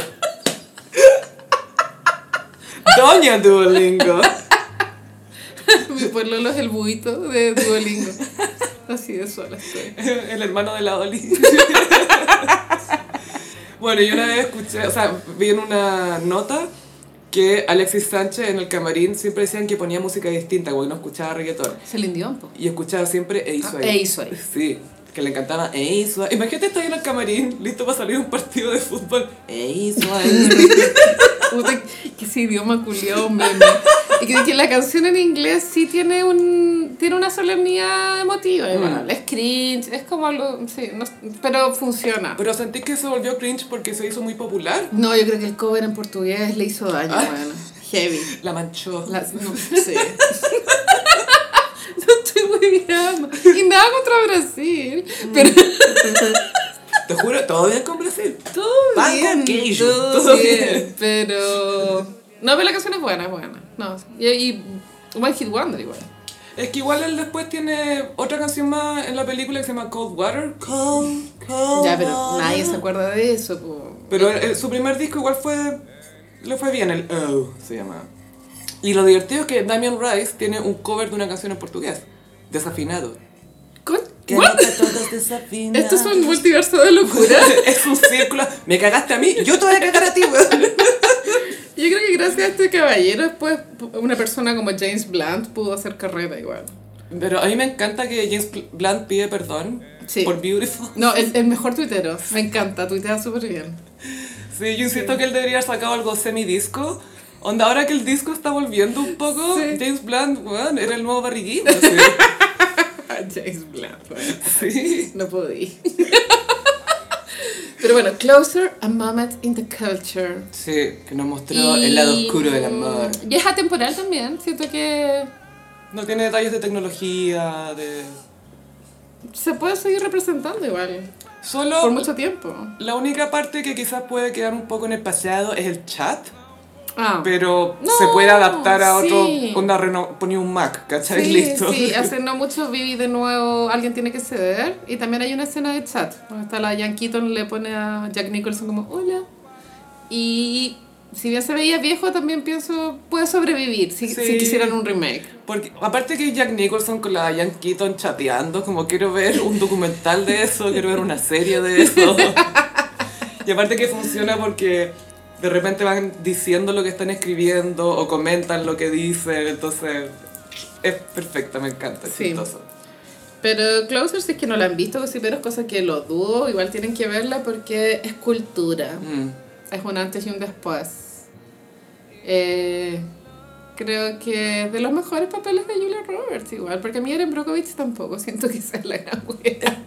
[SPEAKER 1] Doña
[SPEAKER 2] <laughs>
[SPEAKER 1] Duolingo.
[SPEAKER 2] Mi pueblo es el buito de Duolingo. Así de sola estoy.
[SPEAKER 1] El hermano de la Oli. Bueno, yo una vez escuché, o sea, vi en una nota que Alexis Sánchez en el camarín siempre decían que ponía música distinta, como que no escuchaba reggaetón.
[SPEAKER 2] Es el indión, po.
[SPEAKER 1] Y escuchaba siempre E hizo
[SPEAKER 2] Ah,
[SPEAKER 1] ahí.
[SPEAKER 2] E hizo ahí.
[SPEAKER 1] Sí, que le encantaba E hizo ahí. Imagínate estar en el camarín, listo para salir a un partido de fútbol. E hizo
[SPEAKER 2] <laughs>
[SPEAKER 1] ahí.
[SPEAKER 2] Puta, que ese idioma culiao meme. Y que, que la canción en inglés sí tiene un tiene una solemnidad emotiva. igual. Es cringe, es como algo. Sí, no- pero funciona.
[SPEAKER 1] Pero sentí que se volvió cringe porque se hizo muy popular.
[SPEAKER 2] No, yo creo que el cover en portugués le hizo daño, bueno. Heavy.
[SPEAKER 1] La manchó.
[SPEAKER 2] Las- Ah. <laughs> no, sí. no estoy muy bien. Y nada contra Brasil. Pero
[SPEAKER 1] Te juro, todo bien con Brasil.
[SPEAKER 2] todo
[SPEAKER 1] Pan
[SPEAKER 2] bien.
[SPEAKER 1] con queijo,
[SPEAKER 2] Todo
[SPEAKER 1] todo
[SPEAKER 2] bien.
[SPEAKER 1] bien.
[SPEAKER 2] Pero. No, pero la canción es buena, es buena. No. Y, y One Hit Wonder igual.
[SPEAKER 1] Es que igual él después tiene otra canción más en la película que se llama Cold Water. Cold, cold
[SPEAKER 2] Ya, pero nadie se acuerda de eso. po.
[SPEAKER 1] Pero el- el- su primer disco igual fue... Le fue bien, el Oh, se llama. Y lo divertido es que Damian Rice tiene un cover de una canción en portugués. Desafinado.
[SPEAKER 2] ¿Con-
[SPEAKER 3] Que
[SPEAKER 2] what?
[SPEAKER 3] nunca todos desafinan.
[SPEAKER 2] Esto es un multiverso de locura. <laughs>
[SPEAKER 1] es un círculo. Me cagaste a mí, yo te voy a cagar a ti, weón.
[SPEAKER 2] Yo creo que gracias a este caballero, después una persona como James Blunt pudo hacer carrera igual.
[SPEAKER 1] Pero a mí me encanta que James Blunt pide perdón
[SPEAKER 2] Sí.
[SPEAKER 1] por Beautiful.
[SPEAKER 2] No, el, el mejor tuitero. Me encanta, tuitea súper bien. <laughs>
[SPEAKER 1] Sí, yo insisto que él debería haber sacado algo semidisco. Onda, ahora que el disco está volviendo un poco,
[SPEAKER 2] Sí.
[SPEAKER 1] James Blunt, weón, era el nuevo barriguito. Sí.
[SPEAKER 2] <laughs> Ah, James Blunt, bueno,
[SPEAKER 1] sí.
[SPEAKER 2] no podí. <laughs> Pero bueno, Closer, A Moment in the Culture.
[SPEAKER 1] Sí, que nos mostró
[SPEAKER 2] Y-
[SPEAKER 1] el lado oscuro del amor.
[SPEAKER 2] Y es atemporal también, siento que
[SPEAKER 1] No tiene detalles de tecnología, de...
[SPEAKER 2] se puede seguir representando igual,
[SPEAKER 1] Solo
[SPEAKER 2] por mucho tiempo.
[SPEAKER 1] la única parte que quizás puede quedar un poco en el pasado es el chat,
[SPEAKER 2] Ah,
[SPEAKER 1] pero
[SPEAKER 2] No,
[SPEAKER 1] se puede adaptar a otro...
[SPEAKER 2] sí.
[SPEAKER 1] Onda, reno... ponía un Mac, ¿cachai? <laughs>
[SPEAKER 2] sí,
[SPEAKER 1] Listo.
[SPEAKER 2] sí, hace no mucho Vivi de nuevo, alguien tiene que ceder. Y también hay una escena de chat, donde está la Jan Keaton, le pone a Jack Nicholson como, hola. Y si bien se veía viejo, también pienso, puede sobrevivir si,
[SPEAKER 1] Sí.
[SPEAKER 2] si quisieran un remake.
[SPEAKER 1] Porque aparte que Jack Nicholson con la Diane Keaton chateando, como quiero ver un documental de eso, quiero ver una serie de eso. Y aparte que funciona porque de repente van diciendo lo que están escribiendo o comentan lo que dicen, entonces es perfecta, me encanta, es
[SPEAKER 2] Sí.
[SPEAKER 1] chistoso.
[SPEAKER 2] Pero Closer, si es que no la han visto, pero es cosa que lo dudo, igual tienen que verla porque es cultura.
[SPEAKER 1] Mm.
[SPEAKER 2] Es un antes y un después. Eh, creo que es de los mejores papeles de Julia Roberts, igual, porque a mí Aaron Brockovich tampoco <laughs> siento que sea la gran wea.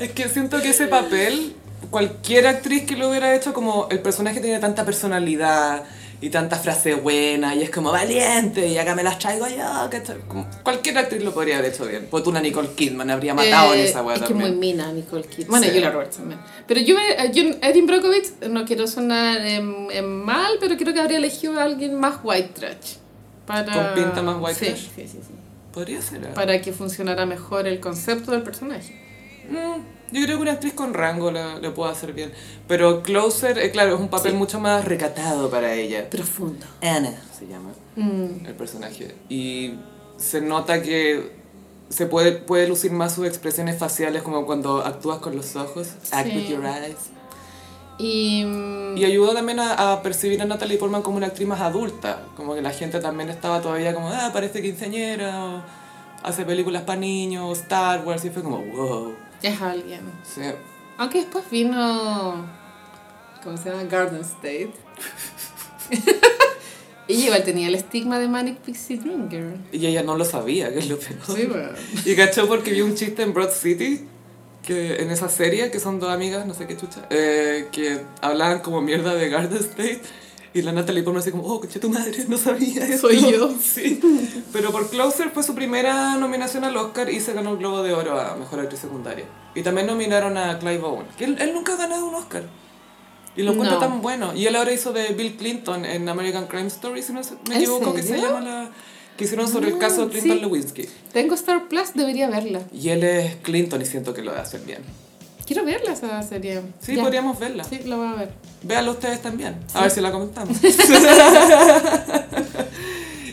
[SPEAKER 1] Es que siento que ese papel, cualquier actriz que lo hubiera hecho, como el personaje tiene tanta personalidad y tanta frase buena y es como valiente y acá me las traigo yo. ¿cachai? Como cualquier actriz lo podría haber hecho bien. Pues una Nicole Kidman habría matado
[SPEAKER 2] Eh,
[SPEAKER 1] en esa weá
[SPEAKER 2] Es que
[SPEAKER 1] también.
[SPEAKER 2] muy mina Nicole Kidman. Bueno,
[SPEAKER 1] Sí.
[SPEAKER 2] Julia Roberts también. Pero yo, me- eh, yo Erin Brockovich, no quiero sonar em, em, mal, pero creo que habría elegido a alguien más white trash. Para...
[SPEAKER 1] ¿Con pinta más white
[SPEAKER 2] Sí,
[SPEAKER 1] trash?
[SPEAKER 2] sí, sí, sí.
[SPEAKER 1] Podría ser. ¿eh?
[SPEAKER 2] Para que funcionara mejor el concepto del personaje.
[SPEAKER 1] Mm, yo creo que una actriz con rango la- le puede hacer bien. Pero Closer, eh, claro, es un papel mucho más recatado para ella.
[SPEAKER 2] Profundo.
[SPEAKER 1] Anna se llama.
[SPEAKER 2] Mm.
[SPEAKER 1] el personaje. Y se nota que se puede, puede lucir más sus expresiones faciales, como cuando actúas con los ojos. Act
[SPEAKER 2] Sí.
[SPEAKER 1] with your eyes.
[SPEAKER 2] Y, mm,
[SPEAKER 1] Y ayudó también a, a percibir a Natalie Portman como una actriz más adulta. Como que la gente también estaba todavía como, ah, parece quinceañera, o hace películas para niños, o Star Wars, y fue como, wow.
[SPEAKER 2] es alguien.
[SPEAKER 1] Sí.
[SPEAKER 2] Aunque después vino. ¿Cómo se llama? Garden <laughs> State. y igual tenía el estigma de Manic Pixie Dream Girl.
[SPEAKER 1] Y ella no lo sabía, que es lo peor.
[SPEAKER 2] Sí, pues, bueno.
[SPEAKER 1] <laughs> Y cachó porque vi un chiste en Broad City, que en esa serie, que son dos amigas, no sé qué chucha, eh, que hablaban como mierda de Garden State. Y la Natalie Portman así como, oh, coche tu madre, no sabía eso.
[SPEAKER 2] Soy yo.
[SPEAKER 1] <laughs> Sí. Pero por Closer fue su primera nominación al Oscar y se ganó el Globo de Oro a Mejor Actriz Secundaria. Y también nominaron a Clive Owen, que él, él nunca ha ganado un Oscar. Y lo encuentro
[SPEAKER 2] No.
[SPEAKER 1] tan bueno. Y él ahora hizo de Bill Clinton en American Crime Story, si no se- me
[SPEAKER 2] ¿En
[SPEAKER 1] equivoco, que se
[SPEAKER 2] serio?
[SPEAKER 1] llama la... Que hicieron sobre el
[SPEAKER 2] Ah,
[SPEAKER 1] caso Clinton
[SPEAKER 2] sí.
[SPEAKER 1] Lewinsky.
[SPEAKER 2] Tengo Star Plus, debería verla.
[SPEAKER 1] Y él es Clinton y siento que lo hacen bien.
[SPEAKER 2] Quiero verla esa serie.
[SPEAKER 1] Sí,
[SPEAKER 2] Ya.
[SPEAKER 1] podríamos verla.
[SPEAKER 2] Sí, la voy a ver.
[SPEAKER 1] Véanla ustedes también. A ver si la
[SPEAKER 2] <laughs>
[SPEAKER 1] comentamos. <laughs>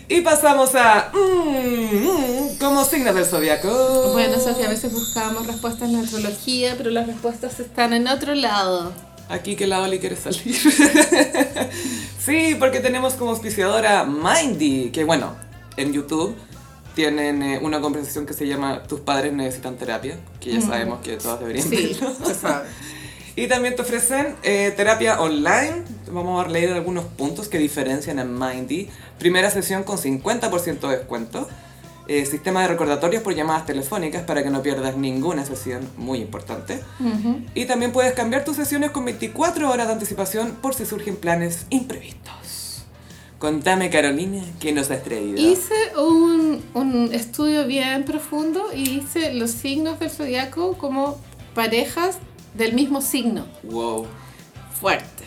[SPEAKER 1] y pasamos a... mm, mm, como signos del zodiaco.
[SPEAKER 2] Bueno, Sofía, a veces buscábamos respuestas en la astrología, pero las respuestas están en otro lado.
[SPEAKER 1] Aquí que la Oli quiere salir. <laughs> sí, porque tenemos como auspiciadora Mindy, que bueno, en YouTube tienen eh, una conversación que se llama Tus padres necesitan terapia, que ya sabemos que todas deberían
[SPEAKER 2] <laughs> Sí,
[SPEAKER 1] verlo.
[SPEAKER 2] se sabe.
[SPEAKER 1] Y también te ofrecen eh, terapia online. Vamos a leer algunos puntos que diferencian a Mindy. Primera sesión con 50% de descuento. Eh, sistema de recordatorios por llamadas telefónicas para que no pierdas ninguna sesión muy importante.
[SPEAKER 2] Ujú.
[SPEAKER 1] Y también puedes cambiar tus sesiones con 24 horas de anticipación por si surgen planes imprevistos. Contame, Carolina, ¿qué nos has traído?
[SPEAKER 2] Hice un, un estudio bien profundo y hice los signos del zodiaco como parejas del mismo signo.
[SPEAKER 1] Wow.
[SPEAKER 2] Fuerte.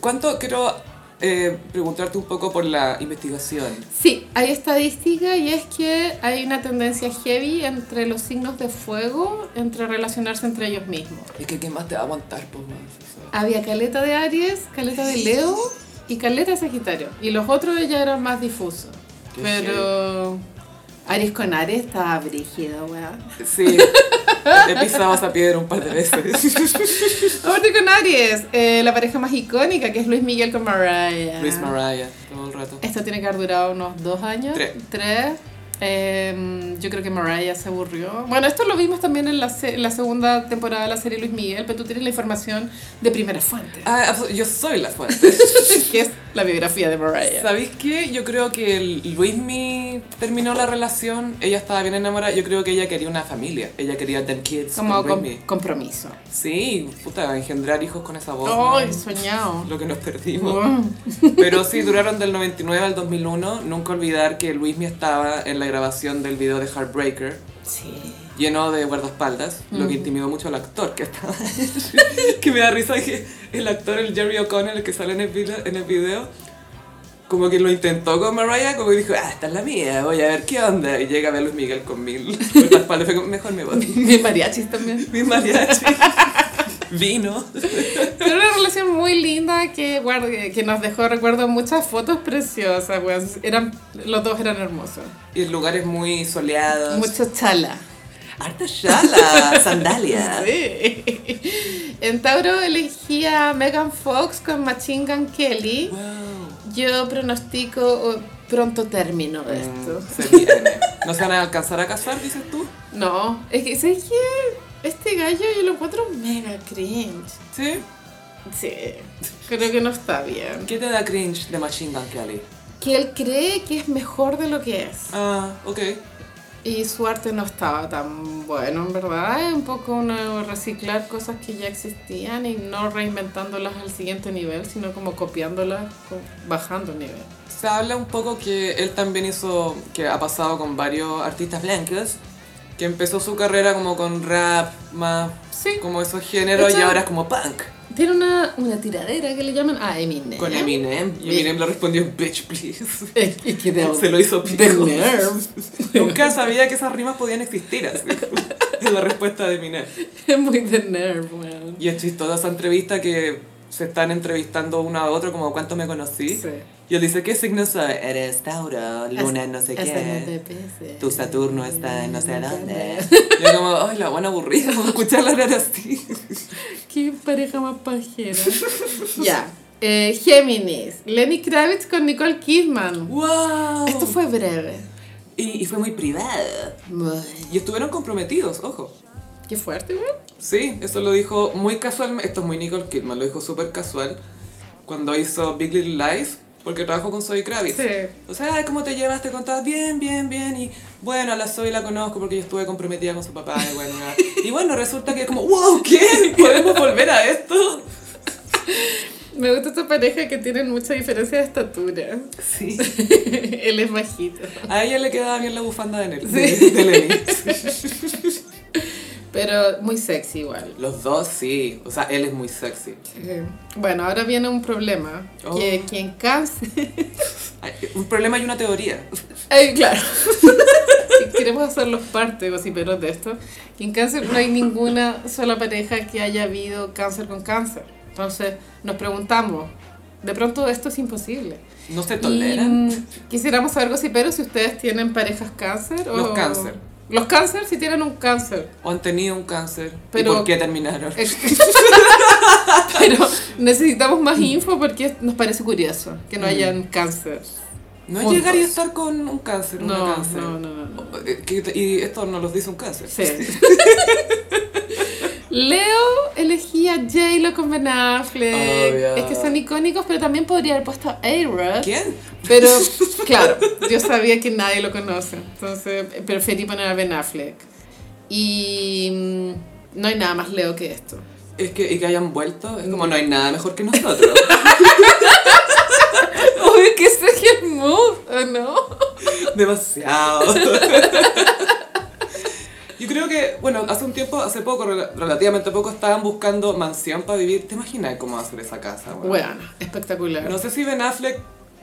[SPEAKER 1] ¿Cuánto quiero eh, preguntarte un poco por la investigación?
[SPEAKER 2] Sí, hay estadística y es que hay una tendencia heavy entre los signos de fuego, entre relacionarse entre ellos mismos.
[SPEAKER 1] Es que ¿qué más te va a aguantar? Pues, más? O sea,
[SPEAKER 2] Había caleta de Aries, caleta de Leo y caleta de Sagitario. Y los otros ya eran más difusos.
[SPEAKER 1] Qué
[SPEAKER 2] Pero Aries con Aries estaba brígido, weón.
[SPEAKER 1] Sí, he pisado esa piedra un par de
[SPEAKER 2] <laughs>
[SPEAKER 1] veces.
[SPEAKER 2] Aparte con Aries, eh, la pareja más icónica que es Luis Miguel con Mariah.
[SPEAKER 1] Luis Mariah, todo el rato.
[SPEAKER 2] Esto tiene que haber durado unos dos años.
[SPEAKER 1] Tres.
[SPEAKER 2] Tres. Eh, yo creo que Mariah se aburrió. Bueno, esto lo vimos también en la, se- en la segunda temporada de la serie Luis Miguel, pero tú tienes la información de primera fuente, <laughs>
[SPEAKER 1] Ah, abso- yo soy la fuente.
[SPEAKER 2] que es la biografía de Mariah.
[SPEAKER 1] ¿Sabéis qué? Yo creo que el Luismi terminó la relación, ella estaba bien enamorada, yo creo que ella quería una familia, ella quería tener kids
[SPEAKER 2] Como
[SPEAKER 1] con
[SPEAKER 2] com-
[SPEAKER 1] Luismi.
[SPEAKER 2] compromiso.
[SPEAKER 1] Sí, puta, engendrar hijos con esa voz. ¿no?
[SPEAKER 2] ¡Ay, soñado!
[SPEAKER 1] Lo que nos perdimos. <laughs> Pero sí, duraron del 99 al 2001. Nunca olvidar que Luismi estaba en la grabación del video de Heartbreaker,
[SPEAKER 2] Sí. <laughs>
[SPEAKER 1] lleno de guardaespaldas, lo que intimidó mucho al actor que estaba. <laughs> que me da risa que el actor, el Jerry O'Connell, el que sale en el, video, en el video, como que lo intentó con Mariah, como que dijo, ah, esta es la mía, voy a ver qué onda. Y llega a ver a Luis Miguel con mil <laughs> guardaespaldas, fue como, mejor me voy.
[SPEAKER 2] Y
[SPEAKER 1] <laughs>
[SPEAKER 2] mariachis también.
[SPEAKER 1] Mi mariachi. <laughs> Vino.
[SPEAKER 2] Pero una relación muy linda que, guarde- que nos dejó, recuerdo, muchas fotos preciosas, weón. Eran, los dos eran hermosos.
[SPEAKER 1] Y lugares muy soleados.
[SPEAKER 2] Mucho chala.
[SPEAKER 1] Harta chala, sandalia.
[SPEAKER 2] Sí. <laughs> En Tauro elegí a Megan Fox con Machine Gun Kelly.
[SPEAKER 1] Wow.
[SPEAKER 2] Yo pronostico eh, pronto término de esto.
[SPEAKER 1] Mm, se viene. ¿No se van a alcanzar a casar, dices tú?
[SPEAKER 2] No, es que, ¿sabes qué? Este gallo yo lo encuentro mega cringe.
[SPEAKER 1] ¿Sí?
[SPEAKER 2] Sí, creo que no está bien.
[SPEAKER 1] ¿Qué te da cringe de Machine Gun Kelly?
[SPEAKER 2] Que él cree que es mejor de lo que es.
[SPEAKER 1] Ah, ok.
[SPEAKER 2] Y su arte no estaba tan bueno, en verdad. Es un poco una, reciclar cosas que ya existían y no reinventándolas al siguiente nivel, sino como copiándolas, co- bajando el nivel.
[SPEAKER 1] Se habla un poco que él también hizo, que ha pasado con varios artistas blancos, que empezó su carrera como con rap, más
[SPEAKER 2] Sí.
[SPEAKER 1] como esos géneros,
[SPEAKER 2] De
[SPEAKER 1] y
[SPEAKER 2] hecho-
[SPEAKER 1] ahora es como punk.
[SPEAKER 2] Tiene una, una tiradera que le llaman a Eminem.
[SPEAKER 1] Con Eminem, y Eminem le respondió, bitch, please.
[SPEAKER 2] Y que
[SPEAKER 1] <laughs>
[SPEAKER 2] de-
[SPEAKER 1] Se lo hizo
[SPEAKER 2] de
[SPEAKER 1] pico.
[SPEAKER 2] nerve.
[SPEAKER 1] <laughs> Nunca sabía que esas rimas podían existir, así. <laughs> Es la respuesta de Eminem.
[SPEAKER 2] <laughs> Es muy de nerve, weón.
[SPEAKER 1] Y es chistosa esa entrevista que se están entrevistando uno a otro, como cuánto me conocí.
[SPEAKER 2] Sí.
[SPEAKER 1] Y él dice, ¿qué signo soy? Eres Tauro, Luna en no sé
[SPEAKER 2] Hasta no te
[SPEAKER 1] qué.
[SPEAKER 2] pese.
[SPEAKER 1] Tu Saturno está en no sé dónde. <laughs> Y yo como, ay, la buena aburrida, vamos a escucharla hablar así. <laughs>
[SPEAKER 2] Qué pareja más pajera. <laughs> ya. Eh, Géminis. Lenny Kravitz con Nicole Kidman.
[SPEAKER 1] ¡Wow!
[SPEAKER 2] Esto fue breve.
[SPEAKER 1] Y, y fue muy privado.
[SPEAKER 2] Muy-
[SPEAKER 1] Y estuvieron comprometidos, ojo.
[SPEAKER 2] Qué fuerte, weón.
[SPEAKER 1] Sí, eso lo dijo muy casualmente. Esto es muy Nicole Kidman, lo dijo súper casual cuando hizo Big Little Lies, porque trabajó con Zoe Kravitz.
[SPEAKER 2] Sí.
[SPEAKER 1] O sea, ay, ¿cómo te llevas? Te contabas bien, bien, bien. Y bueno, a la Zoe la conozco porque yo estuve comprometida con su papá. Y bueno, nada. y bueno resulta que es como, wow, ¿qué? ¿Podemos volver a esto?
[SPEAKER 2] Me gusta esta pareja que tienen mucha diferencia de estatura. <laughs>
[SPEAKER 1] Sí.
[SPEAKER 2] Él es bajito.
[SPEAKER 1] A ella le quedaba bien la bufanda de, Nel, de, de Lenny.
[SPEAKER 2] <laughs> Pero muy sexy igual.
[SPEAKER 1] Los dos, sí. O sea, él es muy sexy.
[SPEAKER 2] Eh, Bueno, ahora viene un problema.
[SPEAKER 1] Oh.
[SPEAKER 2] Que quien cáncer.
[SPEAKER 1] Ay, Un problema y una teoría.
[SPEAKER 2] Ay, claro. <laughs> si queremos hacerlos parte, gossiperos, de esto, que en cáncer no hay ninguna sola pareja que haya habido cáncer con cáncer. Entonces nos preguntamos, de pronto esto es imposible.
[SPEAKER 1] No se
[SPEAKER 2] Y,
[SPEAKER 1] toleran.
[SPEAKER 2] mm, quisiéramos saber, gossiperos, si ustedes tienen parejas cáncer o...
[SPEAKER 1] Los cáncer.
[SPEAKER 2] Los cáncer si tienen un cáncer. <laughs>
[SPEAKER 1] o han tenido un cáncer.
[SPEAKER 2] Pero-
[SPEAKER 1] ¿Y por qué terminaron?
[SPEAKER 2] Ex- Pero necesitamos más info porque nos parece curioso que no hayan cáncer.
[SPEAKER 1] No
[SPEAKER 2] juntos.
[SPEAKER 1] llegar y estar con un cáncer, una
[SPEAKER 2] No,
[SPEAKER 1] cáncer.
[SPEAKER 2] no, no, no. no.
[SPEAKER 1] Eh, que- Y esto no los dice un cáncer.
[SPEAKER 2] Sí. <laughs> Leo elegía a J-Lo con Ben Affleck.
[SPEAKER 1] Obvio.
[SPEAKER 2] Es que son icónicos, pero también podría haber puesto a A-Rod.
[SPEAKER 1] ¿Quién?
[SPEAKER 2] <laughs> Pero, claro, yo sabía que nadie lo conoce. Entonces, preferí poner a Ben Affleck. Y mm, no hay nada más Leo que <laughs> esto.
[SPEAKER 1] Es que, y que hayan vuelto, es como no hay nada mejor que nosotros.
[SPEAKER 2] <laughs> Uy, que ese es el mood, ¿o no?
[SPEAKER 1] Demasiado. <laughs> Yo creo que, bueno, hace un tiempo, hace poco, rela- relativamente poco, estaban buscando mansión para vivir. ¿Te imaginas cómo va a ser esa casa? weón?
[SPEAKER 2] Bueno, espectacular.
[SPEAKER 1] No sé si Ben Affleck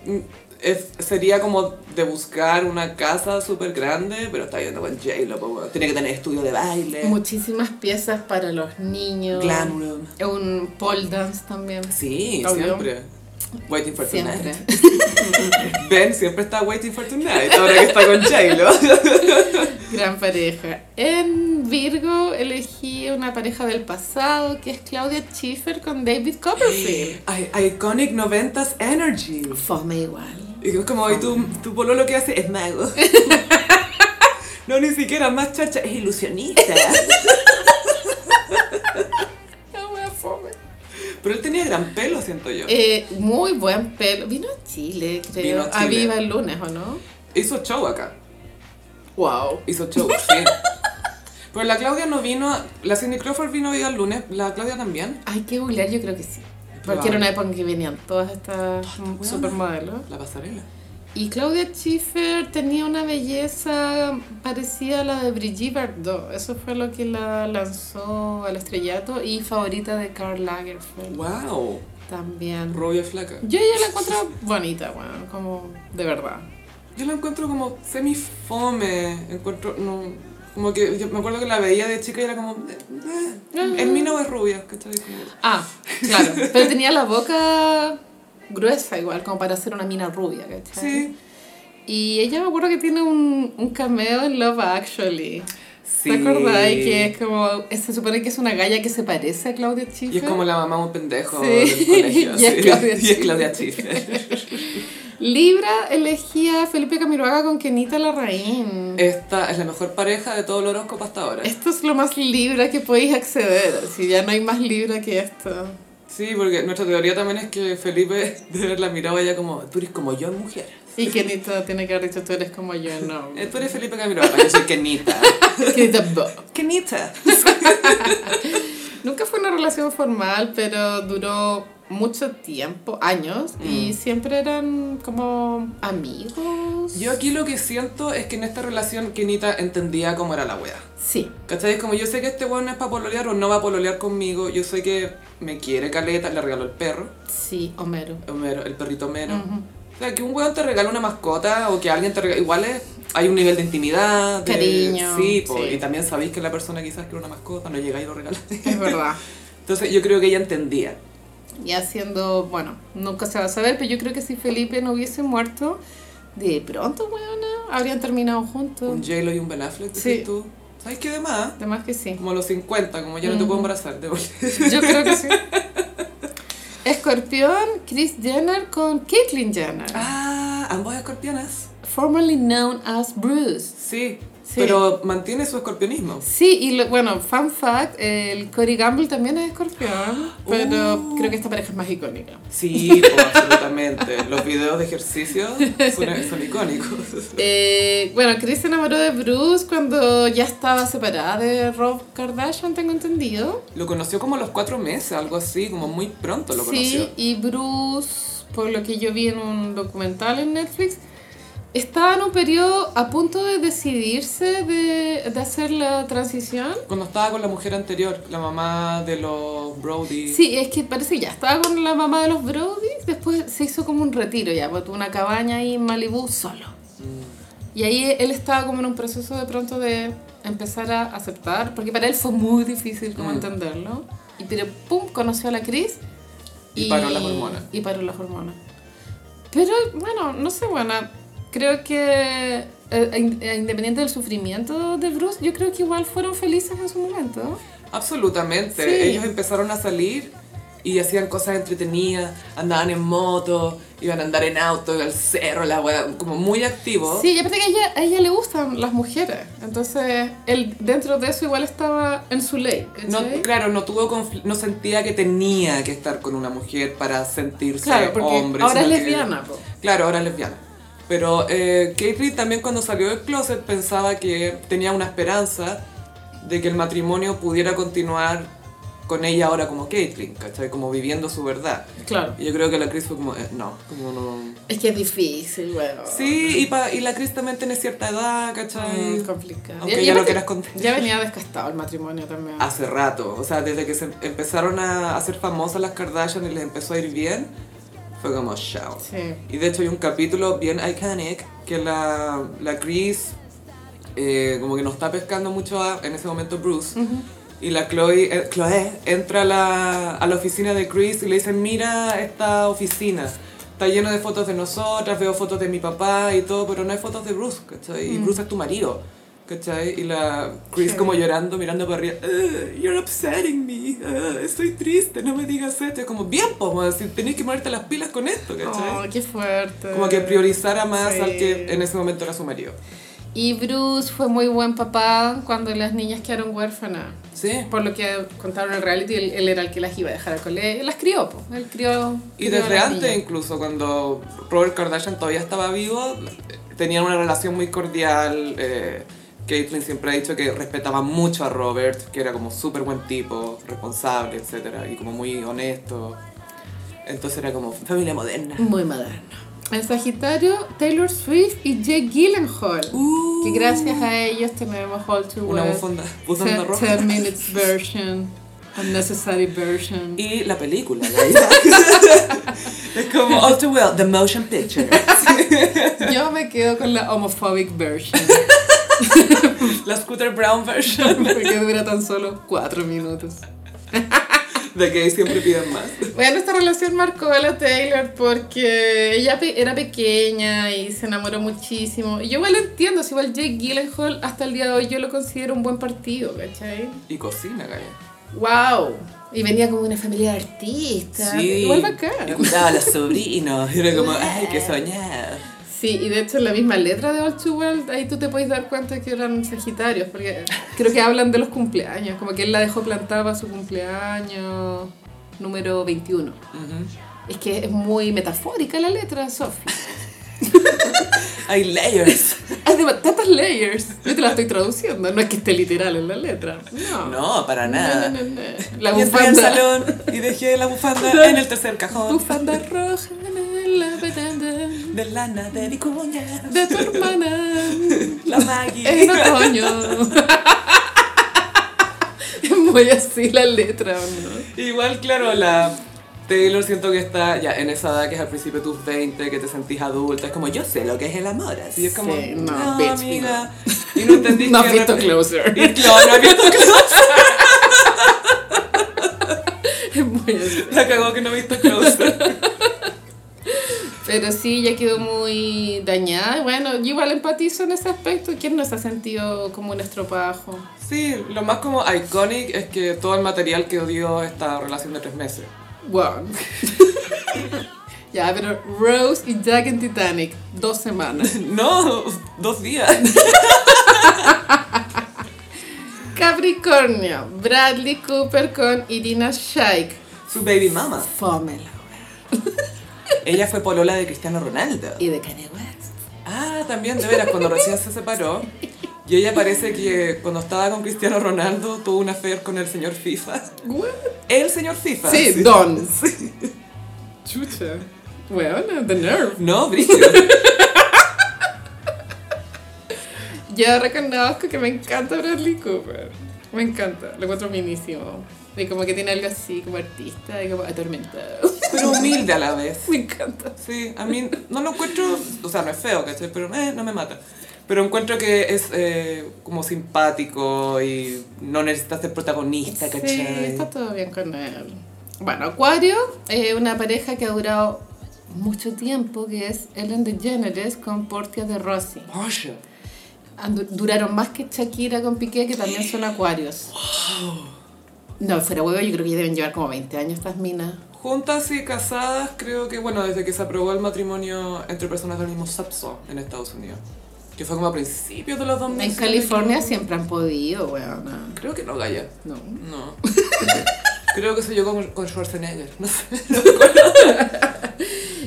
[SPEAKER 1] mm, es- sería como de buscar una casa súper grande, pero está viviendo con J-Lo. pues, weón. Tiene que tener estudio de baile,
[SPEAKER 2] Muchísimas piezas para los niños.
[SPEAKER 1] glam room.
[SPEAKER 2] Un pole dance también.
[SPEAKER 1] Sí,
[SPEAKER 2] Obvio.
[SPEAKER 1] siempre. Waiting for
[SPEAKER 2] Siempre.
[SPEAKER 1] tonight. Ben siempre está waiting for tonight, ahora que está con J-Lo.
[SPEAKER 2] Gran pareja. En Virgo elegí una pareja del pasado que es Claudia Schiffer con David Copperfield.
[SPEAKER 1] I- Iconic 90s Energy.
[SPEAKER 2] Fome igual.
[SPEAKER 1] Y es como, y tu, tu pololo que hace es
[SPEAKER 2] <laughs>
[SPEAKER 1] mago. No, ni siquiera, más chacha, es
[SPEAKER 2] <laughs>
[SPEAKER 1] ilusionista.
[SPEAKER 2] Ah, wea, fome.
[SPEAKER 1] Pero él tenía gran pelo, siento yo.
[SPEAKER 2] Eh, muy buen pelo. Vino a Chile, creo.
[SPEAKER 1] Vino a Chile.
[SPEAKER 2] Ah, viva el lunes, ¿o no?
[SPEAKER 1] Hizo show acá.
[SPEAKER 2] Wow.
[SPEAKER 1] Hizo show,
[SPEAKER 2] <laughs>
[SPEAKER 1] sí. Pero la Claudia no vino, la Cindy Crawford vino hoy el lunes, la Claudia también.
[SPEAKER 2] Hay que googlear, yo creo que sí. Porque era una época en que venían todas estas
[SPEAKER 1] weonas.
[SPEAKER 2] supermodelos.
[SPEAKER 1] La pasarela.
[SPEAKER 2] Y Claudia Schiffer tenía una belleza parecida a la de Brigitte Bardot. Eso fue lo que la lanzó al estrellato y favorita de Karl Lagerfeld
[SPEAKER 1] Wow.
[SPEAKER 2] también.
[SPEAKER 1] Rubia flaca.
[SPEAKER 2] Yo ella la encuentro bonita, bueno, como de verdad.
[SPEAKER 1] Yo la encuentro como semifome. Encuentro, no. Como que yo me acuerdo que la veía de chica y era como. eh, eh, Es mina o es rubia, ¿cachai? Como-
[SPEAKER 2] Ah, claro.
[SPEAKER 1] <laughs>
[SPEAKER 2] Pero tenía la boca gruesa igual, como para ser una mina rubia, ¿cachai?
[SPEAKER 1] Sí.
[SPEAKER 2] Y ella me acuerdo que tiene un, un cameo en Love Actually.
[SPEAKER 1] Sí.
[SPEAKER 2] ¿Te acordáis que es como, se supone que es una galla que se parece a Claudia
[SPEAKER 1] <laughs>
[SPEAKER 2] Schiffer?
[SPEAKER 1] Y es como la mamá un pendejo
[SPEAKER 2] Sí.
[SPEAKER 1] del colegio.
[SPEAKER 2] <laughs> Y es
[SPEAKER 1] sí.
[SPEAKER 2] Claudia
[SPEAKER 1] Y es Claudia Schiffer.
[SPEAKER 2] Libra elegía a Felipe Camiroaga con Kenita Larraín.
[SPEAKER 1] Esta es la mejor pareja de todo el horóscopo hasta ahora.
[SPEAKER 2] Esto es lo más Libra que podéis acceder, si ya no hay más Libra que esto.
[SPEAKER 1] Sí, porque nuestra teoría también es que Felipe, de ver la miraba ya como, tú eres como yo en mujer.
[SPEAKER 2] Y Kenita tiene que haber dicho, tú eres como yo, no.
[SPEAKER 1] <laughs> Eh, Tú eres Felipe Camiroaga,
[SPEAKER 2] <laughs>
[SPEAKER 1] yo soy Kenita.
[SPEAKER 2] Kenita Bo.
[SPEAKER 1] Kenita.
[SPEAKER 2] Nunca fue una relación formal, pero duró mucho tiempo, años,
[SPEAKER 1] Mm.
[SPEAKER 2] y siempre eran como amigos.
[SPEAKER 1] Yo aquí lo que siento es que en esta relación Kenita entendía cómo era la wea.
[SPEAKER 2] Sí.
[SPEAKER 1] ¿Cachai? Es como yo sé que este weón no es para pololear o no va a pololear conmigo. Yo sé que me quiere caleta, le regaló el perro,
[SPEAKER 2] Sí, Homero.
[SPEAKER 1] Homero, el perrito Homero. O sea, que un weón te regala una mascota o que alguien te regala. Igual es- hay un nivel de intimidad, de-
[SPEAKER 2] Cariño,
[SPEAKER 1] Sí, po,
[SPEAKER 2] sí.
[SPEAKER 1] y también sabéis que la persona quizás quiere una mascota, no llega y lo regala. <laughs>
[SPEAKER 2] Es verdad.
[SPEAKER 1] Entonces yo creo que ella entendía.
[SPEAKER 2] Y haciendo, bueno, nunca se va a saber, pero yo creo que si Felipe no hubiese muerto, de pronto, weona, habrían terminado juntos.
[SPEAKER 1] Un J-Lo y un Ben Affleck, decís
[SPEAKER 2] Sí.
[SPEAKER 1] tú. ¿Sabes qué demás?
[SPEAKER 2] Además que sí.
[SPEAKER 1] Como a los 50, como ya no te puedo embarazar, de volver. <laughs>
[SPEAKER 2] Yo creo que sí. Escorpión, Chris Jenner con Caitlyn Jenner.
[SPEAKER 1] Ah, ambos escorpiones.
[SPEAKER 2] Formerly known as Bruce.
[SPEAKER 1] Sí,
[SPEAKER 2] Sí.
[SPEAKER 1] pero mantiene su escorpionismo.
[SPEAKER 2] Sí, y lo- bueno, fun fact, el Cory Gamble también es escorpión,
[SPEAKER 1] <gasps>
[SPEAKER 2] pero
[SPEAKER 1] Uh.
[SPEAKER 2] creo que esta pareja es más icónica.
[SPEAKER 1] Sí, po, absolutamente. Los videos de ejercicio son, son icónicos.
[SPEAKER 2] Eh, bueno, Chris se enamoró de Bruce cuando ya estaba separada de Rob Kardashian, tengo entendido.
[SPEAKER 1] Lo conoció como a los cuatro meses, algo así, como muy pronto lo conoció.
[SPEAKER 2] Sí, y Bruce, por lo que yo vi en un documental en Netflix, estaba en un periodo a punto de decidirse de, de hacer la transición.
[SPEAKER 1] Cuando estaba con la mujer anterior, la mamá de los Brody.
[SPEAKER 2] Sí, es que parece que ya estaba con la mamá de los Brody, después se hizo como un retiro ya, pues tuvo una cabaña ahí en Malibu solo.
[SPEAKER 1] Mm.
[SPEAKER 2] Y ahí él estaba como en un proceso de pronto de empezar a aceptar, porque para él fue muy difícil como
[SPEAKER 1] Mm.
[SPEAKER 2] entenderlo. Y pero pum, conoció a la Cris.
[SPEAKER 1] Y paró las hormonas.
[SPEAKER 2] Y paró las hormonas. Pero bueno, no sé, bueno, creo que eh, in- eh, independiente del sufrimiento de Bruce, yo creo que igual fueron felices en su momento.
[SPEAKER 1] Absolutamente.
[SPEAKER 2] Sí.
[SPEAKER 1] Ellos empezaron a salir y hacían cosas entretenidas, andaban en moto, iban a andar en auto, al cerro, la weá, como muy activos.
[SPEAKER 2] Sí, y aparte que a ella, a ella le gustan las mujeres. Entonces, él dentro de eso igual estaba en su ley.
[SPEAKER 1] No,
[SPEAKER 2] ¿cachai?
[SPEAKER 1] claro, no tuvo confl- no sentía que tenía que estar con una mujer para sentirse
[SPEAKER 2] claro, porque
[SPEAKER 1] hombre.
[SPEAKER 2] ahora es
[SPEAKER 1] sino que-
[SPEAKER 2] lesbiana. po.
[SPEAKER 1] Claro, ahora es lesbiana. Pero eh, Kate Reed también cuando salió del closet pensaba que tenía una esperanza de que el matrimonio pudiera continuar con ella ahora como Caitlyn, ¿cachai? Como viviendo su verdad.
[SPEAKER 2] Claro.
[SPEAKER 1] Y yo creo que la Chris fue como, eh, no, como no...
[SPEAKER 2] Es que es difícil, bueno.
[SPEAKER 1] Sí, y, pa- y la Chris también tiene cierta edad, ¿cachai?
[SPEAKER 2] Mm, complicado.
[SPEAKER 1] Aunque
[SPEAKER 2] Y- y
[SPEAKER 1] ella lo
[SPEAKER 2] aparte,
[SPEAKER 1] quiera esconder.
[SPEAKER 2] Ya venía desgastado el matrimonio también.
[SPEAKER 1] hace rato. O sea, desde que se empezaron a hacer famosas las Kardashian y les empezó a ir bien, fue como chao.
[SPEAKER 2] Sí.
[SPEAKER 1] Y de hecho hay un capítulo bien iconic que la, la Chris eh, como que no está pescando mucho a- en ese momento Bruce. Y la Chloe, eh, Chloe entra a la, a la oficina de Chris y le dice, mira esta oficina. Está lleno de fotos de nosotras, veo fotos de mi papá y todo, pero no hay fotos de Bruce, ¿cachai? Y Bruce es tu marido, ¿cachai? Y la Chris
[SPEAKER 2] Mm. Sí.
[SPEAKER 1] como llorando, mirando para arriba, "Ugh, you're upsetting me, ugh, estoy triste, no me digas esto. Es como, bien, pues, si tenés que ponerte las pilas con esto, ¿cachai?
[SPEAKER 2] Oh, qué fuerte.
[SPEAKER 1] Como que priorizara más
[SPEAKER 2] Sí.
[SPEAKER 1] al que en ese momento era su marido.
[SPEAKER 2] Y Bruce fue muy buen papá cuando las niñas quedaron huérfanas.
[SPEAKER 1] Sí.
[SPEAKER 2] Por lo que contaron en el reality, él, él era el que las iba a dejar al colegio. Las crió, po. Él crió.
[SPEAKER 1] Y
[SPEAKER 2] crió a
[SPEAKER 1] desde
[SPEAKER 2] las
[SPEAKER 1] antes,
[SPEAKER 2] niñas.
[SPEAKER 1] incluso cuando Robert Kardashian todavía estaba vivo, tenían una relación muy cordial. Eh, Caitlyn siempre ha dicho que respetaba mucho a Robert, que era como súper buen tipo, responsable, etcétera, y como muy honesto. Entonces era como familia moderna.
[SPEAKER 2] Muy moderno. En Sagitario, Taylor Swift y Jake Gyllenhaal. que gracias a ellos tenemos All Too
[SPEAKER 1] Uh. Una
[SPEAKER 2] Well.
[SPEAKER 1] bufanda,
[SPEAKER 2] Ten-
[SPEAKER 1] bufanda roja.
[SPEAKER 2] 10 minutes version. Unnecessary version.
[SPEAKER 1] Y la película, la vida. <laughs> es como All Too Well, The Motion Picture.
[SPEAKER 2] Yo me quedo con la homophobic version. <laughs>
[SPEAKER 1] La Scooter Brown version.
[SPEAKER 2] Porque dura tan solo 4 minutos.
[SPEAKER 1] De que siempre piden más.
[SPEAKER 2] Bueno, esta relación marcó a la Taylor porque ella pe- era pequeña y se enamoró muchísimo. Y yo igual lo entiendo, si igual Jake Gyllenhaal hasta el día de hoy yo lo considero un buen partido, ¿cachai?
[SPEAKER 1] Y cocina, Gaia.
[SPEAKER 2] ¡Wow! Y venía como una familia de artistas.
[SPEAKER 1] Sí.
[SPEAKER 2] Igual bacán.
[SPEAKER 1] Y cuidaba a los sobrinos. Y era como, ay, qué soñar.
[SPEAKER 2] Sí, y de hecho en la misma letra de All Too Well, ahí tú te podéis dar cuenta que eran sagitarios, porque creo que hablan de los cumpleaños, como que él la dejó plantada para su cumpleaños número 21. Es que es muy metafórica la letra, Sophie.
[SPEAKER 1] Hay layers.
[SPEAKER 2] Además, tantas layers. Yo te la estoy traduciendo, no es que esté literal en la letra. No.
[SPEAKER 1] No, para
[SPEAKER 2] No,
[SPEAKER 1] nada.
[SPEAKER 2] no, no, no. La
[SPEAKER 1] Y entré al
[SPEAKER 2] bufanda,
[SPEAKER 1] salón y dejé la bufanda en el tercer cajón
[SPEAKER 2] bufanda roja en la veranda
[SPEAKER 1] de lana de vicuña. <laughs>
[SPEAKER 2] de tu hermana.
[SPEAKER 1] La Maggie.
[SPEAKER 2] En
[SPEAKER 1] <laughs>
[SPEAKER 2] otoño. Es muy así la letra, ¿o ¿no?
[SPEAKER 1] Igual, claro, la Taylor siento que está ya en esa edad que es al principio de tus 20, que te sentís adulta. Es como, yo sé lo que es el amor. Así es como,
[SPEAKER 2] Sí, no,
[SPEAKER 1] no,
[SPEAKER 2] bitch,
[SPEAKER 1] amiga. Y no entendí
[SPEAKER 2] <laughs> No
[SPEAKER 1] que
[SPEAKER 2] has
[SPEAKER 1] de
[SPEAKER 2] visto
[SPEAKER 1] repente-
[SPEAKER 2] Closer.
[SPEAKER 1] Y claro, no has
[SPEAKER 2] <laughs>
[SPEAKER 1] visto Closer.
[SPEAKER 2] Es <laughs> muy así.
[SPEAKER 1] La cagó que no he visto Closer.
[SPEAKER 2] Pero sí, ya quedó muy dañada. Bueno, yo igual empatizo en ese aspecto. ¿Quién nos ha sentido como un estropajo?
[SPEAKER 1] Sí, lo más como iconic es que todo el material que dio esta relación de tres meses. <laughs>
[SPEAKER 2] Wow. <laughs> ya, pero Rose y Jack en Titanic,
[SPEAKER 1] <laughs>
[SPEAKER 2] dos semanas.
[SPEAKER 1] No, dos días.
[SPEAKER 2] Capricornio, Bradley Cooper con Irina Shayk.
[SPEAKER 1] Su baby mama.
[SPEAKER 2] Fómela.
[SPEAKER 1] Ella fue polola de Cristiano Ronaldo.
[SPEAKER 2] Y de Kanye West.
[SPEAKER 1] Ah, también, de veras, cuando recién se
[SPEAKER 2] <laughs>
[SPEAKER 1] separó. Y ella parece que cuando estaba con Cristiano Ronaldo tuvo una affair con el señor FIFA.
[SPEAKER 2] What?
[SPEAKER 1] ¿El señor FIFA?
[SPEAKER 2] Sí, Don. <laughs> Chucha. Bueno, the nerve.
[SPEAKER 1] No, brillo.
[SPEAKER 2] Ya reconozco que me encanta Bradley Cooper. Me encanta, lo encuentro minísimo. Y como que tiene algo así, como artista, y como atormentado. <laughs>
[SPEAKER 1] Pero humilde a la vez.
[SPEAKER 2] me encanta.
[SPEAKER 1] Sí, a mí no lo encuentro, o sea, no es feo, ¿cachai? Pero eh, no me mata. Pero encuentro que es eh, como simpático y no necesita ser protagonista,
[SPEAKER 2] Sí,
[SPEAKER 1] ¿cachai?
[SPEAKER 2] está todo bien con él. Bueno, Acuario, eh, una pareja que ha durado mucho tiempo, que es Ellen DeGeneres con Portia de Rossi.
[SPEAKER 1] Porsche.
[SPEAKER 2] Andu- Ah, duraron más que Shakira con Piqué, que también son acuarios. No, fuera huevo, yo creo que ya deben llevar como 20 años estas minas.
[SPEAKER 1] Juntas y casadas, creo que, bueno, desde que se aprobó el matrimonio entre personas del mismo sexo en Estados Unidos. Que fue como a principios de los 2000.
[SPEAKER 2] En California siempre han podido, weón.
[SPEAKER 1] Creo que no, Gaya.
[SPEAKER 2] No.
[SPEAKER 1] No. <laughs> creo que se yo con, con Schwarzenegger. No sé.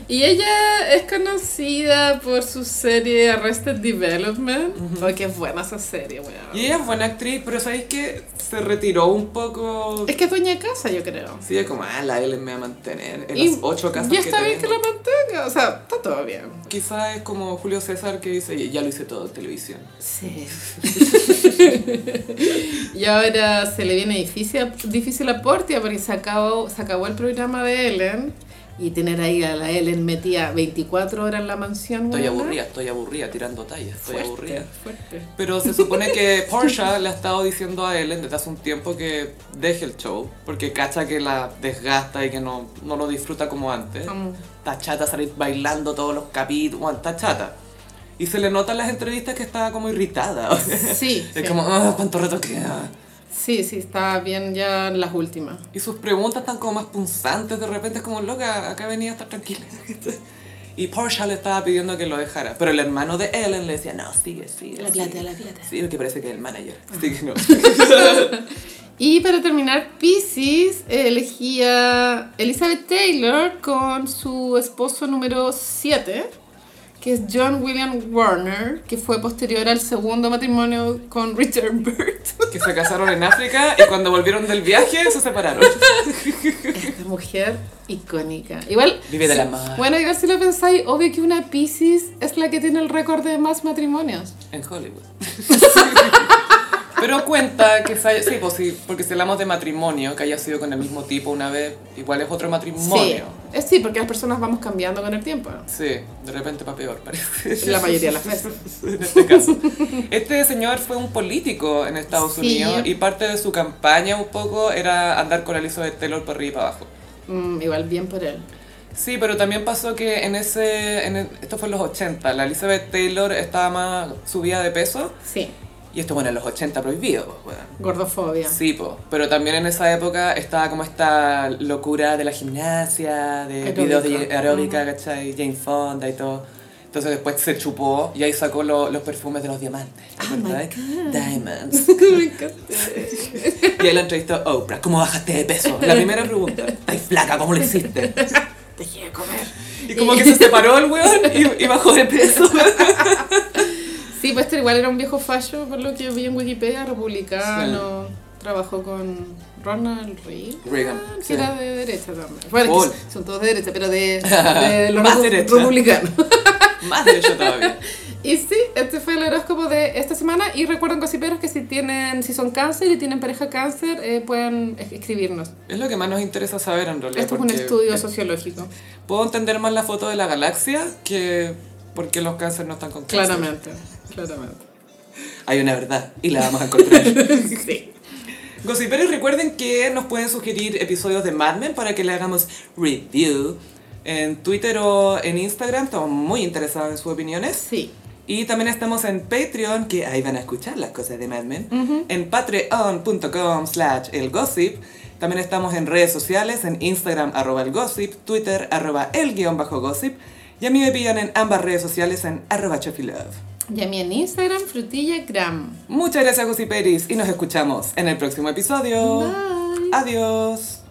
[SPEAKER 2] Y ella es conocida por su serie Arrested Development. Porque es buena esa serie, weón.
[SPEAKER 1] Y ella es buena actriz, pero ¿sabéis que se retiró un poco?
[SPEAKER 2] Es que es dueña de casa, yo creo.
[SPEAKER 1] Sí, es como, ah, la Ellen me va a mantener en
[SPEAKER 2] Y
[SPEAKER 1] las ocho casas
[SPEAKER 2] Ya
[SPEAKER 1] que
[SPEAKER 2] está bien que la
[SPEAKER 1] tenemos.
[SPEAKER 2] mantenga, o sea, está todo bien.
[SPEAKER 1] Quizá es como Julio César que dice, ya lo hice todo en televisión.
[SPEAKER 2] Sí. <laughs> y ahora se le viene difícil, difícil a Portia porque se acabó, se acabó el programa de Ellen y tener ahí a la Ellen metida 24 horas en la mansión.
[SPEAKER 1] Estoy
[SPEAKER 2] weona.
[SPEAKER 1] aburrida, estoy aburrida, tirando tallas, estoy
[SPEAKER 2] Fuerte,
[SPEAKER 1] aburrida.
[SPEAKER 2] fuerte.
[SPEAKER 1] Pero se supone
[SPEAKER 2] <laughs>
[SPEAKER 1] que Portia le ha estado diciendo a Ellen desde hace un tiempo que deje el show, porque cacha que la desgasta y que no, no lo disfruta como antes.
[SPEAKER 2] Mm.
[SPEAKER 1] Está chata de salir bailando todos los capítulos, bueno, está chata. Y se le nota en las entrevistas que está como irritada. <laughs> o sea,
[SPEAKER 2] Sí,
[SPEAKER 1] Es
[SPEAKER 2] sí.
[SPEAKER 1] como, ah, ¿cuánto rato queda?
[SPEAKER 2] Sí, sí, está bien ya en las últimas.
[SPEAKER 1] Y sus preguntas están como más punzantes, de repente es como, loca, acá venía a estar tranquila. <laughs> Y Portia le estaba pidiendo que lo dejara, pero el hermano de Ellen le decía, no, sigue, sigue.
[SPEAKER 2] La plata,
[SPEAKER 1] sigue".
[SPEAKER 2] la plata.
[SPEAKER 1] Sí, porque parece que es el manager, así que no.
[SPEAKER 2] Y para terminar, Pisces elegía Elizabeth Taylor con su esposo número 7, que es John William Warner, que fue posterior al segundo matrimonio con Richard Burt.
[SPEAKER 1] que se casaron en África y cuando volvieron del viaje se separaron.
[SPEAKER 2] Esta mujer icónica. Igual,
[SPEAKER 1] Vive de la mar.
[SPEAKER 2] bueno, igual si lo pensáis, obvio que una Pisces es la que tiene el récord de más matrimonios.
[SPEAKER 1] En Hollywood. <laughs> Pero cuenta que se haya- sí, pues sí, porque si hablamos de matrimonio, que haya sido con el mismo tipo una vez, igual es otro
[SPEAKER 2] Sí,
[SPEAKER 1] matrimonio.
[SPEAKER 2] es Eh, sí, porque las personas vamos cambiando con el tiempo.
[SPEAKER 1] Sí, de repente para peor, parece.
[SPEAKER 2] La mayoría de las veces.
[SPEAKER 1] <laughs> En este caso. Este señor fue un político en Estados
[SPEAKER 2] Sí.
[SPEAKER 1] Unidos y parte de su campaña un poco era andar con la Elizabeth Taylor para arriba y para abajo.
[SPEAKER 2] Mm, igual bien por él.
[SPEAKER 1] Sí, pero también pasó que en e, ese. En el- esto fue en los 80. La Elizabeth Taylor estaba más subida de peso
[SPEAKER 2] Sí.
[SPEAKER 1] Y esto, bueno, en los 80 prohibido, pues, weón.
[SPEAKER 2] Gordofobia.
[SPEAKER 1] Sí, po. pero también en esa época estaba como esta locura de la gimnasia, de
[SPEAKER 2] Aeróbica.
[SPEAKER 1] videos de aeróbica, ¿cachai? Jane Fonda y todo. Entonces después se chupó y ahí sacó lo- los perfumes de los diamantes, ¿verdad? Diamonds.
[SPEAKER 2] <laughs> Me encanta.
[SPEAKER 1] Y ahí la entrevistó Oprah, ¿cómo bajaste de peso? La primera pregunta, ¿estás flaca? ¿Cómo lo hiciste?
[SPEAKER 2] Dejé de comer.
[SPEAKER 1] Y como que se separó el weón y, y bajó de peso.
[SPEAKER 2] Sí, pues este igual era un viejo fallo, por lo que vi en Wikipedia, republicano, trabajó con Ronald Reagan,
[SPEAKER 1] Reagan,
[SPEAKER 2] que
[SPEAKER 1] sí.
[SPEAKER 2] era de derecha también. Bueno, es que
[SPEAKER 1] Full.
[SPEAKER 2] son todos de derecha,
[SPEAKER 1] <laughs>
[SPEAKER 2] pero de, de los
[SPEAKER 1] Más
[SPEAKER 2] repu-
[SPEAKER 1] derecha.
[SPEAKER 2] republicanos.
[SPEAKER 1] Más de hecho todavía.
[SPEAKER 2] Y sí, este fue el horóscopo de esta semana. Y recuerden, cosiperos, que si tienen si son cáncer y tienen pareja cáncer, eh, pueden es- escribirnos.
[SPEAKER 1] Es lo que más nos interesa saber en realidad.
[SPEAKER 2] Esto es un
[SPEAKER 1] porque-
[SPEAKER 2] estudio sociológico,
[SPEAKER 1] Puedo entender más la foto de la galaxia que porque los cánceres no están con cáncer.
[SPEAKER 2] claramente. Claramente.
[SPEAKER 1] <laughs> Hay una verdad y la vamos a
[SPEAKER 2] <laughs>
[SPEAKER 1] encontrar.
[SPEAKER 2] Sí.
[SPEAKER 1] Gossiperos, recuerden que nos pueden sugerir episodios de Mad Men para que le hagamos review en Twitter o en Instagram. Estamos muy interesados en sus opiniones.
[SPEAKER 2] Sí.
[SPEAKER 1] Y también estamos en Patreon, que ahí van a escuchar las cosas de Mad Men. En patreon.com slash el gossip. También estamos en redes sociales, en Instagram arroba el gossip, Twitter arroba el guión bajo gossip. Y a mí me pillan en ambas redes sociales en arroba chefilove.
[SPEAKER 2] Y a mí en Instagram, frutillagram.
[SPEAKER 1] Oh. Muchas gracias, Gossiperis, y nos escuchamos en el próximo episodio.
[SPEAKER 2] Bye.
[SPEAKER 1] Adiós.